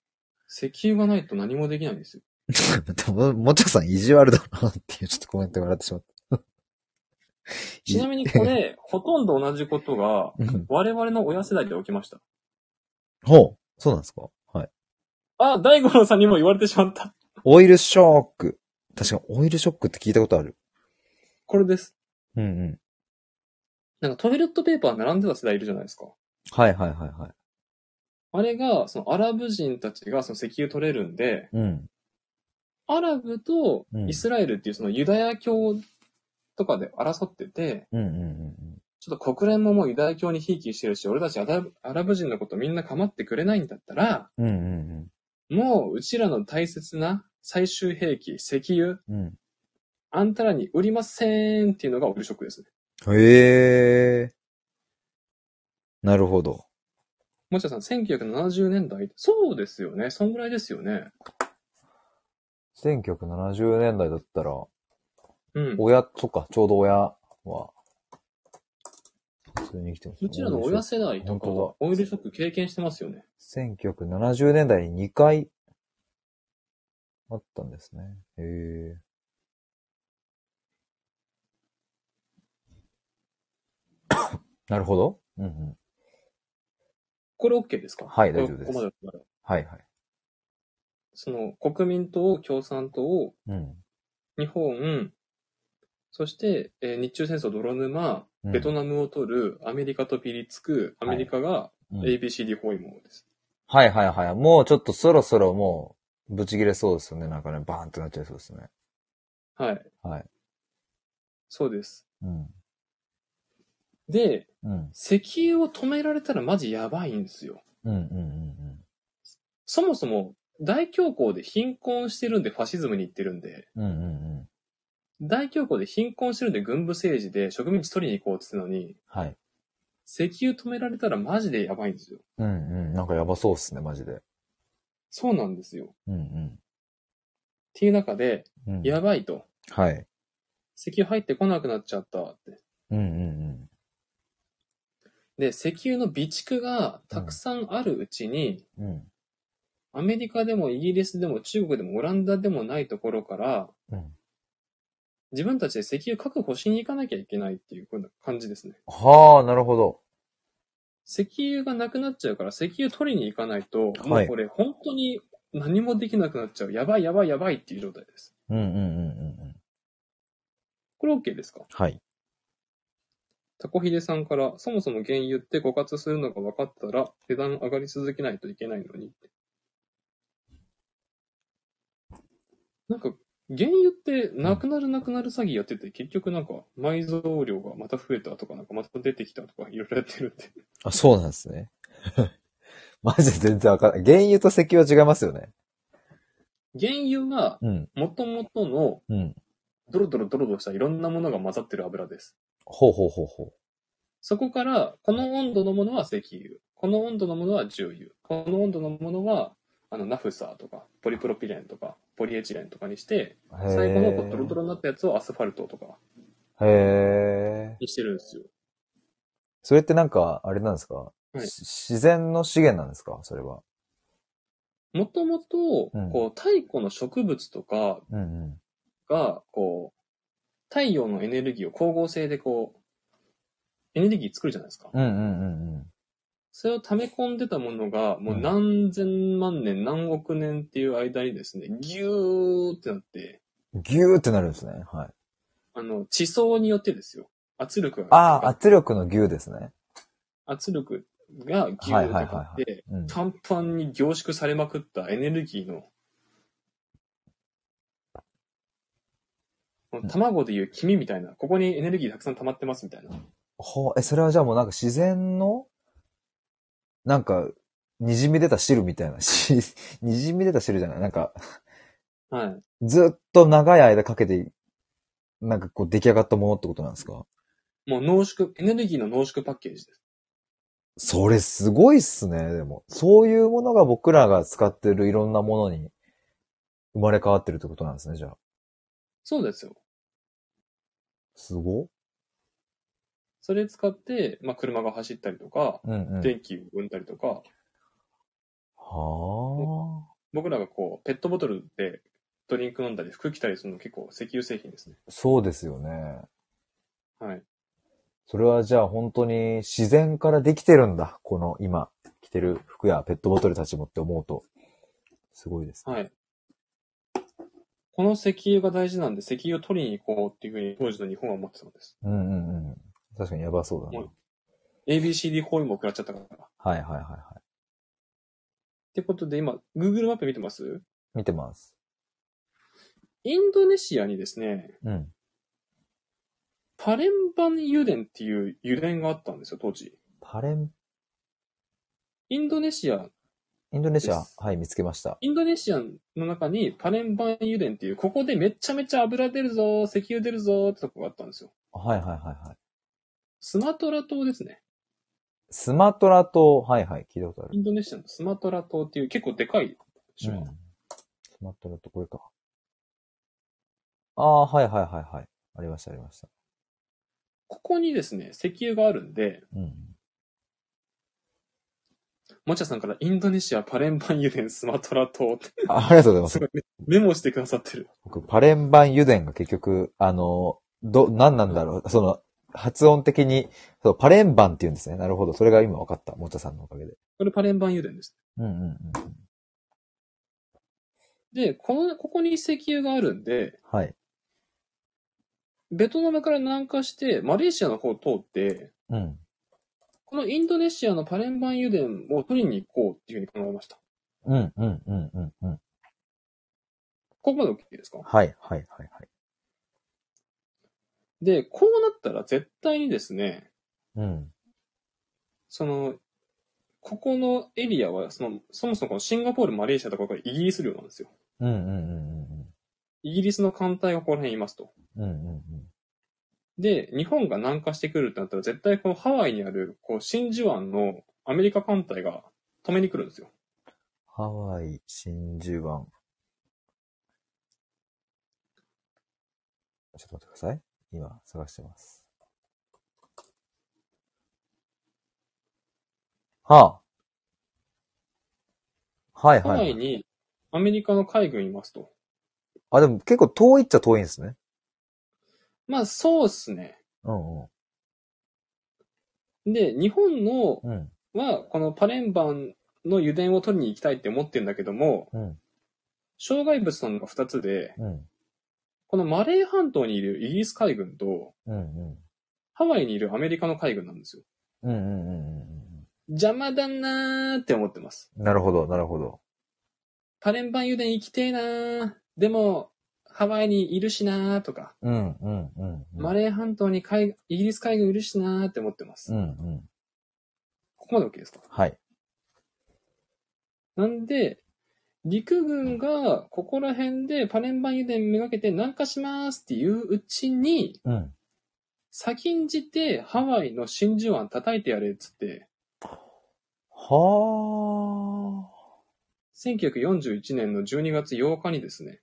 [SPEAKER 2] 石油がないと何もできないんですよ。
[SPEAKER 1] でも、もちゃさん意地悪だなっていう、ちょっとコメントが笑ってしまっ
[SPEAKER 2] ちなみにこれ、ほとんど同じことが、
[SPEAKER 1] た。うん。
[SPEAKER 2] 我々の親世代で起きました。
[SPEAKER 1] ほう。そうなんですかはい。
[SPEAKER 2] あ、大五郎さんにも言われてしまった。
[SPEAKER 1] オイルショック。確かにオイルショックって聞いたことある。
[SPEAKER 2] これです。
[SPEAKER 1] うんうん。
[SPEAKER 2] なんかトイレットペーパー並んでた世代いるじゃないですか。
[SPEAKER 1] はいはいはいはい。
[SPEAKER 2] あれが、そのアラブ人たちがその石油取れるんで、
[SPEAKER 1] うん。
[SPEAKER 2] アラブとイスラエルっていうそのユダヤ教とかで争ってて、
[SPEAKER 1] うんうんうん
[SPEAKER 2] ちょっと国連ももうユダヤ教にひいきしてるし、俺たちアラブアラブ人のことみんな構ってくれないんだったら、
[SPEAKER 1] うん。うんうん
[SPEAKER 2] もううちらの大切な最終兵器、石油、
[SPEAKER 1] うん。
[SPEAKER 2] あんたらに売りませんっていうのがオイルショックですね。
[SPEAKER 1] うん。へえ。なるほど。
[SPEAKER 2] もちゃさん、1970年代そうですよね。そんぐらいですよね。
[SPEAKER 1] 1970年代だったら、
[SPEAKER 2] うん。
[SPEAKER 1] 親、そっか、ちょうど親は、普通に生きてますね
[SPEAKER 2] うちらの親世代とかは、オイルショック経験してますよね。
[SPEAKER 1] 1970年代に2回あったんですね。へ え。なるほど。うんうん。
[SPEAKER 2] これ OK ですか
[SPEAKER 1] はい大丈夫です
[SPEAKER 2] ここまだったら
[SPEAKER 1] はいはい。
[SPEAKER 2] その、国民党、共産党、
[SPEAKER 1] うん。
[SPEAKER 2] 日本、そして、えー日中戦争泥沼、
[SPEAKER 1] うん
[SPEAKER 2] ベトナムを取る、アメリカとピリつく、アメリカが
[SPEAKER 1] うん
[SPEAKER 2] ABCD 包囲網です。
[SPEAKER 1] はいはいはい。もうちょっとそろそろもう、ぶち切れそうですよね。なんかね、バーンってなっちゃいそうですね。
[SPEAKER 2] はい。
[SPEAKER 1] はい。
[SPEAKER 2] そうです。
[SPEAKER 1] うん。
[SPEAKER 2] で、
[SPEAKER 1] うん。
[SPEAKER 2] 石油を止められたらマジやばいんですよ。
[SPEAKER 1] うんうんうん
[SPEAKER 2] そもそも、大恐慌で貧困してるんでファシズムに行ってるんで、
[SPEAKER 1] うん。うんうんうん。
[SPEAKER 2] 大恐慌で貧困してるんで軍部政治で植民地取りに行こうって言ってたのに、
[SPEAKER 1] はい。
[SPEAKER 2] 石油止められたらマジでやばいんですよ。
[SPEAKER 1] うんうん。なんかやばそうっすね、マジで。
[SPEAKER 2] そうなんですよ。っ
[SPEAKER 1] うん
[SPEAKER 2] ていう中で、
[SPEAKER 1] うん。うん、
[SPEAKER 2] やばいと。
[SPEAKER 1] はい。
[SPEAKER 2] 石油入ってこなくなっちゃったって。
[SPEAKER 1] うんうん
[SPEAKER 2] で、石油の備蓄がたくさんあるうちに、
[SPEAKER 1] うん。うん。
[SPEAKER 2] アメリカでもイギリスでも中国でもオランダでもないところから、
[SPEAKER 1] うん
[SPEAKER 2] 自分たちで石油確保しに行かなきゃいけないっていうこんな感じですね。
[SPEAKER 1] はあ、なるほど。
[SPEAKER 2] 石油がなくなっちゃうから石油取りに行かない
[SPEAKER 1] は
[SPEAKER 2] と、
[SPEAKER 1] い
[SPEAKER 2] もうこれ本当に何もできなくなっちゃう。やばいやばいやばいっていう状態です。
[SPEAKER 1] うんうんうんうんうん。
[SPEAKER 2] これ OK ですか
[SPEAKER 1] はい。
[SPEAKER 2] タコヒデさんから、そもそも原油って枯渇するのが分かったら、値段上がり続けないといけないのに。なんか、原油ってなくなるなくなる詐欺やってて、結局なんか、埋蔵量がまた増えたとか、なんかまた出てきたとか、いろいろやってるんで。
[SPEAKER 1] あ、そうなんですね。 マジで全然わかんない。原油と石油は違いますよね。
[SPEAKER 2] 原油が、
[SPEAKER 1] うん。
[SPEAKER 2] 元々の、
[SPEAKER 1] うん。
[SPEAKER 2] ドロドロドロドロしたいろんなものが混ざってる油です。
[SPEAKER 1] ほうほうほうほ
[SPEAKER 2] そこから、この温度のものは石油、この温度のものは重油、この温度のものは、あの、ナフサーとか、ポリプロピレンとか、ポリエチレンとかにして、
[SPEAKER 1] う。
[SPEAKER 2] 最後のこうドロドロになったやつをアスファルトとか
[SPEAKER 1] へえ。
[SPEAKER 2] にしてるんですよ。
[SPEAKER 1] それってなんか、あれなんですか、
[SPEAKER 2] い
[SPEAKER 1] し自然の資源なんですかそれは。
[SPEAKER 2] もともと
[SPEAKER 1] うん、
[SPEAKER 2] こう、太古の植物とか
[SPEAKER 1] うんうん。
[SPEAKER 2] が、こう、太陽のエネルギーを光合成でこう、エネルギー作るじゃないですか。
[SPEAKER 1] うんうんうんうん。
[SPEAKER 2] それを溜め込んでたものが、もううん何千万年、何億年っていう間にですね、ギューってなって、
[SPEAKER 1] ぎゅーってなるんですね。はい。
[SPEAKER 2] あの、地層によってですよ。圧力が
[SPEAKER 1] ああ、圧力のぎゅーですね。
[SPEAKER 2] 圧力がギューって
[SPEAKER 1] はいはい
[SPEAKER 2] か
[SPEAKER 1] は
[SPEAKER 2] っ
[SPEAKER 1] い
[SPEAKER 2] て、
[SPEAKER 1] うん。
[SPEAKER 2] パンパンに凝縮されまくったエネルギーの、
[SPEAKER 1] ん
[SPEAKER 2] 卵でいう黄身みたいな、ここにエネルギーたくさん溜まってますみたいな。
[SPEAKER 1] ほう、え、それはじゃあもうなんか自然の、なんか、にじみ出た汁みたいな。 し、にじみ出た汁じゃないなんか、
[SPEAKER 2] はい。
[SPEAKER 1] ずっと長い間かけて、なんかこう出来上がったものってことなんですか
[SPEAKER 2] もう濃縮、エネルギーの濃縮パッケージです。
[SPEAKER 1] それすごいっすね、でも。そういうものが僕らが使ってるいろんなものに生まれ変わってるってことなんですね、じゃあ。
[SPEAKER 2] そうですよ。
[SPEAKER 1] すご
[SPEAKER 2] それ使って、まあ、車が走ったりとか、
[SPEAKER 1] うんうん。
[SPEAKER 2] 電気を生んだりとか、
[SPEAKER 1] はあ。
[SPEAKER 2] 僕らがこう、ペットボトルでドリンク飲んだり、服着たりするの結構石油製品ですね。
[SPEAKER 1] そうですよね。
[SPEAKER 2] はい。
[SPEAKER 1] それはじゃあ本当に自然からできてるんだ。この今着てる服やペットボトルたちもって思うと。すごいですね。
[SPEAKER 2] はい。この石油が大事なんで、石油を取りに行こうっていうふうに当時の日本は思ってたんです。
[SPEAKER 1] うんうんうん。確かにやばそうだな。
[SPEAKER 2] もう ABCD 包囲も食らっちゃったから。っ
[SPEAKER 1] はいはいはいはい。
[SPEAKER 2] てことで今、Google マップ見てます
[SPEAKER 1] 見てます。
[SPEAKER 2] インドネシアにですね、
[SPEAKER 1] うん。
[SPEAKER 2] パレンバン油田っていう油田があったんですよ、当時。
[SPEAKER 1] パレン、
[SPEAKER 2] インドネシア、
[SPEAKER 1] インドネシ
[SPEAKER 2] で
[SPEAKER 1] ア
[SPEAKER 2] す、
[SPEAKER 1] はい、見つけました。
[SPEAKER 2] インドネシアの中にパレンバン油田っていう、ここでめちゃめちゃ油出るぞー、石油出るぞーってとこがあったんですよ。
[SPEAKER 1] はいはいはいはい。
[SPEAKER 2] スマトラ島ですね。
[SPEAKER 1] スマトラ島、はいはい、聞いたことあ
[SPEAKER 2] イ
[SPEAKER 1] る。
[SPEAKER 2] ンドネシアのスマトラ島っていう結構でかい島。
[SPEAKER 1] うんスマトラ島、これか。ああ、はいはいはいはい。ありましたありました。
[SPEAKER 2] ここにですね、石油があるんで、
[SPEAKER 1] うん。
[SPEAKER 2] もちゃさんからインドネシア、パレンバン油田、スマトラ島って
[SPEAKER 1] あありがとうございます。
[SPEAKER 2] メモしてくださってる。
[SPEAKER 1] 僕、パレンバン油田が結局、あの、ど、何なんだろう、その、発音的に、そう、パレンバンって言うんですね。なるほど。それが今分かった。もちゃさんのおかげで。
[SPEAKER 2] これパレンバン油田です。
[SPEAKER 1] うんうんうん。
[SPEAKER 2] で、この、ここに石油があるんで、
[SPEAKER 1] はい。
[SPEAKER 2] ベトナムから南下して、マレーシアの方を通って、
[SPEAKER 1] うん。
[SPEAKER 2] このインドネシアのパレンバン油田を取りに行こうっていうふうに考えました。
[SPEAKER 1] うん、うん、うん、うん、うん。
[SPEAKER 2] ここまで OK ですか
[SPEAKER 1] はい、はい、はい、はい。
[SPEAKER 2] で、こうなったら絶対にですね、
[SPEAKER 1] うん。
[SPEAKER 2] その、ここのエリアは、その、そもそもこのシンガポール、マレーシアとかがイギリス領なんですよ。
[SPEAKER 1] うん、うん、うん、
[SPEAKER 2] イギリスの艦隊がここら辺いますと。
[SPEAKER 1] うん。うん、うん、
[SPEAKER 2] で、日本が南下してくるってなったら、絶対このハワイにある、こう、真珠湾のアメリカ艦隊が止めに来るんですよ。
[SPEAKER 1] ハワイ、真珠湾。ちょっと待ってください。今、探してます。はあ。はい、
[SPEAKER 2] ハ
[SPEAKER 1] は
[SPEAKER 2] ワ
[SPEAKER 1] い
[SPEAKER 2] イ。にアメリカの海軍いますと。
[SPEAKER 1] あ、でも結構遠いっちゃ遠いんですね。
[SPEAKER 2] まあ、そうっすね。
[SPEAKER 1] うん、うん。
[SPEAKER 2] で、日本の
[SPEAKER 1] うん、
[SPEAKER 2] は、このパレンバンの油田を取りに行きたいって思ってるんだけども、
[SPEAKER 1] うん、
[SPEAKER 2] 障害物なのが2つで、
[SPEAKER 1] うん、
[SPEAKER 2] このマレー半島にいるイギリス海軍と、
[SPEAKER 1] うん、うん。
[SPEAKER 2] ハワイにいるアメリカの海軍なんですよ。
[SPEAKER 1] うん、うん、うん、うん。
[SPEAKER 2] 邪魔だなーって思ってます。
[SPEAKER 1] なるほど、なるほど。
[SPEAKER 2] パレンバン油田行きてーなー。でも、ハワイにいるしなーとか、
[SPEAKER 1] うん、うん、うん。
[SPEAKER 2] マレー半島に海イギリス海軍いるしなーって思ってます。
[SPEAKER 1] うん、うん。
[SPEAKER 2] ここまで OK ですか
[SPEAKER 1] はい。
[SPEAKER 2] なんで、陸軍がここら辺でパレンバン油田めがけて南下しますっていううちに、
[SPEAKER 1] うん。
[SPEAKER 2] 先んじてハワイの真珠湾叩いてやれっつって、
[SPEAKER 1] はあ。
[SPEAKER 2] 1941年の12月8日にですね、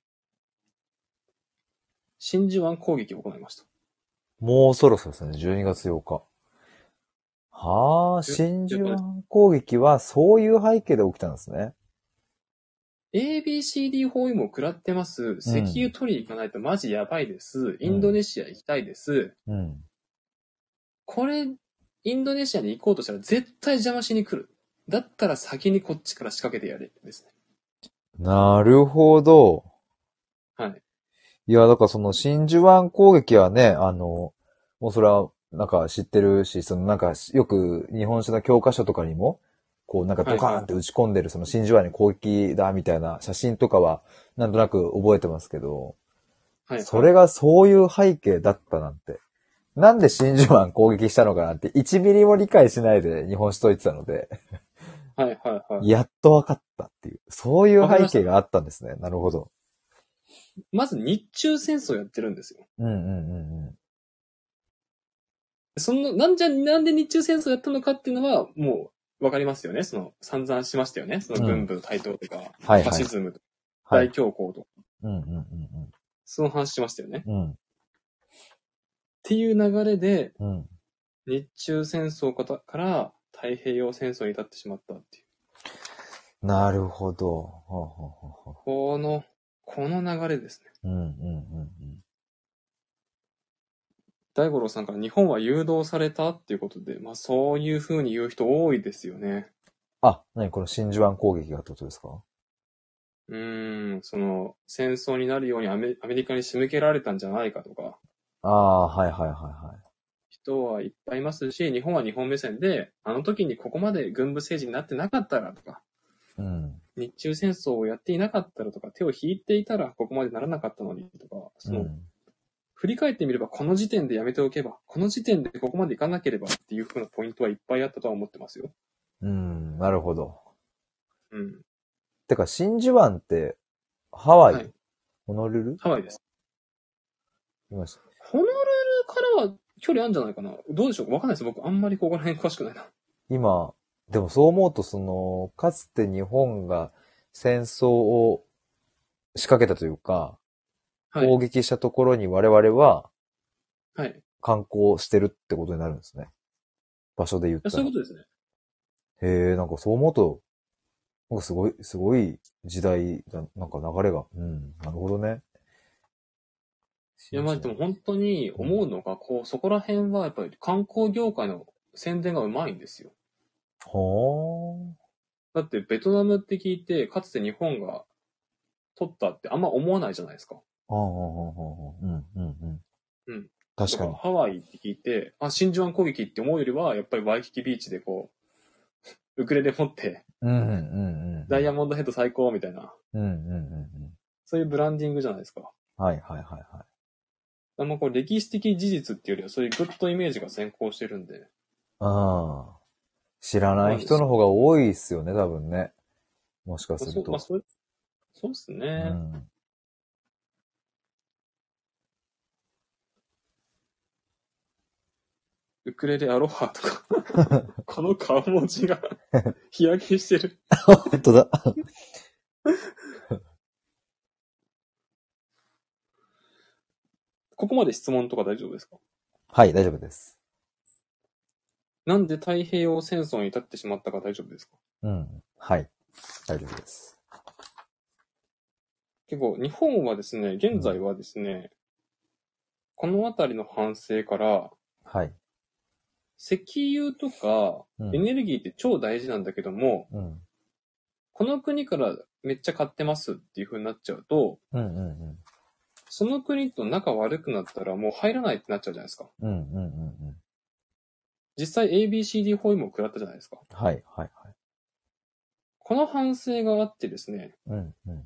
[SPEAKER 2] 真珠湾攻撃を行いました。
[SPEAKER 1] もうそろそろですね、12月8日。はあ、
[SPEAKER 2] ちょ
[SPEAKER 1] 真珠湾攻撃はそういう背景で起きたんですね。
[SPEAKER 2] ABCD 包囲網食らってます。石油取りに行かないとマジやばいです。インドネシア行きたいです。
[SPEAKER 1] うん。
[SPEAKER 2] これ、インドネシアに行こうとしたら絶対邪魔しに来る。だったら先にこっちから仕掛けてやれ。ですね。
[SPEAKER 1] なるほど。
[SPEAKER 2] はい。
[SPEAKER 1] いや、だからその真珠湾攻撃はね、あの、もうそれは、なんか知ってるし、そのなんかよく日本史の教科書とかにも、こうなんかドカーンって打ち込んでるその真珠湾に攻撃だみたいな写真とかはなんとなく覚えてますけど、
[SPEAKER 2] はい。
[SPEAKER 1] それがそういう背景だったなんて。なんで真珠湾攻撃したのかなんて1ミリも理解しないで日本史と言ってたの で、
[SPEAKER 2] はいはいはい。
[SPEAKER 1] やっと分かったっていう。そういう背景があったんですね。なるほど。
[SPEAKER 2] まず日中戦争やってるんですよ。
[SPEAKER 1] うんうんうんうん。
[SPEAKER 2] その、なんじゃ、なんで日中戦争やったのかっていうのは、もう、わかりますよね。その、散々しましたよね。その軍部の台頭とか、
[SPEAKER 1] はい
[SPEAKER 2] ファ
[SPEAKER 1] は
[SPEAKER 2] シ
[SPEAKER 1] い。
[SPEAKER 2] ズムとか、
[SPEAKER 1] は
[SPEAKER 2] 大
[SPEAKER 1] い。
[SPEAKER 2] 恐慌とか、
[SPEAKER 1] うんうんうん
[SPEAKER 2] その話しましたよね。っ
[SPEAKER 1] うん。うん。
[SPEAKER 2] ていう流れで、
[SPEAKER 1] うん。
[SPEAKER 2] 日中戦争からから太平洋戦争に至ってしまったっていう。
[SPEAKER 1] なるほど。ほうほうほうほ
[SPEAKER 2] この、この流れです
[SPEAKER 1] う。
[SPEAKER 2] ね。
[SPEAKER 1] うんうんうん
[SPEAKER 2] 大五郎さんから日本は誘導されたっていうことで、まあそういう風に言う人多いですよね。
[SPEAKER 1] あ、なにこの真珠湾攻撃がってことですか
[SPEAKER 2] うーん、その、戦争になるようにアメアメリカに仕向けられたんじゃないかとか、
[SPEAKER 1] ああ、はいはいはいはい。
[SPEAKER 2] 人はいっぱいいますし、日本は日本目線で、あの時にここまで軍部政治になってなかったらとか、
[SPEAKER 1] うん。
[SPEAKER 2] 日中戦争をやっていなかったらとか、手を引いていたらここまでならなかったのにとか、その、
[SPEAKER 1] うん
[SPEAKER 2] 振り返ってみれば、この時点でやめておけば、この時点でここまでいかなければっていう風なポイントはいっぱいあったとは思ってますよ。
[SPEAKER 1] うん、なるほど。
[SPEAKER 2] うん。
[SPEAKER 1] てか、真珠湾って、ハワイ、
[SPEAKER 2] はい
[SPEAKER 1] ホノルル
[SPEAKER 2] ハワイです。
[SPEAKER 1] いました。
[SPEAKER 2] ホノルルからは距離あるんじゃないかなどうでしょうわかんないです。僕、あんまりここら辺詳しくないな。
[SPEAKER 1] 今、でもそう思うと、その、かつて日本が戦争を仕掛けたというか、
[SPEAKER 2] はい
[SPEAKER 1] 攻撃したところに我々は
[SPEAKER 2] はい。
[SPEAKER 1] 観光してるってことになるんですね。場所で言った
[SPEAKER 2] そう
[SPEAKER 1] ら。
[SPEAKER 2] いう
[SPEAKER 1] へ
[SPEAKER 2] ことですね。
[SPEAKER 1] え、なんかそう思うと、なんかすごい、すごい時代だ、なんか流れが。うん、なるほどね。
[SPEAKER 2] いや、まあでも本当に思うのが、こう、そこら辺はやっぱり観光業界の宣伝がうまいんですよ。
[SPEAKER 1] は
[SPEAKER 2] だって、ベトナムって聞いて、かつて日本が取ったってあんま思わないじゃないですか。
[SPEAKER 1] あ。はあ、はあ、はあ、はあ。うん、うん、うん。
[SPEAKER 2] うん。
[SPEAKER 1] 確かに。
[SPEAKER 2] ハワイって聞いて、あ、真珠湾攻撃って思うよりは、やっぱりワイキキビーチでこう、ウクレレ持って、
[SPEAKER 1] うんうんうんうん。
[SPEAKER 2] ダイヤモンドヘッド最高みたいな、
[SPEAKER 1] うんうんうん
[SPEAKER 2] そういうブランディングじゃないですか。
[SPEAKER 1] うん。はいはいはいはい。
[SPEAKER 2] あんまこう歴史的事実っていうよりは、そういうグッドイメージが先行してるんで、
[SPEAKER 1] ああ。知らない人の方が多いっすよね、多分ね。もしか
[SPEAKER 2] まあ、
[SPEAKER 1] す
[SPEAKER 2] そ
[SPEAKER 1] る
[SPEAKER 2] う、まあ、
[SPEAKER 1] と。
[SPEAKER 2] そう、そうっすね。
[SPEAKER 1] うん。
[SPEAKER 2] ウクレレアロハとか、 この顔文字が日焼けしてる。
[SPEAKER 1] 本当だ。
[SPEAKER 2] ここまで質問とか大丈夫ですか
[SPEAKER 1] はい、大丈夫です。
[SPEAKER 2] なんで太平洋戦争に至ってしまったか大丈夫ですか
[SPEAKER 1] うん。はい。大丈夫です。
[SPEAKER 2] 結構、日本はですね、現在はですね、この辺りの反省から、
[SPEAKER 1] はい。
[SPEAKER 2] 石油とか
[SPEAKER 1] う
[SPEAKER 2] エ
[SPEAKER 1] ん。
[SPEAKER 2] ネルギーって超大事なんだけども、
[SPEAKER 1] うん。
[SPEAKER 2] この国からめっちゃ買ってますっていう風になっちゃうと、
[SPEAKER 1] うんうんうん。
[SPEAKER 2] その国と仲悪くなったらもう入らないってなっちゃうじゃないですか。
[SPEAKER 1] うんうんうんうん。
[SPEAKER 2] 実際 ABCD 包囲も食らったじゃないですか。
[SPEAKER 1] はいはいはい。
[SPEAKER 2] この反省があってですね、
[SPEAKER 1] うんうん。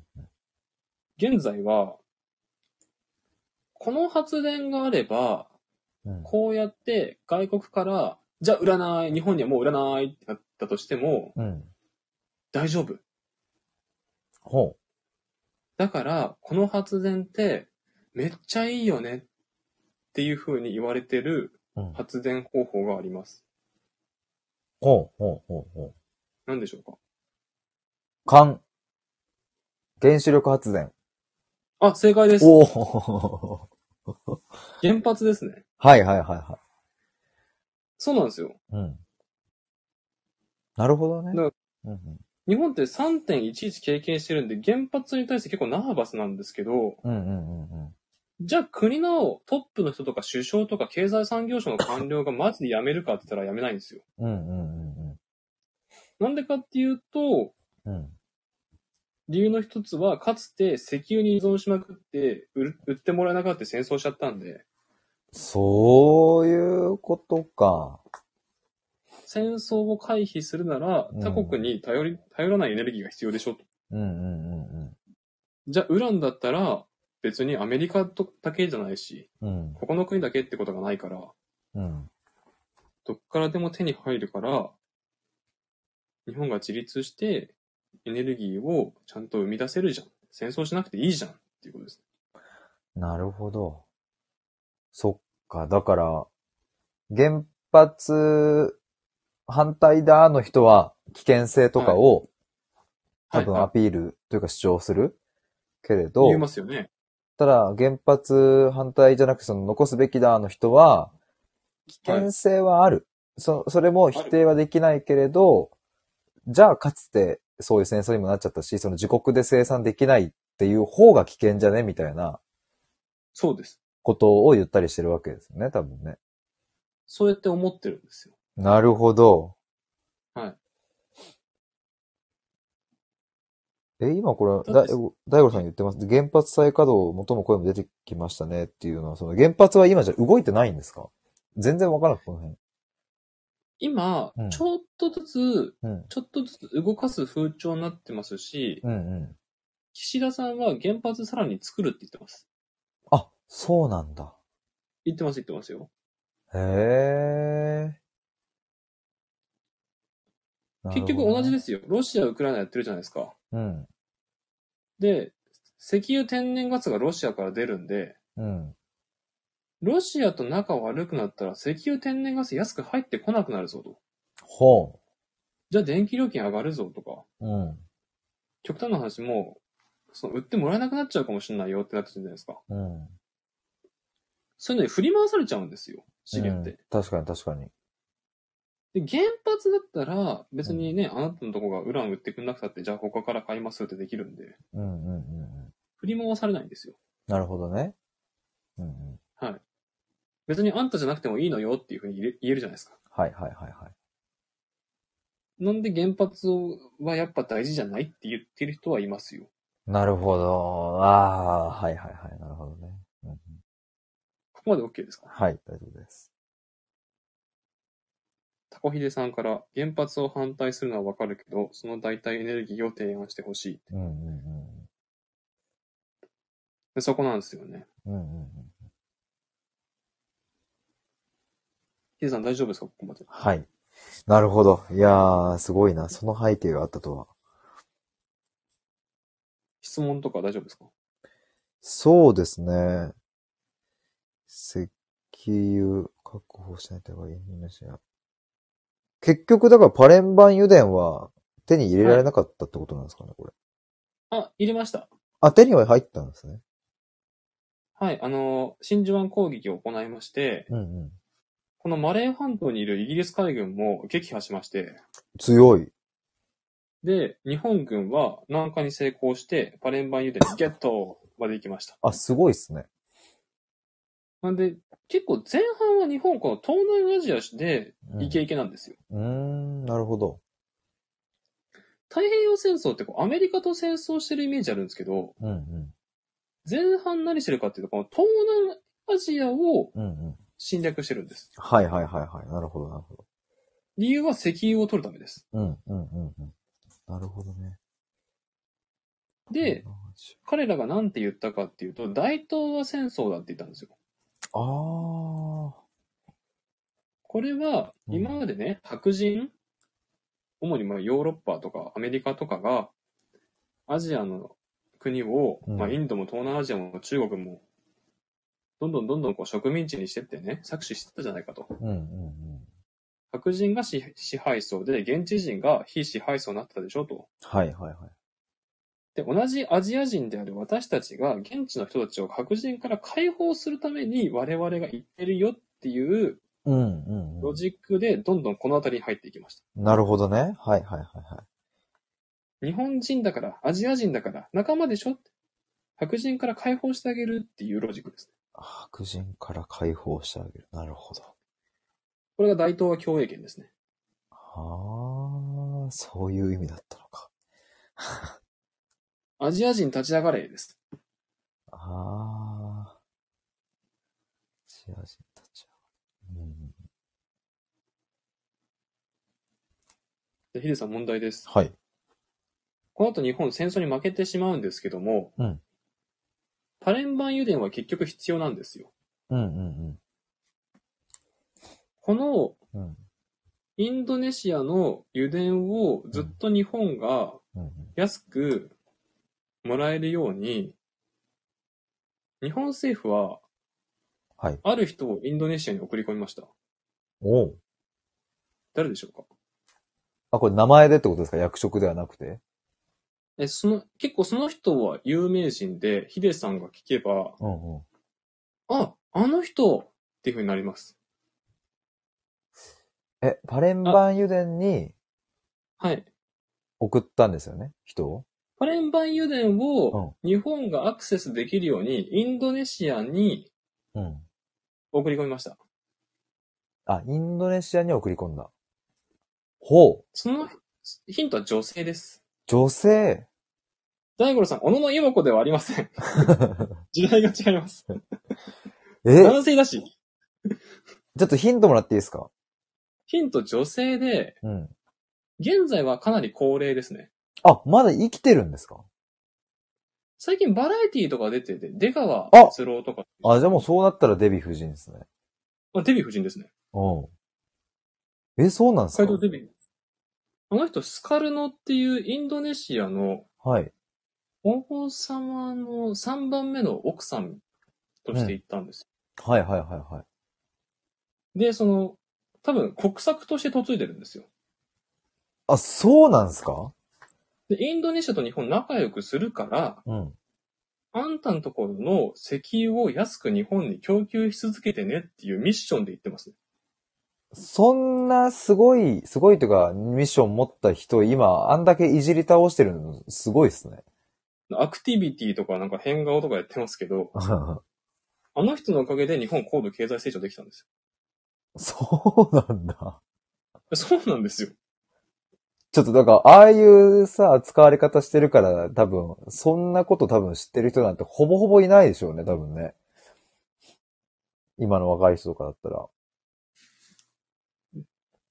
[SPEAKER 2] 現在は、この発電があれば、
[SPEAKER 1] うん。
[SPEAKER 2] こうやって外国から、じゃあ売らない、日本にはもう売らないってなったとしても、
[SPEAKER 1] うん。
[SPEAKER 2] 大丈夫。
[SPEAKER 1] ほ
[SPEAKER 2] だから、この発電って、めっちゃいいよねっていう風に言われてる
[SPEAKER 1] う。うん。
[SPEAKER 2] 発電方法があります。
[SPEAKER 1] ほうほうほうほう。
[SPEAKER 2] 何でしょう
[SPEAKER 1] 環。原子力発電。
[SPEAKER 2] かあ、正解です。
[SPEAKER 1] おお
[SPEAKER 2] 原発ですね。
[SPEAKER 1] はいはいはいは
[SPEAKER 2] そうなんですよ。
[SPEAKER 1] い。うん。なるほどね。
[SPEAKER 2] だか
[SPEAKER 1] うん
[SPEAKER 2] 日本って3.11経験してるんで、原発に対して結構ナーバスなんですけど、
[SPEAKER 1] うん。うんうんうんうん。
[SPEAKER 2] じゃあ国のトップの人とか首相とか経済産業省の官僚がマジで辞めるかって言ったら辞めないんですよ。
[SPEAKER 1] うんうんうん
[SPEAKER 2] なんでかっていうと、
[SPEAKER 1] うん。うん。
[SPEAKER 2] 理由の一つは、かつて石油に依存しまくって、売る売ってもらえなくなって戦争しちゃったんで、
[SPEAKER 1] そういうことか。
[SPEAKER 2] 戦争を回避するなら
[SPEAKER 1] うん、
[SPEAKER 2] 他国に頼り、頼らないエネルギーが必要でしょと。
[SPEAKER 1] うんうんうん
[SPEAKER 2] じゃあ、ウランだったら、別にアメリカとだけじゃないし、
[SPEAKER 1] うん。うん
[SPEAKER 2] ここの国だけってことがないから、
[SPEAKER 1] うん。
[SPEAKER 2] どっからでも手に入るから、日本が自立して、エネルギーをちゃんと生み出せるじゃん。戦争しなくていいじゃん。っていうことです。
[SPEAKER 1] なるほど。そっか。だから、原発反対だの人は危険性とかを、多分ア
[SPEAKER 2] は
[SPEAKER 1] ピールというか主張するけれ
[SPEAKER 2] い、
[SPEAKER 1] ど、
[SPEAKER 2] 言いますよね。
[SPEAKER 1] ただ原発反対じゃなくてその残すべきだの人は、危険性はある。そ、それも否定はできないけれど、じゃあかつてそういう戦争にもなっちゃったし、その自国で生産できないっていう方が危険じゃねみたいな
[SPEAKER 2] そうです。
[SPEAKER 1] ことを言ったりしてるわけですよね、多分ね。
[SPEAKER 2] そうやって思ってるんですよ。
[SPEAKER 1] なるほど。
[SPEAKER 2] はい。
[SPEAKER 1] え、今これ、
[SPEAKER 2] だ
[SPEAKER 1] だ
[SPEAKER 2] っ
[SPEAKER 1] い
[SPEAKER 2] て
[SPEAKER 1] 大悟さん言ってます。原発再稼働、元も声も出てきましたねっていうのは、その原発は今じゃ動いてないんですか全然わからなくこの辺。
[SPEAKER 2] 今、
[SPEAKER 1] うん
[SPEAKER 2] ちょっとずつ、
[SPEAKER 1] うん。
[SPEAKER 2] ちょっとずつ動かす風潮になってますし、
[SPEAKER 1] うんうん。
[SPEAKER 2] 岸田さんは原発さらに作るって言ってます。
[SPEAKER 1] あ、そうなんだ。
[SPEAKER 2] 言ってます、言ってますよ。
[SPEAKER 1] へえ。。
[SPEAKER 2] 結局同じですすよ。ロシア、ウクライナやってるじゃないですか。
[SPEAKER 1] うん。
[SPEAKER 2] で、石油天然ガスがロシアから出るんで、
[SPEAKER 1] うん。
[SPEAKER 2] ロシアと仲悪くなったら石油天然ガス安く入ってこなくなるぞと。
[SPEAKER 1] ほ
[SPEAKER 2] じゃあ電気料金上がるぞとか、
[SPEAKER 1] う。うん。
[SPEAKER 2] 極端な話もう、その売ってもらえなくなっちゃうかもしれないよってなってるじゃないですか。
[SPEAKER 1] うん。
[SPEAKER 2] そういうのに振り回されちゃうんですよ、資源って。
[SPEAKER 1] うん確かに確かに。
[SPEAKER 2] で、原発だったら別にね、あなたのとこがウラン売ってくんなくたって、じゃあ他から買いますってできるんで、
[SPEAKER 1] うんうんうんうん。
[SPEAKER 2] 振り回されないんですよ。
[SPEAKER 1] なるほどね。うんうん。
[SPEAKER 2] 別にあんたじゃなくてもいいのよっていうふうに言え言えるじゃないですか。
[SPEAKER 1] はいはいはいはい。
[SPEAKER 2] なんで原発はやっぱ大事じゃないって言ってる人はいますよ。
[SPEAKER 1] なるほど。ああ、はいはいはい。なるほどね。うん
[SPEAKER 2] ここまで OK ですか
[SPEAKER 1] はい、大丈夫です。
[SPEAKER 2] タコヒデさんから原発を反対するのはわかるけど、その代替エネルギーを提案してほしい
[SPEAKER 1] うんうん
[SPEAKER 2] で。そこなんですよね。
[SPEAKER 1] うん。うんうんうん。
[SPEAKER 2] ヒデさん大丈夫ですかここまで。
[SPEAKER 1] はい。なるほど。いやー、すごいな。その背景があったとは。
[SPEAKER 2] 質問とか大丈夫ですか
[SPEAKER 1] そうですね。石油確保しないとがインドネシア。結局、だからパレンバン油田は手に入れられなかったってことなんですかね、これ。
[SPEAKER 2] あ、入れました。
[SPEAKER 1] あ、手には入ったんですね。
[SPEAKER 2] はい、あの、真珠湾攻撃を行いまして、
[SPEAKER 1] うんうん。
[SPEAKER 2] このマレー半島にいるイギリス海軍も撃破しまして、
[SPEAKER 1] 強い。
[SPEAKER 2] で、日本軍は南下に成功して、パレンバン油田にゲットまで行きました。
[SPEAKER 1] あ、すごいっすね。
[SPEAKER 2] なんで、結構前半は日本、この東南アジアで
[SPEAKER 1] うん
[SPEAKER 2] イケイケなんですよ。
[SPEAKER 1] うーん、なるほど。
[SPEAKER 2] 太平洋戦争ってこうアメリカと戦争してるイメージあるんですけど、
[SPEAKER 1] うんうん。
[SPEAKER 2] 前半何してるかっていうと、この東南アジアを
[SPEAKER 1] うんうん。
[SPEAKER 2] 侵略してるんです。
[SPEAKER 1] はいはいはいはい。なるほど、なるほど。
[SPEAKER 2] 理由は石油を取るためです。
[SPEAKER 1] うんうんうんうん。なるほどね。
[SPEAKER 2] で、、彼らが何て言ったかっていうと、大東亜戦争だって言ったんですよ。
[SPEAKER 1] ああ。
[SPEAKER 2] これは、
[SPEAKER 1] うん
[SPEAKER 2] 今までね、白人、主にまあヨーロッパとかアメリカとかが、アジアの国を、
[SPEAKER 1] うん
[SPEAKER 2] まあインドも東南アジアも中国も、どんどんどんどんこう植民地にしてってね、搾取してたじゃないかと。
[SPEAKER 1] うんうんうん。
[SPEAKER 2] 白人が支支配層で、現地人が非支配層になってたでしょと。
[SPEAKER 1] はいはいはい。
[SPEAKER 2] で、同じアジア人である私たちが、現地の人たちを白人から解放するために我々が言ってるよっていう
[SPEAKER 1] うんうん、う
[SPEAKER 2] ロジックで、どんどんこの辺りに入っていきました。
[SPEAKER 1] ん。なるほどね。はいはいはいはい。
[SPEAKER 2] 日本人だから、アジア人だから、仲間でしょって白人から解放してあげるっていうロジックです。
[SPEAKER 1] 白人から解放してあげる。なるほど。
[SPEAKER 2] これが大東亜共栄圏ですね。
[SPEAKER 1] ああ、そういう意味だったのか。
[SPEAKER 2] アジア人立ち上がれです。
[SPEAKER 1] ああ。シア人たちは。うん。
[SPEAKER 2] でヒデさん問題です。
[SPEAKER 1] はい。
[SPEAKER 2] この後日本戦争に負けてしまうんですけども、
[SPEAKER 1] うん
[SPEAKER 2] パレンバン油田は結局必要なんですよ。
[SPEAKER 1] うんうん
[SPEAKER 2] この
[SPEAKER 1] うん。うん
[SPEAKER 2] インドネシアの油田をずっと日本が
[SPEAKER 1] うん
[SPEAKER 2] 安くもらえるように、日本政府は
[SPEAKER 1] はい。
[SPEAKER 2] ある人をインドネシアに送り込みました。
[SPEAKER 1] おう
[SPEAKER 2] 誰でしょうか
[SPEAKER 1] あ、これ名前でってことですか役職ではなくて
[SPEAKER 2] え、その、結構その人は有名人で、ヒデさんが聞けば、
[SPEAKER 1] うんうん。
[SPEAKER 2] あ、あの人っていう風になります。
[SPEAKER 1] え、パレンバン油田に
[SPEAKER 2] はい。
[SPEAKER 1] 送ったんですよね人を
[SPEAKER 2] パレンバン油田を
[SPEAKER 1] う
[SPEAKER 2] 日本がアクセスできるように、インドネシアに
[SPEAKER 1] うん。
[SPEAKER 2] 送り込みました。
[SPEAKER 1] あ、インドネシアに送り込んだ。ほう。
[SPEAKER 2] そのヒントは女性です。
[SPEAKER 1] 女性。
[SPEAKER 2] 大五郎さん、小野の妹子ではありま せん。時代が違います。
[SPEAKER 1] え
[SPEAKER 2] 男性だし、
[SPEAKER 1] ちょっとヒントもらっていいですか
[SPEAKER 2] ヒント女性で、
[SPEAKER 1] うん。
[SPEAKER 2] 現在はかなり高齢ですね。
[SPEAKER 1] あ、まだ生きてるんですか
[SPEAKER 2] 最近バラエティーとか出てて、出川
[SPEAKER 1] あ
[SPEAKER 2] 哲郎とか、
[SPEAKER 1] あ、じゃあもうそうなったらデヴィ夫人ですね。
[SPEAKER 2] まあ、デヴィ夫人ですね。
[SPEAKER 1] うん。え、そうなんです
[SPEAKER 2] 北
[SPEAKER 1] か
[SPEAKER 2] 海道デビュー。あの人、スカルノっていうインドネシアの
[SPEAKER 1] はい。
[SPEAKER 2] 王様の3番目の奥さんとして行ったんです。
[SPEAKER 1] はいはいはいはい。
[SPEAKER 2] で、その、多分国策として嫁いでるんですよ。
[SPEAKER 1] あ、そうなんですか
[SPEAKER 2] で、インドネシアと日本仲良くするから、
[SPEAKER 1] うん。
[SPEAKER 2] あんたのところの石油を安く日本に供給し続けてねっていうミッションで言ってますね。
[SPEAKER 1] そんなすごい、すごいというか、ミッション持った人、今、あんだけいじり倒してるの、すごいですね。
[SPEAKER 2] アクティビティとかなんか変顔とかやってますけど、あの人のおかげで日本高度経済成長できたんです
[SPEAKER 1] そうなんだ。
[SPEAKER 2] よ。そうなんですよ。
[SPEAKER 1] ちょっとだから、ああいうさ、使われ方してるから、多分、そんなこと多分知ってる人なんてほぼほぼいないでしょうね、多分ね。今の若い人とかだったら。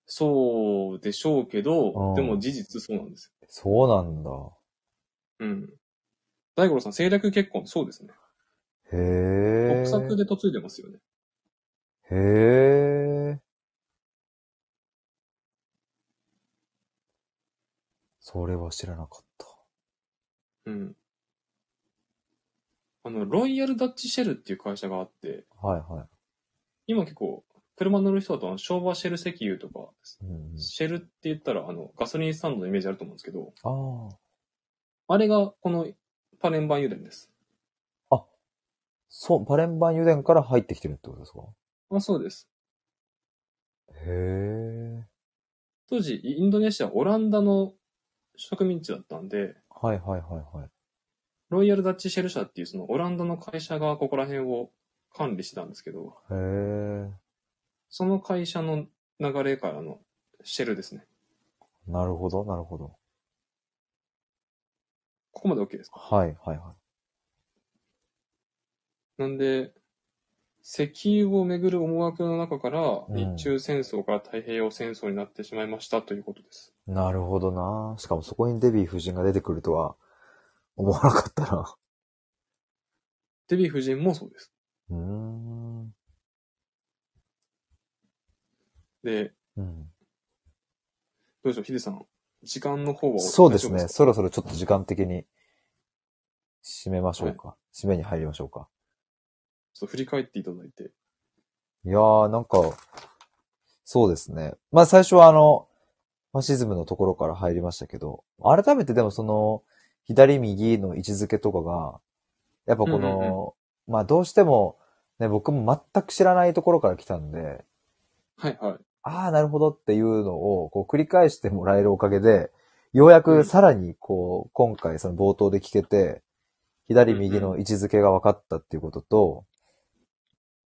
[SPEAKER 2] そうでしょうけ
[SPEAKER 1] う
[SPEAKER 2] ど
[SPEAKER 1] ん、
[SPEAKER 2] でも事実そうなんです
[SPEAKER 1] そうなんだ。
[SPEAKER 2] よ。うん。大五郎さん、政略結婚、そうですね。
[SPEAKER 1] へえ。
[SPEAKER 2] 国策で嫁いでますよね。
[SPEAKER 1] へえ。それは知らなかった。
[SPEAKER 2] うん。あの、ロイヤルダッチシェルっていう会社があって、
[SPEAKER 1] はいは
[SPEAKER 2] 今結構、車乗る人だと、あの昭和シェル石油とか、
[SPEAKER 1] い。うんうん、
[SPEAKER 2] シェルって言ったら、あの、ガソリンスタンドのイメージあると思うんですけど、
[SPEAKER 1] ああ、
[SPEAKER 2] あれが、この、パレンバン油田です。
[SPEAKER 1] そう、バレンバン油田から入ってきてるってことですか
[SPEAKER 2] あ、そうです。
[SPEAKER 1] へえ。
[SPEAKER 2] 当時、インドネシア、オランダの植民地だったんで、
[SPEAKER 1] はいはいはいはい。
[SPEAKER 2] ロイヤルダッチシェル社っていう、その、オランダの会社がここら辺を管理してたんですけど、
[SPEAKER 1] へえ。
[SPEAKER 2] その会社の流れからの、シェルですね。
[SPEAKER 1] なるほど、なるほど。
[SPEAKER 2] ここまで OK です。
[SPEAKER 1] はいはいは
[SPEAKER 2] なんで、石油をめぐる思惑の中から、日中戦争から太平洋戦争になってしまいましたということです。
[SPEAKER 1] い。なるほどな。しかもそこにデビー夫人が出てくるとは思わなかった な。
[SPEAKER 2] デヴィ夫人もそうです。
[SPEAKER 1] うーん。
[SPEAKER 2] で、
[SPEAKER 1] うん。
[SPEAKER 2] どうでしょう、ヒデさん。時間の方は
[SPEAKER 1] そうです
[SPEAKER 2] 大丈
[SPEAKER 1] ね。
[SPEAKER 2] 夫
[SPEAKER 1] そろそろちょっと時間的に締めましょうか。締めに入りましょうか。
[SPEAKER 2] ちょっと振り返っていただいて。
[SPEAKER 1] いやー、なんか、そうですね。まあ最初はあの、ファシズムのところから入りましたけど、改めてでもその、左右の位置づけとかが、やっぱこの、
[SPEAKER 2] うんう
[SPEAKER 1] まあどうしても、ね、僕も全く知らないところから来たんで、
[SPEAKER 2] はいはい。
[SPEAKER 1] ああ、なるほどっていうのを、こう繰り返してもらえるおかげで、ようやくさらに、こう、今回その冒頭で聞けて、左右の位置づけが分かったっていうことと、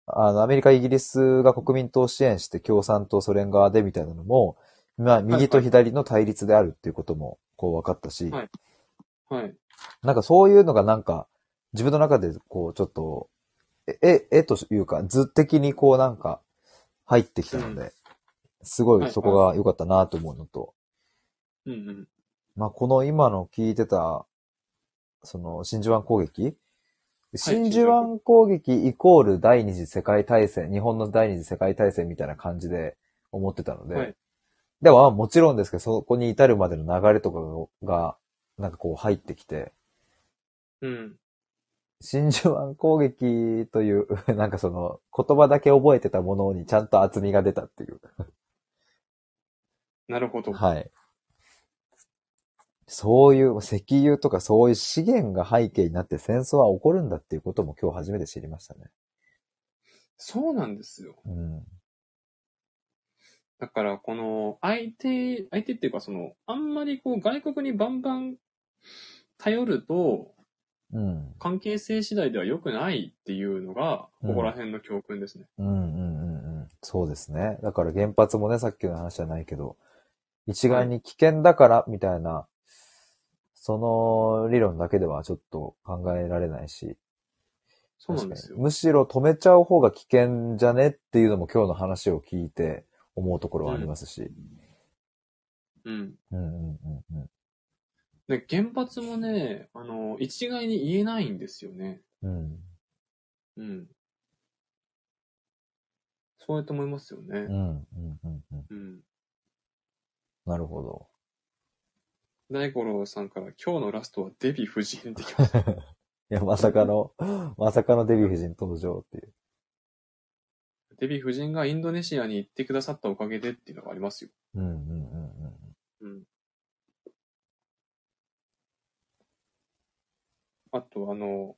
[SPEAKER 1] あの、アメリカ、イギリスが国民党を支援して共産党、ソ連側でみたいなのも、まあ、右と左の対立であるっていうことも、こう分かったし、
[SPEAKER 2] はいはい。
[SPEAKER 1] なんかそういうのがなんか、自分の中でこうちょっと、え、え、えというか、図的にこうなんか入ってきたの
[SPEAKER 2] う
[SPEAKER 1] で、すごいそこが良かったなと思うのと、
[SPEAKER 2] うんうん。
[SPEAKER 1] まあこの今の聞いてた、その真珠湾攻撃真珠湾攻撃イコール第二次世界大戦、日本の第二次世界大戦みたいな感じで思ってたので、
[SPEAKER 2] はい
[SPEAKER 1] ではもちろんですけど、そこに至るまでの流れとかが、なんかこう入ってきて、
[SPEAKER 2] うん。
[SPEAKER 1] 真珠湾攻撃という、 なんかその、言葉だけ覚えてたものにちゃんと厚みが出たっていう。
[SPEAKER 2] なるほど。
[SPEAKER 1] はい。そういう、石油とかそういう資源が背景になって戦争は起こるんだっていうことも今日初めて知りましたね。
[SPEAKER 2] そうなんですよ。
[SPEAKER 1] うん。
[SPEAKER 2] だから、この、相手、相手っていうか、その、あんまりこう、外国にバンバン頼ると、
[SPEAKER 1] うん。
[SPEAKER 2] 関係性次第では良くないっていうのが、ここら辺の教訓ですね。
[SPEAKER 1] うんうんうんうん。そうですね。だから原発もね、さっきの話じゃないけど、一概に危険だからみたいな、その理論だけではちょっと考えられないし、
[SPEAKER 2] そうなんです
[SPEAKER 1] 確
[SPEAKER 2] よ
[SPEAKER 1] かに。むしろ止めちゃう方が危険じゃねっていうのも今日の話を聞いて思うところはありますし。
[SPEAKER 2] うん。
[SPEAKER 1] うんうんうんうん。
[SPEAKER 2] で、原発もね、あの、一概に言えないんですよね。
[SPEAKER 1] うん
[SPEAKER 2] うん。そうやって思いますよ
[SPEAKER 1] う
[SPEAKER 2] ね。
[SPEAKER 1] んうんうんうん。
[SPEAKER 2] うん。
[SPEAKER 1] なるほど。
[SPEAKER 2] 大五郎さんから、今日のラストはデヴィ夫人ってきました。
[SPEAKER 1] いや、まさかの、まさかのデヴィ夫人登場っていう。
[SPEAKER 2] デヴィ夫人がインドネシアに行ってくださったおかげでっていうのがありますよ。
[SPEAKER 1] うんうんうんうん。
[SPEAKER 2] うん。あと、あの、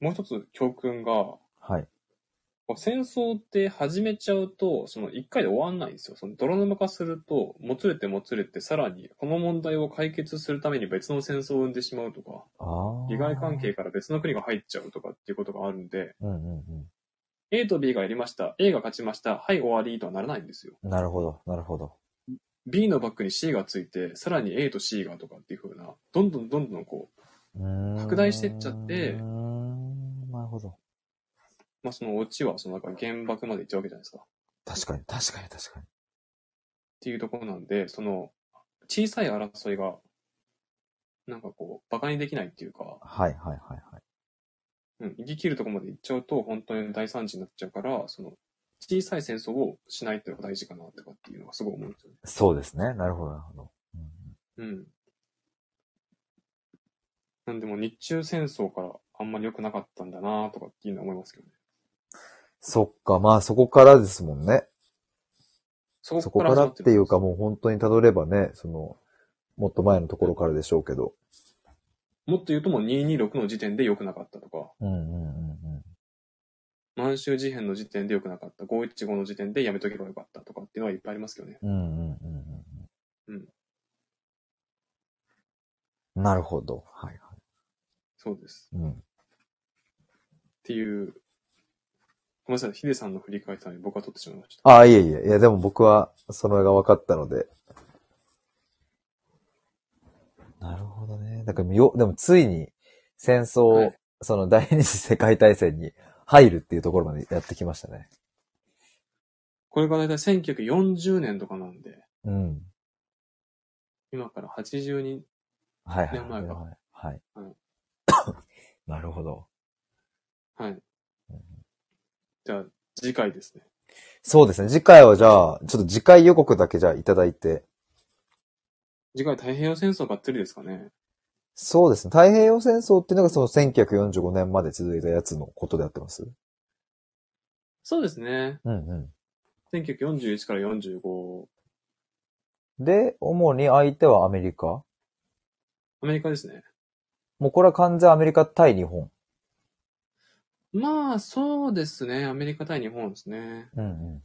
[SPEAKER 2] もう一つ教訓が、
[SPEAKER 1] はい。
[SPEAKER 2] こう戦争って始めちゃうと、その一回で終わんないんですよ。その泥沼化すると、もつれてもつれて、さらにこの問題を解決するために別の戦争を生んでしまうとか、
[SPEAKER 1] ああ。
[SPEAKER 2] 利害関。係から別の国が入っちゃうとかっていうことがあるんで、
[SPEAKER 1] うんうん
[SPEAKER 2] A と B がやりました。A が勝ちました。はい、終わりとはならないんですよ。
[SPEAKER 1] うん。なるほど、なるほど。
[SPEAKER 2] B のバックに C がついて、さらに A と C がとかっていう風な、どんどんどんどんこう、
[SPEAKER 1] うーん
[SPEAKER 2] 拡大してっちゃって
[SPEAKER 1] うーんなるほど。
[SPEAKER 2] まあそのオチはそのなんか原爆まで行っちゃうわけじゃないですか。っ
[SPEAKER 1] 確かに、確かに、確かに。
[SPEAKER 2] ていうところなんで、その小さい争いが、なんかこう、馬鹿にできないっていうか、
[SPEAKER 1] はい、はい、はい、はい。
[SPEAKER 2] うん、行き切るところまで行っちゃうと、本当に大惨事になっちゃうから、その、小さい戦争をしないっていうのが大事かなとかっていうのがすごい思うんですよね。
[SPEAKER 1] そうですね。なるほど、なるほど。うん
[SPEAKER 2] うん。なんでもう日中戦争からあんまり良くなかったんだなとかっていうのは思いますけどね。
[SPEAKER 1] そっか、まあそこからですもんね。
[SPEAKER 2] そ
[SPEAKER 1] そこからっていうか
[SPEAKER 2] も。
[SPEAKER 1] もう本当に辿ればね、その、もっと前のところからでしょうけど。
[SPEAKER 2] もっと言うともう226の時点で良くなかったとか、
[SPEAKER 1] うんうんうん
[SPEAKER 2] 満州事変の時点で良くなかった、515の時点でやめとけばよかったとかっていうのはいっぱいありますけどね。
[SPEAKER 1] うん。うんうんうんうん。うん。なるほど。はいは
[SPEAKER 2] そうです。
[SPEAKER 1] い。うん。
[SPEAKER 2] っていう、ごめんなさい、ヒデさんの振り返ったのに僕は取ってしまいました。
[SPEAKER 1] ああ、いえいえ。いや、でも僕は、その絵が分かったので。なるほどね。だから、よ、でもついに、戦争、
[SPEAKER 2] はい
[SPEAKER 1] その第二次世界大戦に入るっていうところまでやってきましたね。
[SPEAKER 2] これがだいたい1940年とかなんで、
[SPEAKER 1] うん。
[SPEAKER 2] 今から82年、
[SPEAKER 1] はいはい
[SPEAKER 2] いや
[SPEAKER 1] は
[SPEAKER 2] まあ
[SPEAKER 1] い。はい。はい
[SPEAKER 2] うん、
[SPEAKER 1] なるほど。
[SPEAKER 2] はい。じゃあ、次回ですね。
[SPEAKER 1] そうですね。次回はじゃあ、ちょっと次回予告だけじゃあいただいて。
[SPEAKER 2] 次回太平洋戦争がっつりですかね。
[SPEAKER 1] そうですね。太平洋戦争っていうのがその1945年まで続いたやつのことでやってます
[SPEAKER 2] そうですね。
[SPEAKER 1] うんう
[SPEAKER 2] 1941から45、
[SPEAKER 1] ん。で、主に相手はアメリカ
[SPEAKER 2] アメリカですね。
[SPEAKER 1] もうこれは完全アメリカ対日本。
[SPEAKER 2] まあ、そうですね。アメリカ対日本ですね。
[SPEAKER 1] うんうん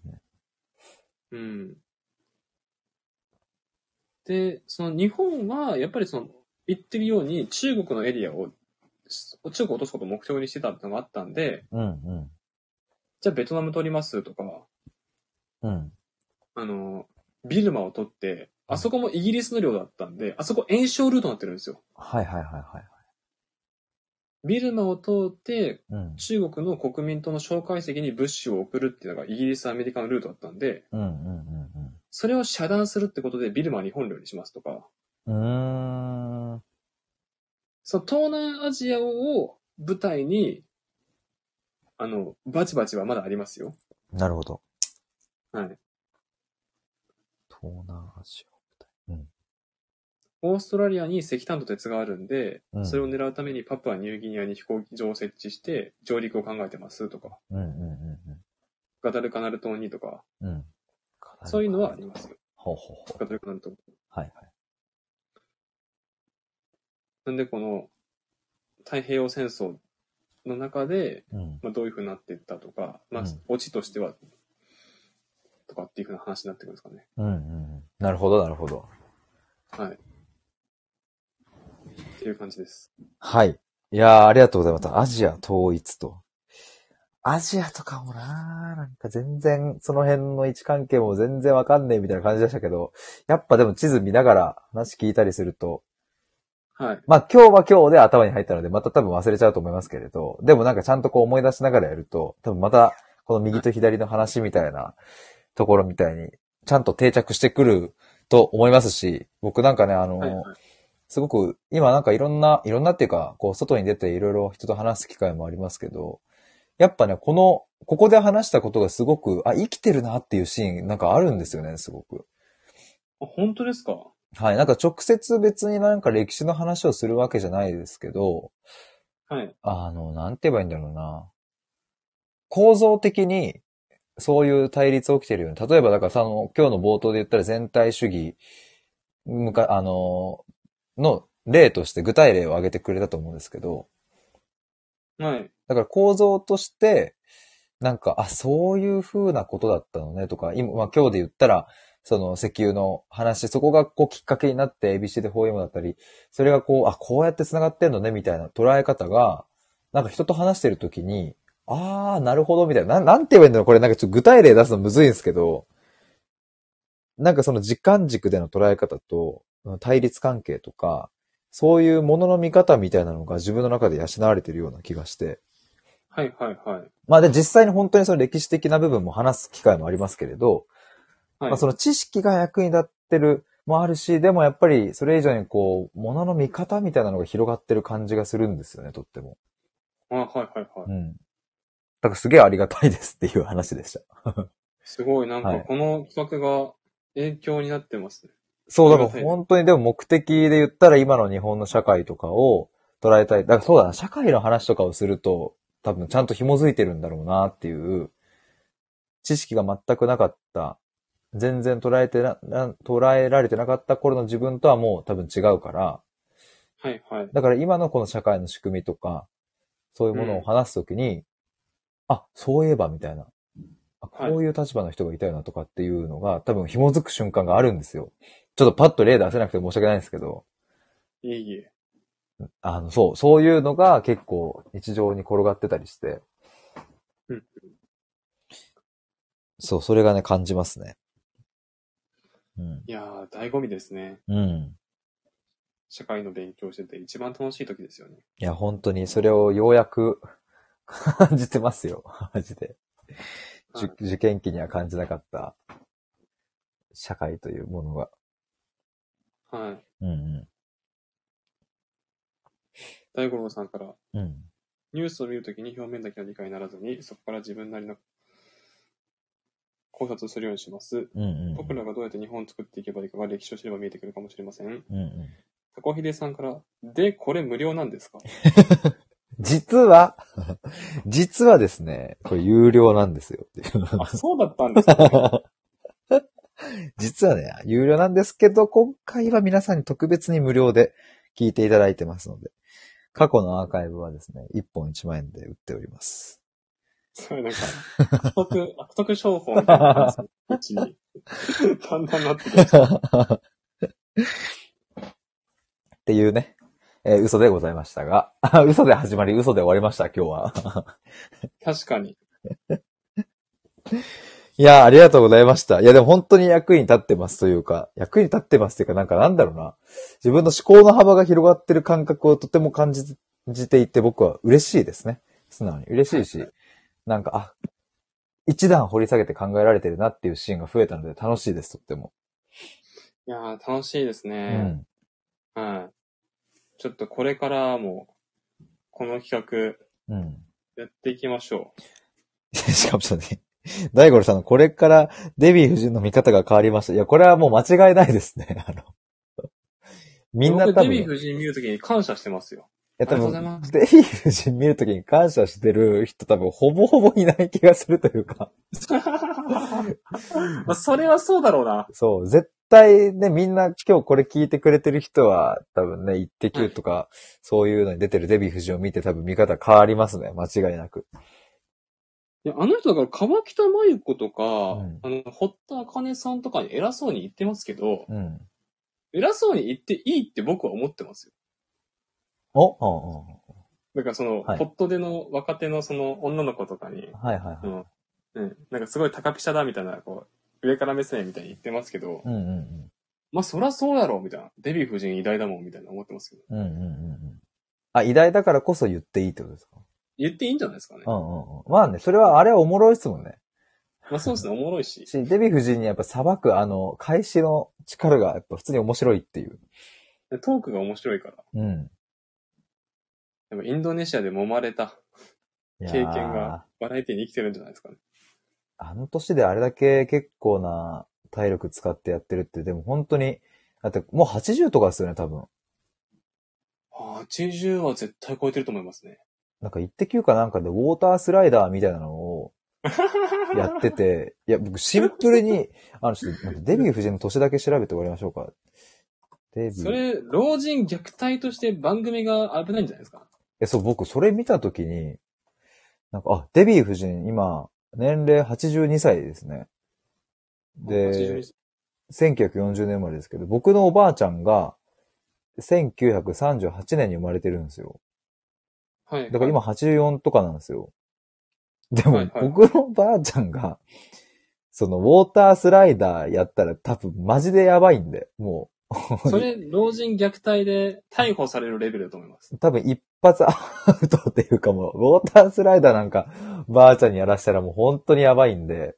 [SPEAKER 2] うん。で、その日本は、やっぱりその、言ってるように中国のエリアを、中国を落とすことを目標にしてたってのがあったんで、
[SPEAKER 1] うん。うん
[SPEAKER 2] じゃあベトナム取りますとか、
[SPEAKER 1] うん。うん。
[SPEAKER 2] あの、ビルマを取って、あそこもイギリスの領だったんで、あそこ炎症ルートになってるんですよ。
[SPEAKER 1] はいはいはいはい。
[SPEAKER 2] ビルマを通って、
[SPEAKER 1] うん。
[SPEAKER 2] 中国の国民党の蒋介石に物資を送るっていうのがイギリス、アメリカのルートだったんで、
[SPEAKER 1] うんうん
[SPEAKER 2] それを遮断するってことでビルマは日本領にしますとか、
[SPEAKER 1] うんうん。うーん。
[SPEAKER 2] その東南アジアを舞台に、あの、バチバチはまだありますよ。
[SPEAKER 1] なるほど。
[SPEAKER 2] はい。
[SPEAKER 1] 東南アジ
[SPEAKER 2] オーストラリアに石炭と鉄があるんで、
[SPEAKER 1] うん
[SPEAKER 2] それを狙うためにパプアニューギニアに飛行機場を設置して上陸を考えてますとか、
[SPEAKER 1] ア。うんうんうん
[SPEAKER 2] ガダルカナル島にとか、
[SPEAKER 1] うん。うん。
[SPEAKER 2] そういうのはありますよ。
[SPEAKER 1] ほうほうほう。
[SPEAKER 2] ガダルカナル島。
[SPEAKER 1] はいはい。
[SPEAKER 2] なんでこの太平洋戦争の中で、
[SPEAKER 1] うん。
[SPEAKER 2] まあ、どういうふうになっていったとか、まあ
[SPEAKER 1] うん、
[SPEAKER 2] オチとしては、とかっていうふうな話になってくるんですかね。
[SPEAKER 1] うんうんうん。なるほどなるほど。
[SPEAKER 2] はい。っていう感じです。
[SPEAKER 1] はい。いやー、ありがとうございます。アジア統一と。アジアとかもなー、なんか全然、その辺の位置関係も全然わかんねえみたいな感じでしたけど、やっぱでも地図見ながら話聞いたりすると、
[SPEAKER 2] はい。
[SPEAKER 1] まあ今日は今日で頭に入ったので、また多分忘れちゃうと思いますけれど、でもなんかちゃんとこう思い出しながらやると、多分またこの右と左の話みたいなところみたいに、ちゃんと定着してくると思いますし、僕なんかね、あのー、
[SPEAKER 2] はい、はい。
[SPEAKER 1] すごく、今なんかいろんな、いろんなっていうか、こう、外に出ていろいろ人と話す機会もありますけど、やっぱね、この、ここで話したことがすごく、あ、生きてるなっていうシーン、なんかあるんですよね、すごく。
[SPEAKER 2] あ、本当ですかは
[SPEAKER 1] はい。なんか直接別になんか歴史の話をするわけじゃないですけど、
[SPEAKER 2] い。
[SPEAKER 1] あの、なんて言えばいいんだろうな。構造的に、そういう対立起きてるように、例えばだからさ、あの、今日の冒頭で言ったら全体主義、むか、あの、の例として具体例を挙げてくれたと思うんですけど、
[SPEAKER 2] はい。
[SPEAKER 1] だから構造として、なんか、あ、そういう風なことだったのねとか、今、まあ今日で言ったら、その石油の話、そこがこうきっかけになって ABC で 4M だったり、それがこう、あ、こうやって繋がってんのねみたいな捉え方が、なんか人と話してるときに、あー、なるほどみたいな、なんなんて言えばいいんだろうこれなんかちょっと具体例出すのむずいんですけど、なんかその時間軸での捉え方と、うん対立関係とか、そういうものの見方みたいなのが自分の中で養われてるような気がして、
[SPEAKER 2] はいはいはい。
[SPEAKER 1] まあで、実際に本当にその歴史的な部分も話す機会もありますけれど、
[SPEAKER 2] はい。
[SPEAKER 1] まあ、その知識が役に立ってるもあるし、でもやっぱりそれ以上にこう、ものの見方みたいなのが広がってる感じがするんですよね、とっても。
[SPEAKER 2] あはいはいは
[SPEAKER 1] う
[SPEAKER 2] い。
[SPEAKER 1] ん。だからすげえありがたいですっていう話でした。
[SPEAKER 2] すごい、なんか
[SPEAKER 1] はい
[SPEAKER 2] この企画が影響になってますね。
[SPEAKER 1] そう、だ
[SPEAKER 2] ありが
[SPEAKER 1] か
[SPEAKER 2] たい
[SPEAKER 1] ら
[SPEAKER 2] です
[SPEAKER 1] 本当にでも目的で言ったら今の日本の社会とかを捉えたい。だからそうだな、社会の話とかをすると多分ちゃんと紐づいてるんだろうなっていう、知識が全くなかった、全然捉えてな、な捉えられてなかった頃の自分とはもう多分違うから、
[SPEAKER 2] はいはい。
[SPEAKER 1] だから今のこの社会の仕組みとか、そういうものを話すときに、あ、そういえばみたいな、あ
[SPEAKER 2] はい
[SPEAKER 1] こういう立場の人がいたよなとかっていうのが、多分紐づく瞬間があるんですよ。ちょっとパッと例出せなくて申し訳ないんですけど、
[SPEAKER 2] いえいえ。
[SPEAKER 1] あの、そう、そういうのが結構日常に転がってたりして
[SPEAKER 2] うん。
[SPEAKER 1] そう、それがね、感じますね。うん。
[SPEAKER 2] いやー、醍醐味ですね。
[SPEAKER 1] うん。
[SPEAKER 2] 社会の勉強してて一番楽しい時ですよね。
[SPEAKER 1] いや、本当にそれをようやく 感じてますよ。マジで。
[SPEAKER 2] は
[SPEAKER 1] 受
[SPEAKER 2] い
[SPEAKER 1] 受験期には感じなかった社会というものが。
[SPEAKER 2] はい。
[SPEAKER 1] うん
[SPEAKER 2] 大五郎さんから、
[SPEAKER 1] うん。うん。
[SPEAKER 2] ニュースを見るときに表面だけは理解にならずに、そこから自分なりの考察をするようにします。
[SPEAKER 1] うんうん。
[SPEAKER 2] 僕らがどうやって日本を作っていけばいいかが歴史を知れば見えてくるかもしれません。
[SPEAKER 1] うんうん。
[SPEAKER 2] タコヒデさんから、で、これ無料なんですか
[SPEAKER 1] 実は、 実はですね、これ有料なんですよっていう。
[SPEAKER 2] あ、そうだったんですか、
[SPEAKER 1] 実はね、有料なんですけど、今回は皆さんに特別に無料で聞いていただいてますので、過去のアーカイブはですね、1本1万円で売っております。
[SPEAKER 2] それなんか、悪徳、悪徳商法みたいな感じうちに。だんだんなってきました。
[SPEAKER 1] っていうね、えー嘘でございましたが、 嘘で始まり、嘘で終わりました、今日は。
[SPEAKER 2] 確かに。
[SPEAKER 1] いやー、ありがとうございました。いや、でも本当に役に立ってますというか、役に立ってますというか、なんかなんだろうな。自分の思考の幅が広がってる感覚をとても感じじていて、僕は嬉しいですね。素直に嬉しいし、なんか、あ、一段掘り下げて考えられてるなっていうシーンが増えたので楽しいです、とっても。
[SPEAKER 2] いやー、楽しいです
[SPEAKER 1] う
[SPEAKER 2] ね。
[SPEAKER 1] ん。
[SPEAKER 2] はい。ちょっとこれからも、この企
[SPEAKER 1] うん。
[SPEAKER 2] 画、やっていきましょう。
[SPEAKER 1] しかもちょっとね、大五郎さんのこれからデヴィ夫人の見方が変わりました。いや、これはもう間違いないですね。 あの、みんな多
[SPEAKER 2] 僕
[SPEAKER 1] 分、
[SPEAKER 2] デ
[SPEAKER 1] い
[SPEAKER 2] ヴィ夫人見るときに感謝してますよ。
[SPEAKER 1] や多分、
[SPEAKER 2] ありがとうございます
[SPEAKER 1] デヴィ夫人見るときに感謝してる人多分ほぼほぼいない気がするというか、
[SPEAKER 2] まあ、それはそうだろうな。
[SPEAKER 1] そう、絶対ね、みんな今日これ聞いてくれてる人は多分ね、イッテ Q とか、そういうのに出てるデヴィ夫人を見て多分見方変わりますね。間違いなく。
[SPEAKER 2] いや、あの人だから川北真由子とか、
[SPEAKER 1] ん
[SPEAKER 2] あの、堀田茜さんとかに偉そうに言ってますけど、
[SPEAKER 1] うん。
[SPEAKER 2] 偉そうに言っていいって僕は思ってますよ。
[SPEAKER 1] おうんうん
[SPEAKER 2] だからその、
[SPEAKER 1] はい
[SPEAKER 2] ホットでの若手のその女の子とかに、
[SPEAKER 1] はいはいは
[SPEAKER 2] う
[SPEAKER 1] い。
[SPEAKER 2] ん、うん、なんかすごい高飛車だみたいな、こう、上から目線みたいに言ってますけど、
[SPEAKER 1] うんうん
[SPEAKER 2] まあそらそうやろ、みたいな。デヴィ夫人偉大だもん、みたいな思ってますけど。
[SPEAKER 1] うん。うんうんうんうん。あ、偉大だからこそ言っていいってことですか
[SPEAKER 2] 言っていいんじゃないですかね。
[SPEAKER 1] う
[SPEAKER 2] ま
[SPEAKER 1] んうんうん。まあね、それはあれはおもろいですもんね。
[SPEAKER 2] あそうですね、おもろいし。
[SPEAKER 1] し、デヴィ夫人にやっぱ裁くあの、返しの力がやっぱ普通に面白いっていう。
[SPEAKER 2] トークが面白いから。
[SPEAKER 1] うん。
[SPEAKER 2] でもインドネシアで揉まれた
[SPEAKER 1] いやー
[SPEAKER 2] 経験が。バラエティに生きてるんじゃないですかね。
[SPEAKER 1] あの年であれだけ結構な体力使ってやってるって、でも本当に、だってもう80とかですよね、多分。
[SPEAKER 2] 80は絶対超えてると思いますね。
[SPEAKER 1] なんか、イッテ Q かなんかでウォータースライダーみたいなのを やってて、いや、僕シンプルに、あの、ちょっと待って、デヴィ夫人の年だけ調べて終わりましょうか。デビ
[SPEAKER 2] それ、老人虐待として番組が危ないんじゃないですか
[SPEAKER 1] え、そう、僕、それ見たときに、なんか、あ、デビー夫人、今、年齢82歳ですね。で
[SPEAKER 2] 82、
[SPEAKER 1] 1940年生まれですけど、僕のおばあちゃんが、1938年に生まれてるんですよ。
[SPEAKER 2] はい。
[SPEAKER 1] だから今84とかなんですよ。で
[SPEAKER 2] は
[SPEAKER 1] も
[SPEAKER 2] いは、い
[SPEAKER 1] 僕のおばあちゃんが、その、ウォータースライダーやったら多分、マジでやばいんで、も
[SPEAKER 2] それ、老人虐待で逮捕されるレベルだと思います。
[SPEAKER 1] 多分一発アウトっていうかもう、ウォータースライダーなんか、ばあちゃんにやらしたらもう本当にやばいんで、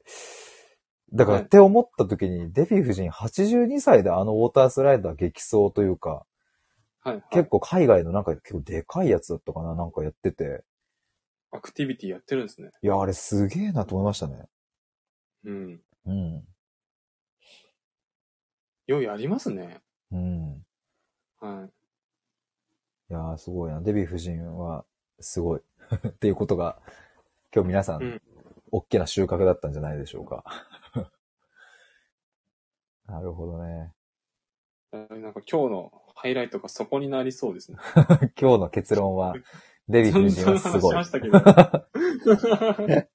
[SPEAKER 1] だから
[SPEAKER 2] はい
[SPEAKER 1] って思った時に、デヴィ夫人82歳であのウォータースライダー激走というか、
[SPEAKER 2] はい、はい。
[SPEAKER 1] 結構海外のなんか結構でかいやつだったかな、なんかやってて。
[SPEAKER 2] アクティビティやってるんですね。
[SPEAKER 1] いや、あれすげえなと思いましたね。
[SPEAKER 2] うん。
[SPEAKER 1] うん。
[SPEAKER 2] よいありますね。
[SPEAKER 1] うん。
[SPEAKER 2] はい
[SPEAKER 1] やー、すごいな。デヴィ夫人は、すごい。 っていうことが、今日皆さん、
[SPEAKER 2] うん
[SPEAKER 1] 大きな収穫だったんじゃないでしょうか。 なるほどね。
[SPEAKER 2] い。なんか今日のハイライトがそこになりそうですね。
[SPEAKER 1] 今日の結論は、デヴィ夫
[SPEAKER 2] 散
[SPEAKER 1] 人は
[SPEAKER 2] 々
[SPEAKER 1] す
[SPEAKER 2] 話
[SPEAKER 1] ご
[SPEAKER 2] し
[SPEAKER 1] い
[SPEAKER 2] ま。した けど。デ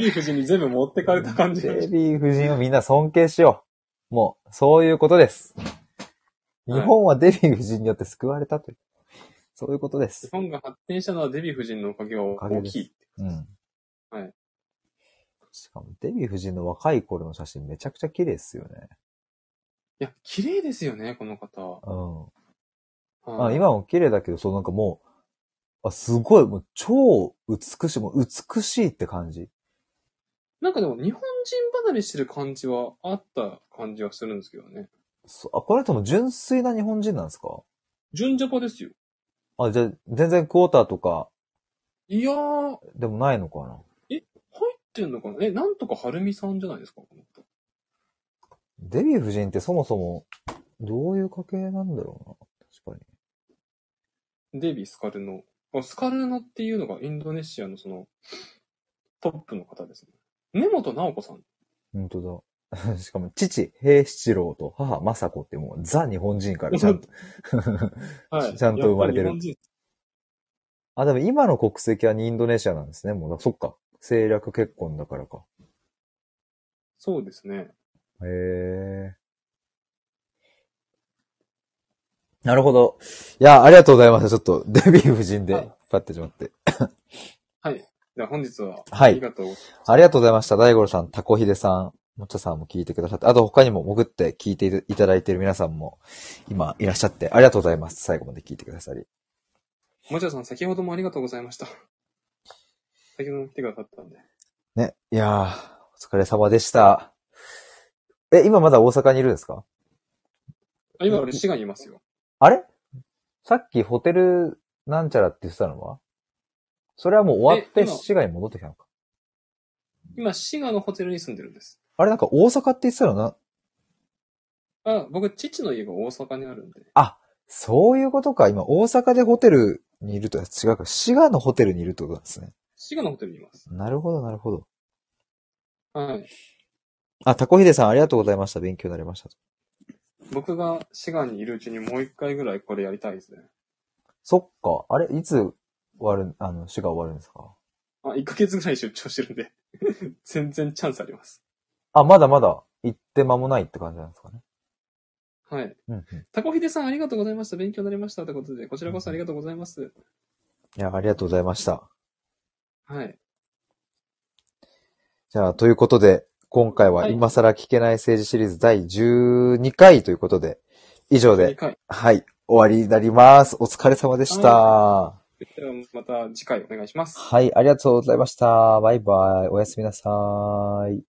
[SPEAKER 2] ィ夫人に全部持ってかれた感じ
[SPEAKER 1] デ
[SPEAKER 2] が
[SPEAKER 1] ヴィ夫人をみんな尊敬しよう。もう、そういうことです。
[SPEAKER 2] はい
[SPEAKER 1] 日本はデヴィ夫人によって救われたという。そういうことで
[SPEAKER 2] 日
[SPEAKER 1] す。
[SPEAKER 2] 本が発展したのはデヴィ夫人のおかげは
[SPEAKER 1] おかげ
[SPEAKER 2] 大
[SPEAKER 1] です
[SPEAKER 2] きい。
[SPEAKER 1] うん。
[SPEAKER 2] はい。
[SPEAKER 1] しかも、デヴィ夫人の若い頃の写真めちゃくちゃ綺麗ですよね。
[SPEAKER 2] いや、綺麗ですよね、この方。
[SPEAKER 1] うん。
[SPEAKER 2] は
[SPEAKER 1] あ
[SPEAKER 2] い
[SPEAKER 1] 今も綺麗だけど、そうなんかもう、あ、すごい、もう超美しい、もう美しいって感じ。
[SPEAKER 2] なんかでも日本人離れしてる感じはあった感じはするんですけどね。
[SPEAKER 1] そあ、この人も純粋な日本人なんですか
[SPEAKER 2] 純ジャパですよ。
[SPEAKER 1] あ、じゃあ、全然クォーターとか
[SPEAKER 2] いやー、
[SPEAKER 1] でもないのかな
[SPEAKER 2] 入ってんのかなえ、なんとかはるみさんじゃないですかこの人
[SPEAKER 1] デヴィ夫人ってそもそも、どういう家系なんだろうな。確か
[SPEAKER 2] デビスカルノ。あスカルノっていうのがインドネシアのその、トップの方ですね。根本直子さん。
[SPEAKER 1] に。本当だ。 しかも、父、平七郎と母、雅子ってもう、ザ日本人からちゃんと。
[SPEAKER 2] はい。
[SPEAKER 1] ちゃんと生まれてる
[SPEAKER 2] やっぱ日本人
[SPEAKER 1] あ、でも今の国籍はインドネシアなんですね。もうだ、そっか。政略結婚だからか。
[SPEAKER 2] そうですね。
[SPEAKER 1] へえ。なるほど。いや、ありがとうございました。ちょっと、 デビュー夫人で、引
[SPEAKER 2] はい
[SPEAKER 1] っ張ってしまって。
[SPEAKER 2] じゃあ本日は、
[SPEAKER 1] はい
[SPEAKER 2] ありがとうございます。
[SPEAKER 1] ありがとうございました。大五郎さん、タコヒデさん、もっちゃさんも聞いてくださって、あと他にも潜って聞いていただいている皆さんも、今いらっしゃって、ありがとうございます。最後まで聞いてくださり。
[SPEAKER 2] もちゃさん、先ほどもありがとうございました。先ほども来てくださったんで。
[SPEAKER 1] ね。いやー、お疲れ様でした。え、今まだ大阪にいるんですか
[SPEAKER 2] あ今、俺、滋賀にいますよ。
[SPEAKER 1] あれさっきホテルなんちゃらって言ってたのはそれはもう終わって
[SPEAKER 2] え今
[SPEAKER 1] 滋賀に戻ってきたのか。
[SPEAKER 2] 今、滋賀のホテルに住んでるんです。
[SPEAKER 1] あれなんか大阪って言ってたのな、
[SPEAKER 2] あ、僕、父の家が大阪にあるんで。
[SPEAKER 1] そういうことか。今大阪でホテルにいるとは違うか。滋賀のホテルにいるってことなんですね。
[SPEAKER 2] 滋賀のホテルにいます。
[SPEAKER 1] なるほど、なるほど。
[SPEAKER 2] はい。
[SPEAKER 1] あ、タコヒデさんありがとうございました。勉強になりました。
[SPEAKER 2] 僕が滋賀にいるうちにもう一回ぐらいこれやりたいですね。
[SPEAKER 1] そっか。あれいつ終わる、あの、滋賀終わるんですか
[SPEAKER 2] あ、1ヶ月ぐらい出張してるんで。 全然チャンスあります。
[SPEAKER 1] あ、まだまだ行って間もないって感じなんですかね。
[SPEAKER 2] はい。
[SPEAKER 1] うん、うん。
[SPEAKER 2] タコヒデさん、ありがとうございました。勉強になりました。ということで、こちらこそありがとうございます。
[SPEAKER 1] いや、ありがとうございました。
[SPEAKER 2] はい。
[SPEAKER 1] じゃあ、ということで、今回は
[SPEAKER 2] はい
[SPEAKER 1] 今更聞けない政治シリーズ第12回ということで、以上
[SPEAKER 2] 2
[SPEAKER 1] で、
[SPEAKER 2] 回。
[SPEAKER 1] はい、終わりになります。お疲れ様でした。は
[SPEAKER 2] ではまた次回お願いします。
[SPEAKER 1] い、ありがとうございました。バイバイ。おやすみなさい。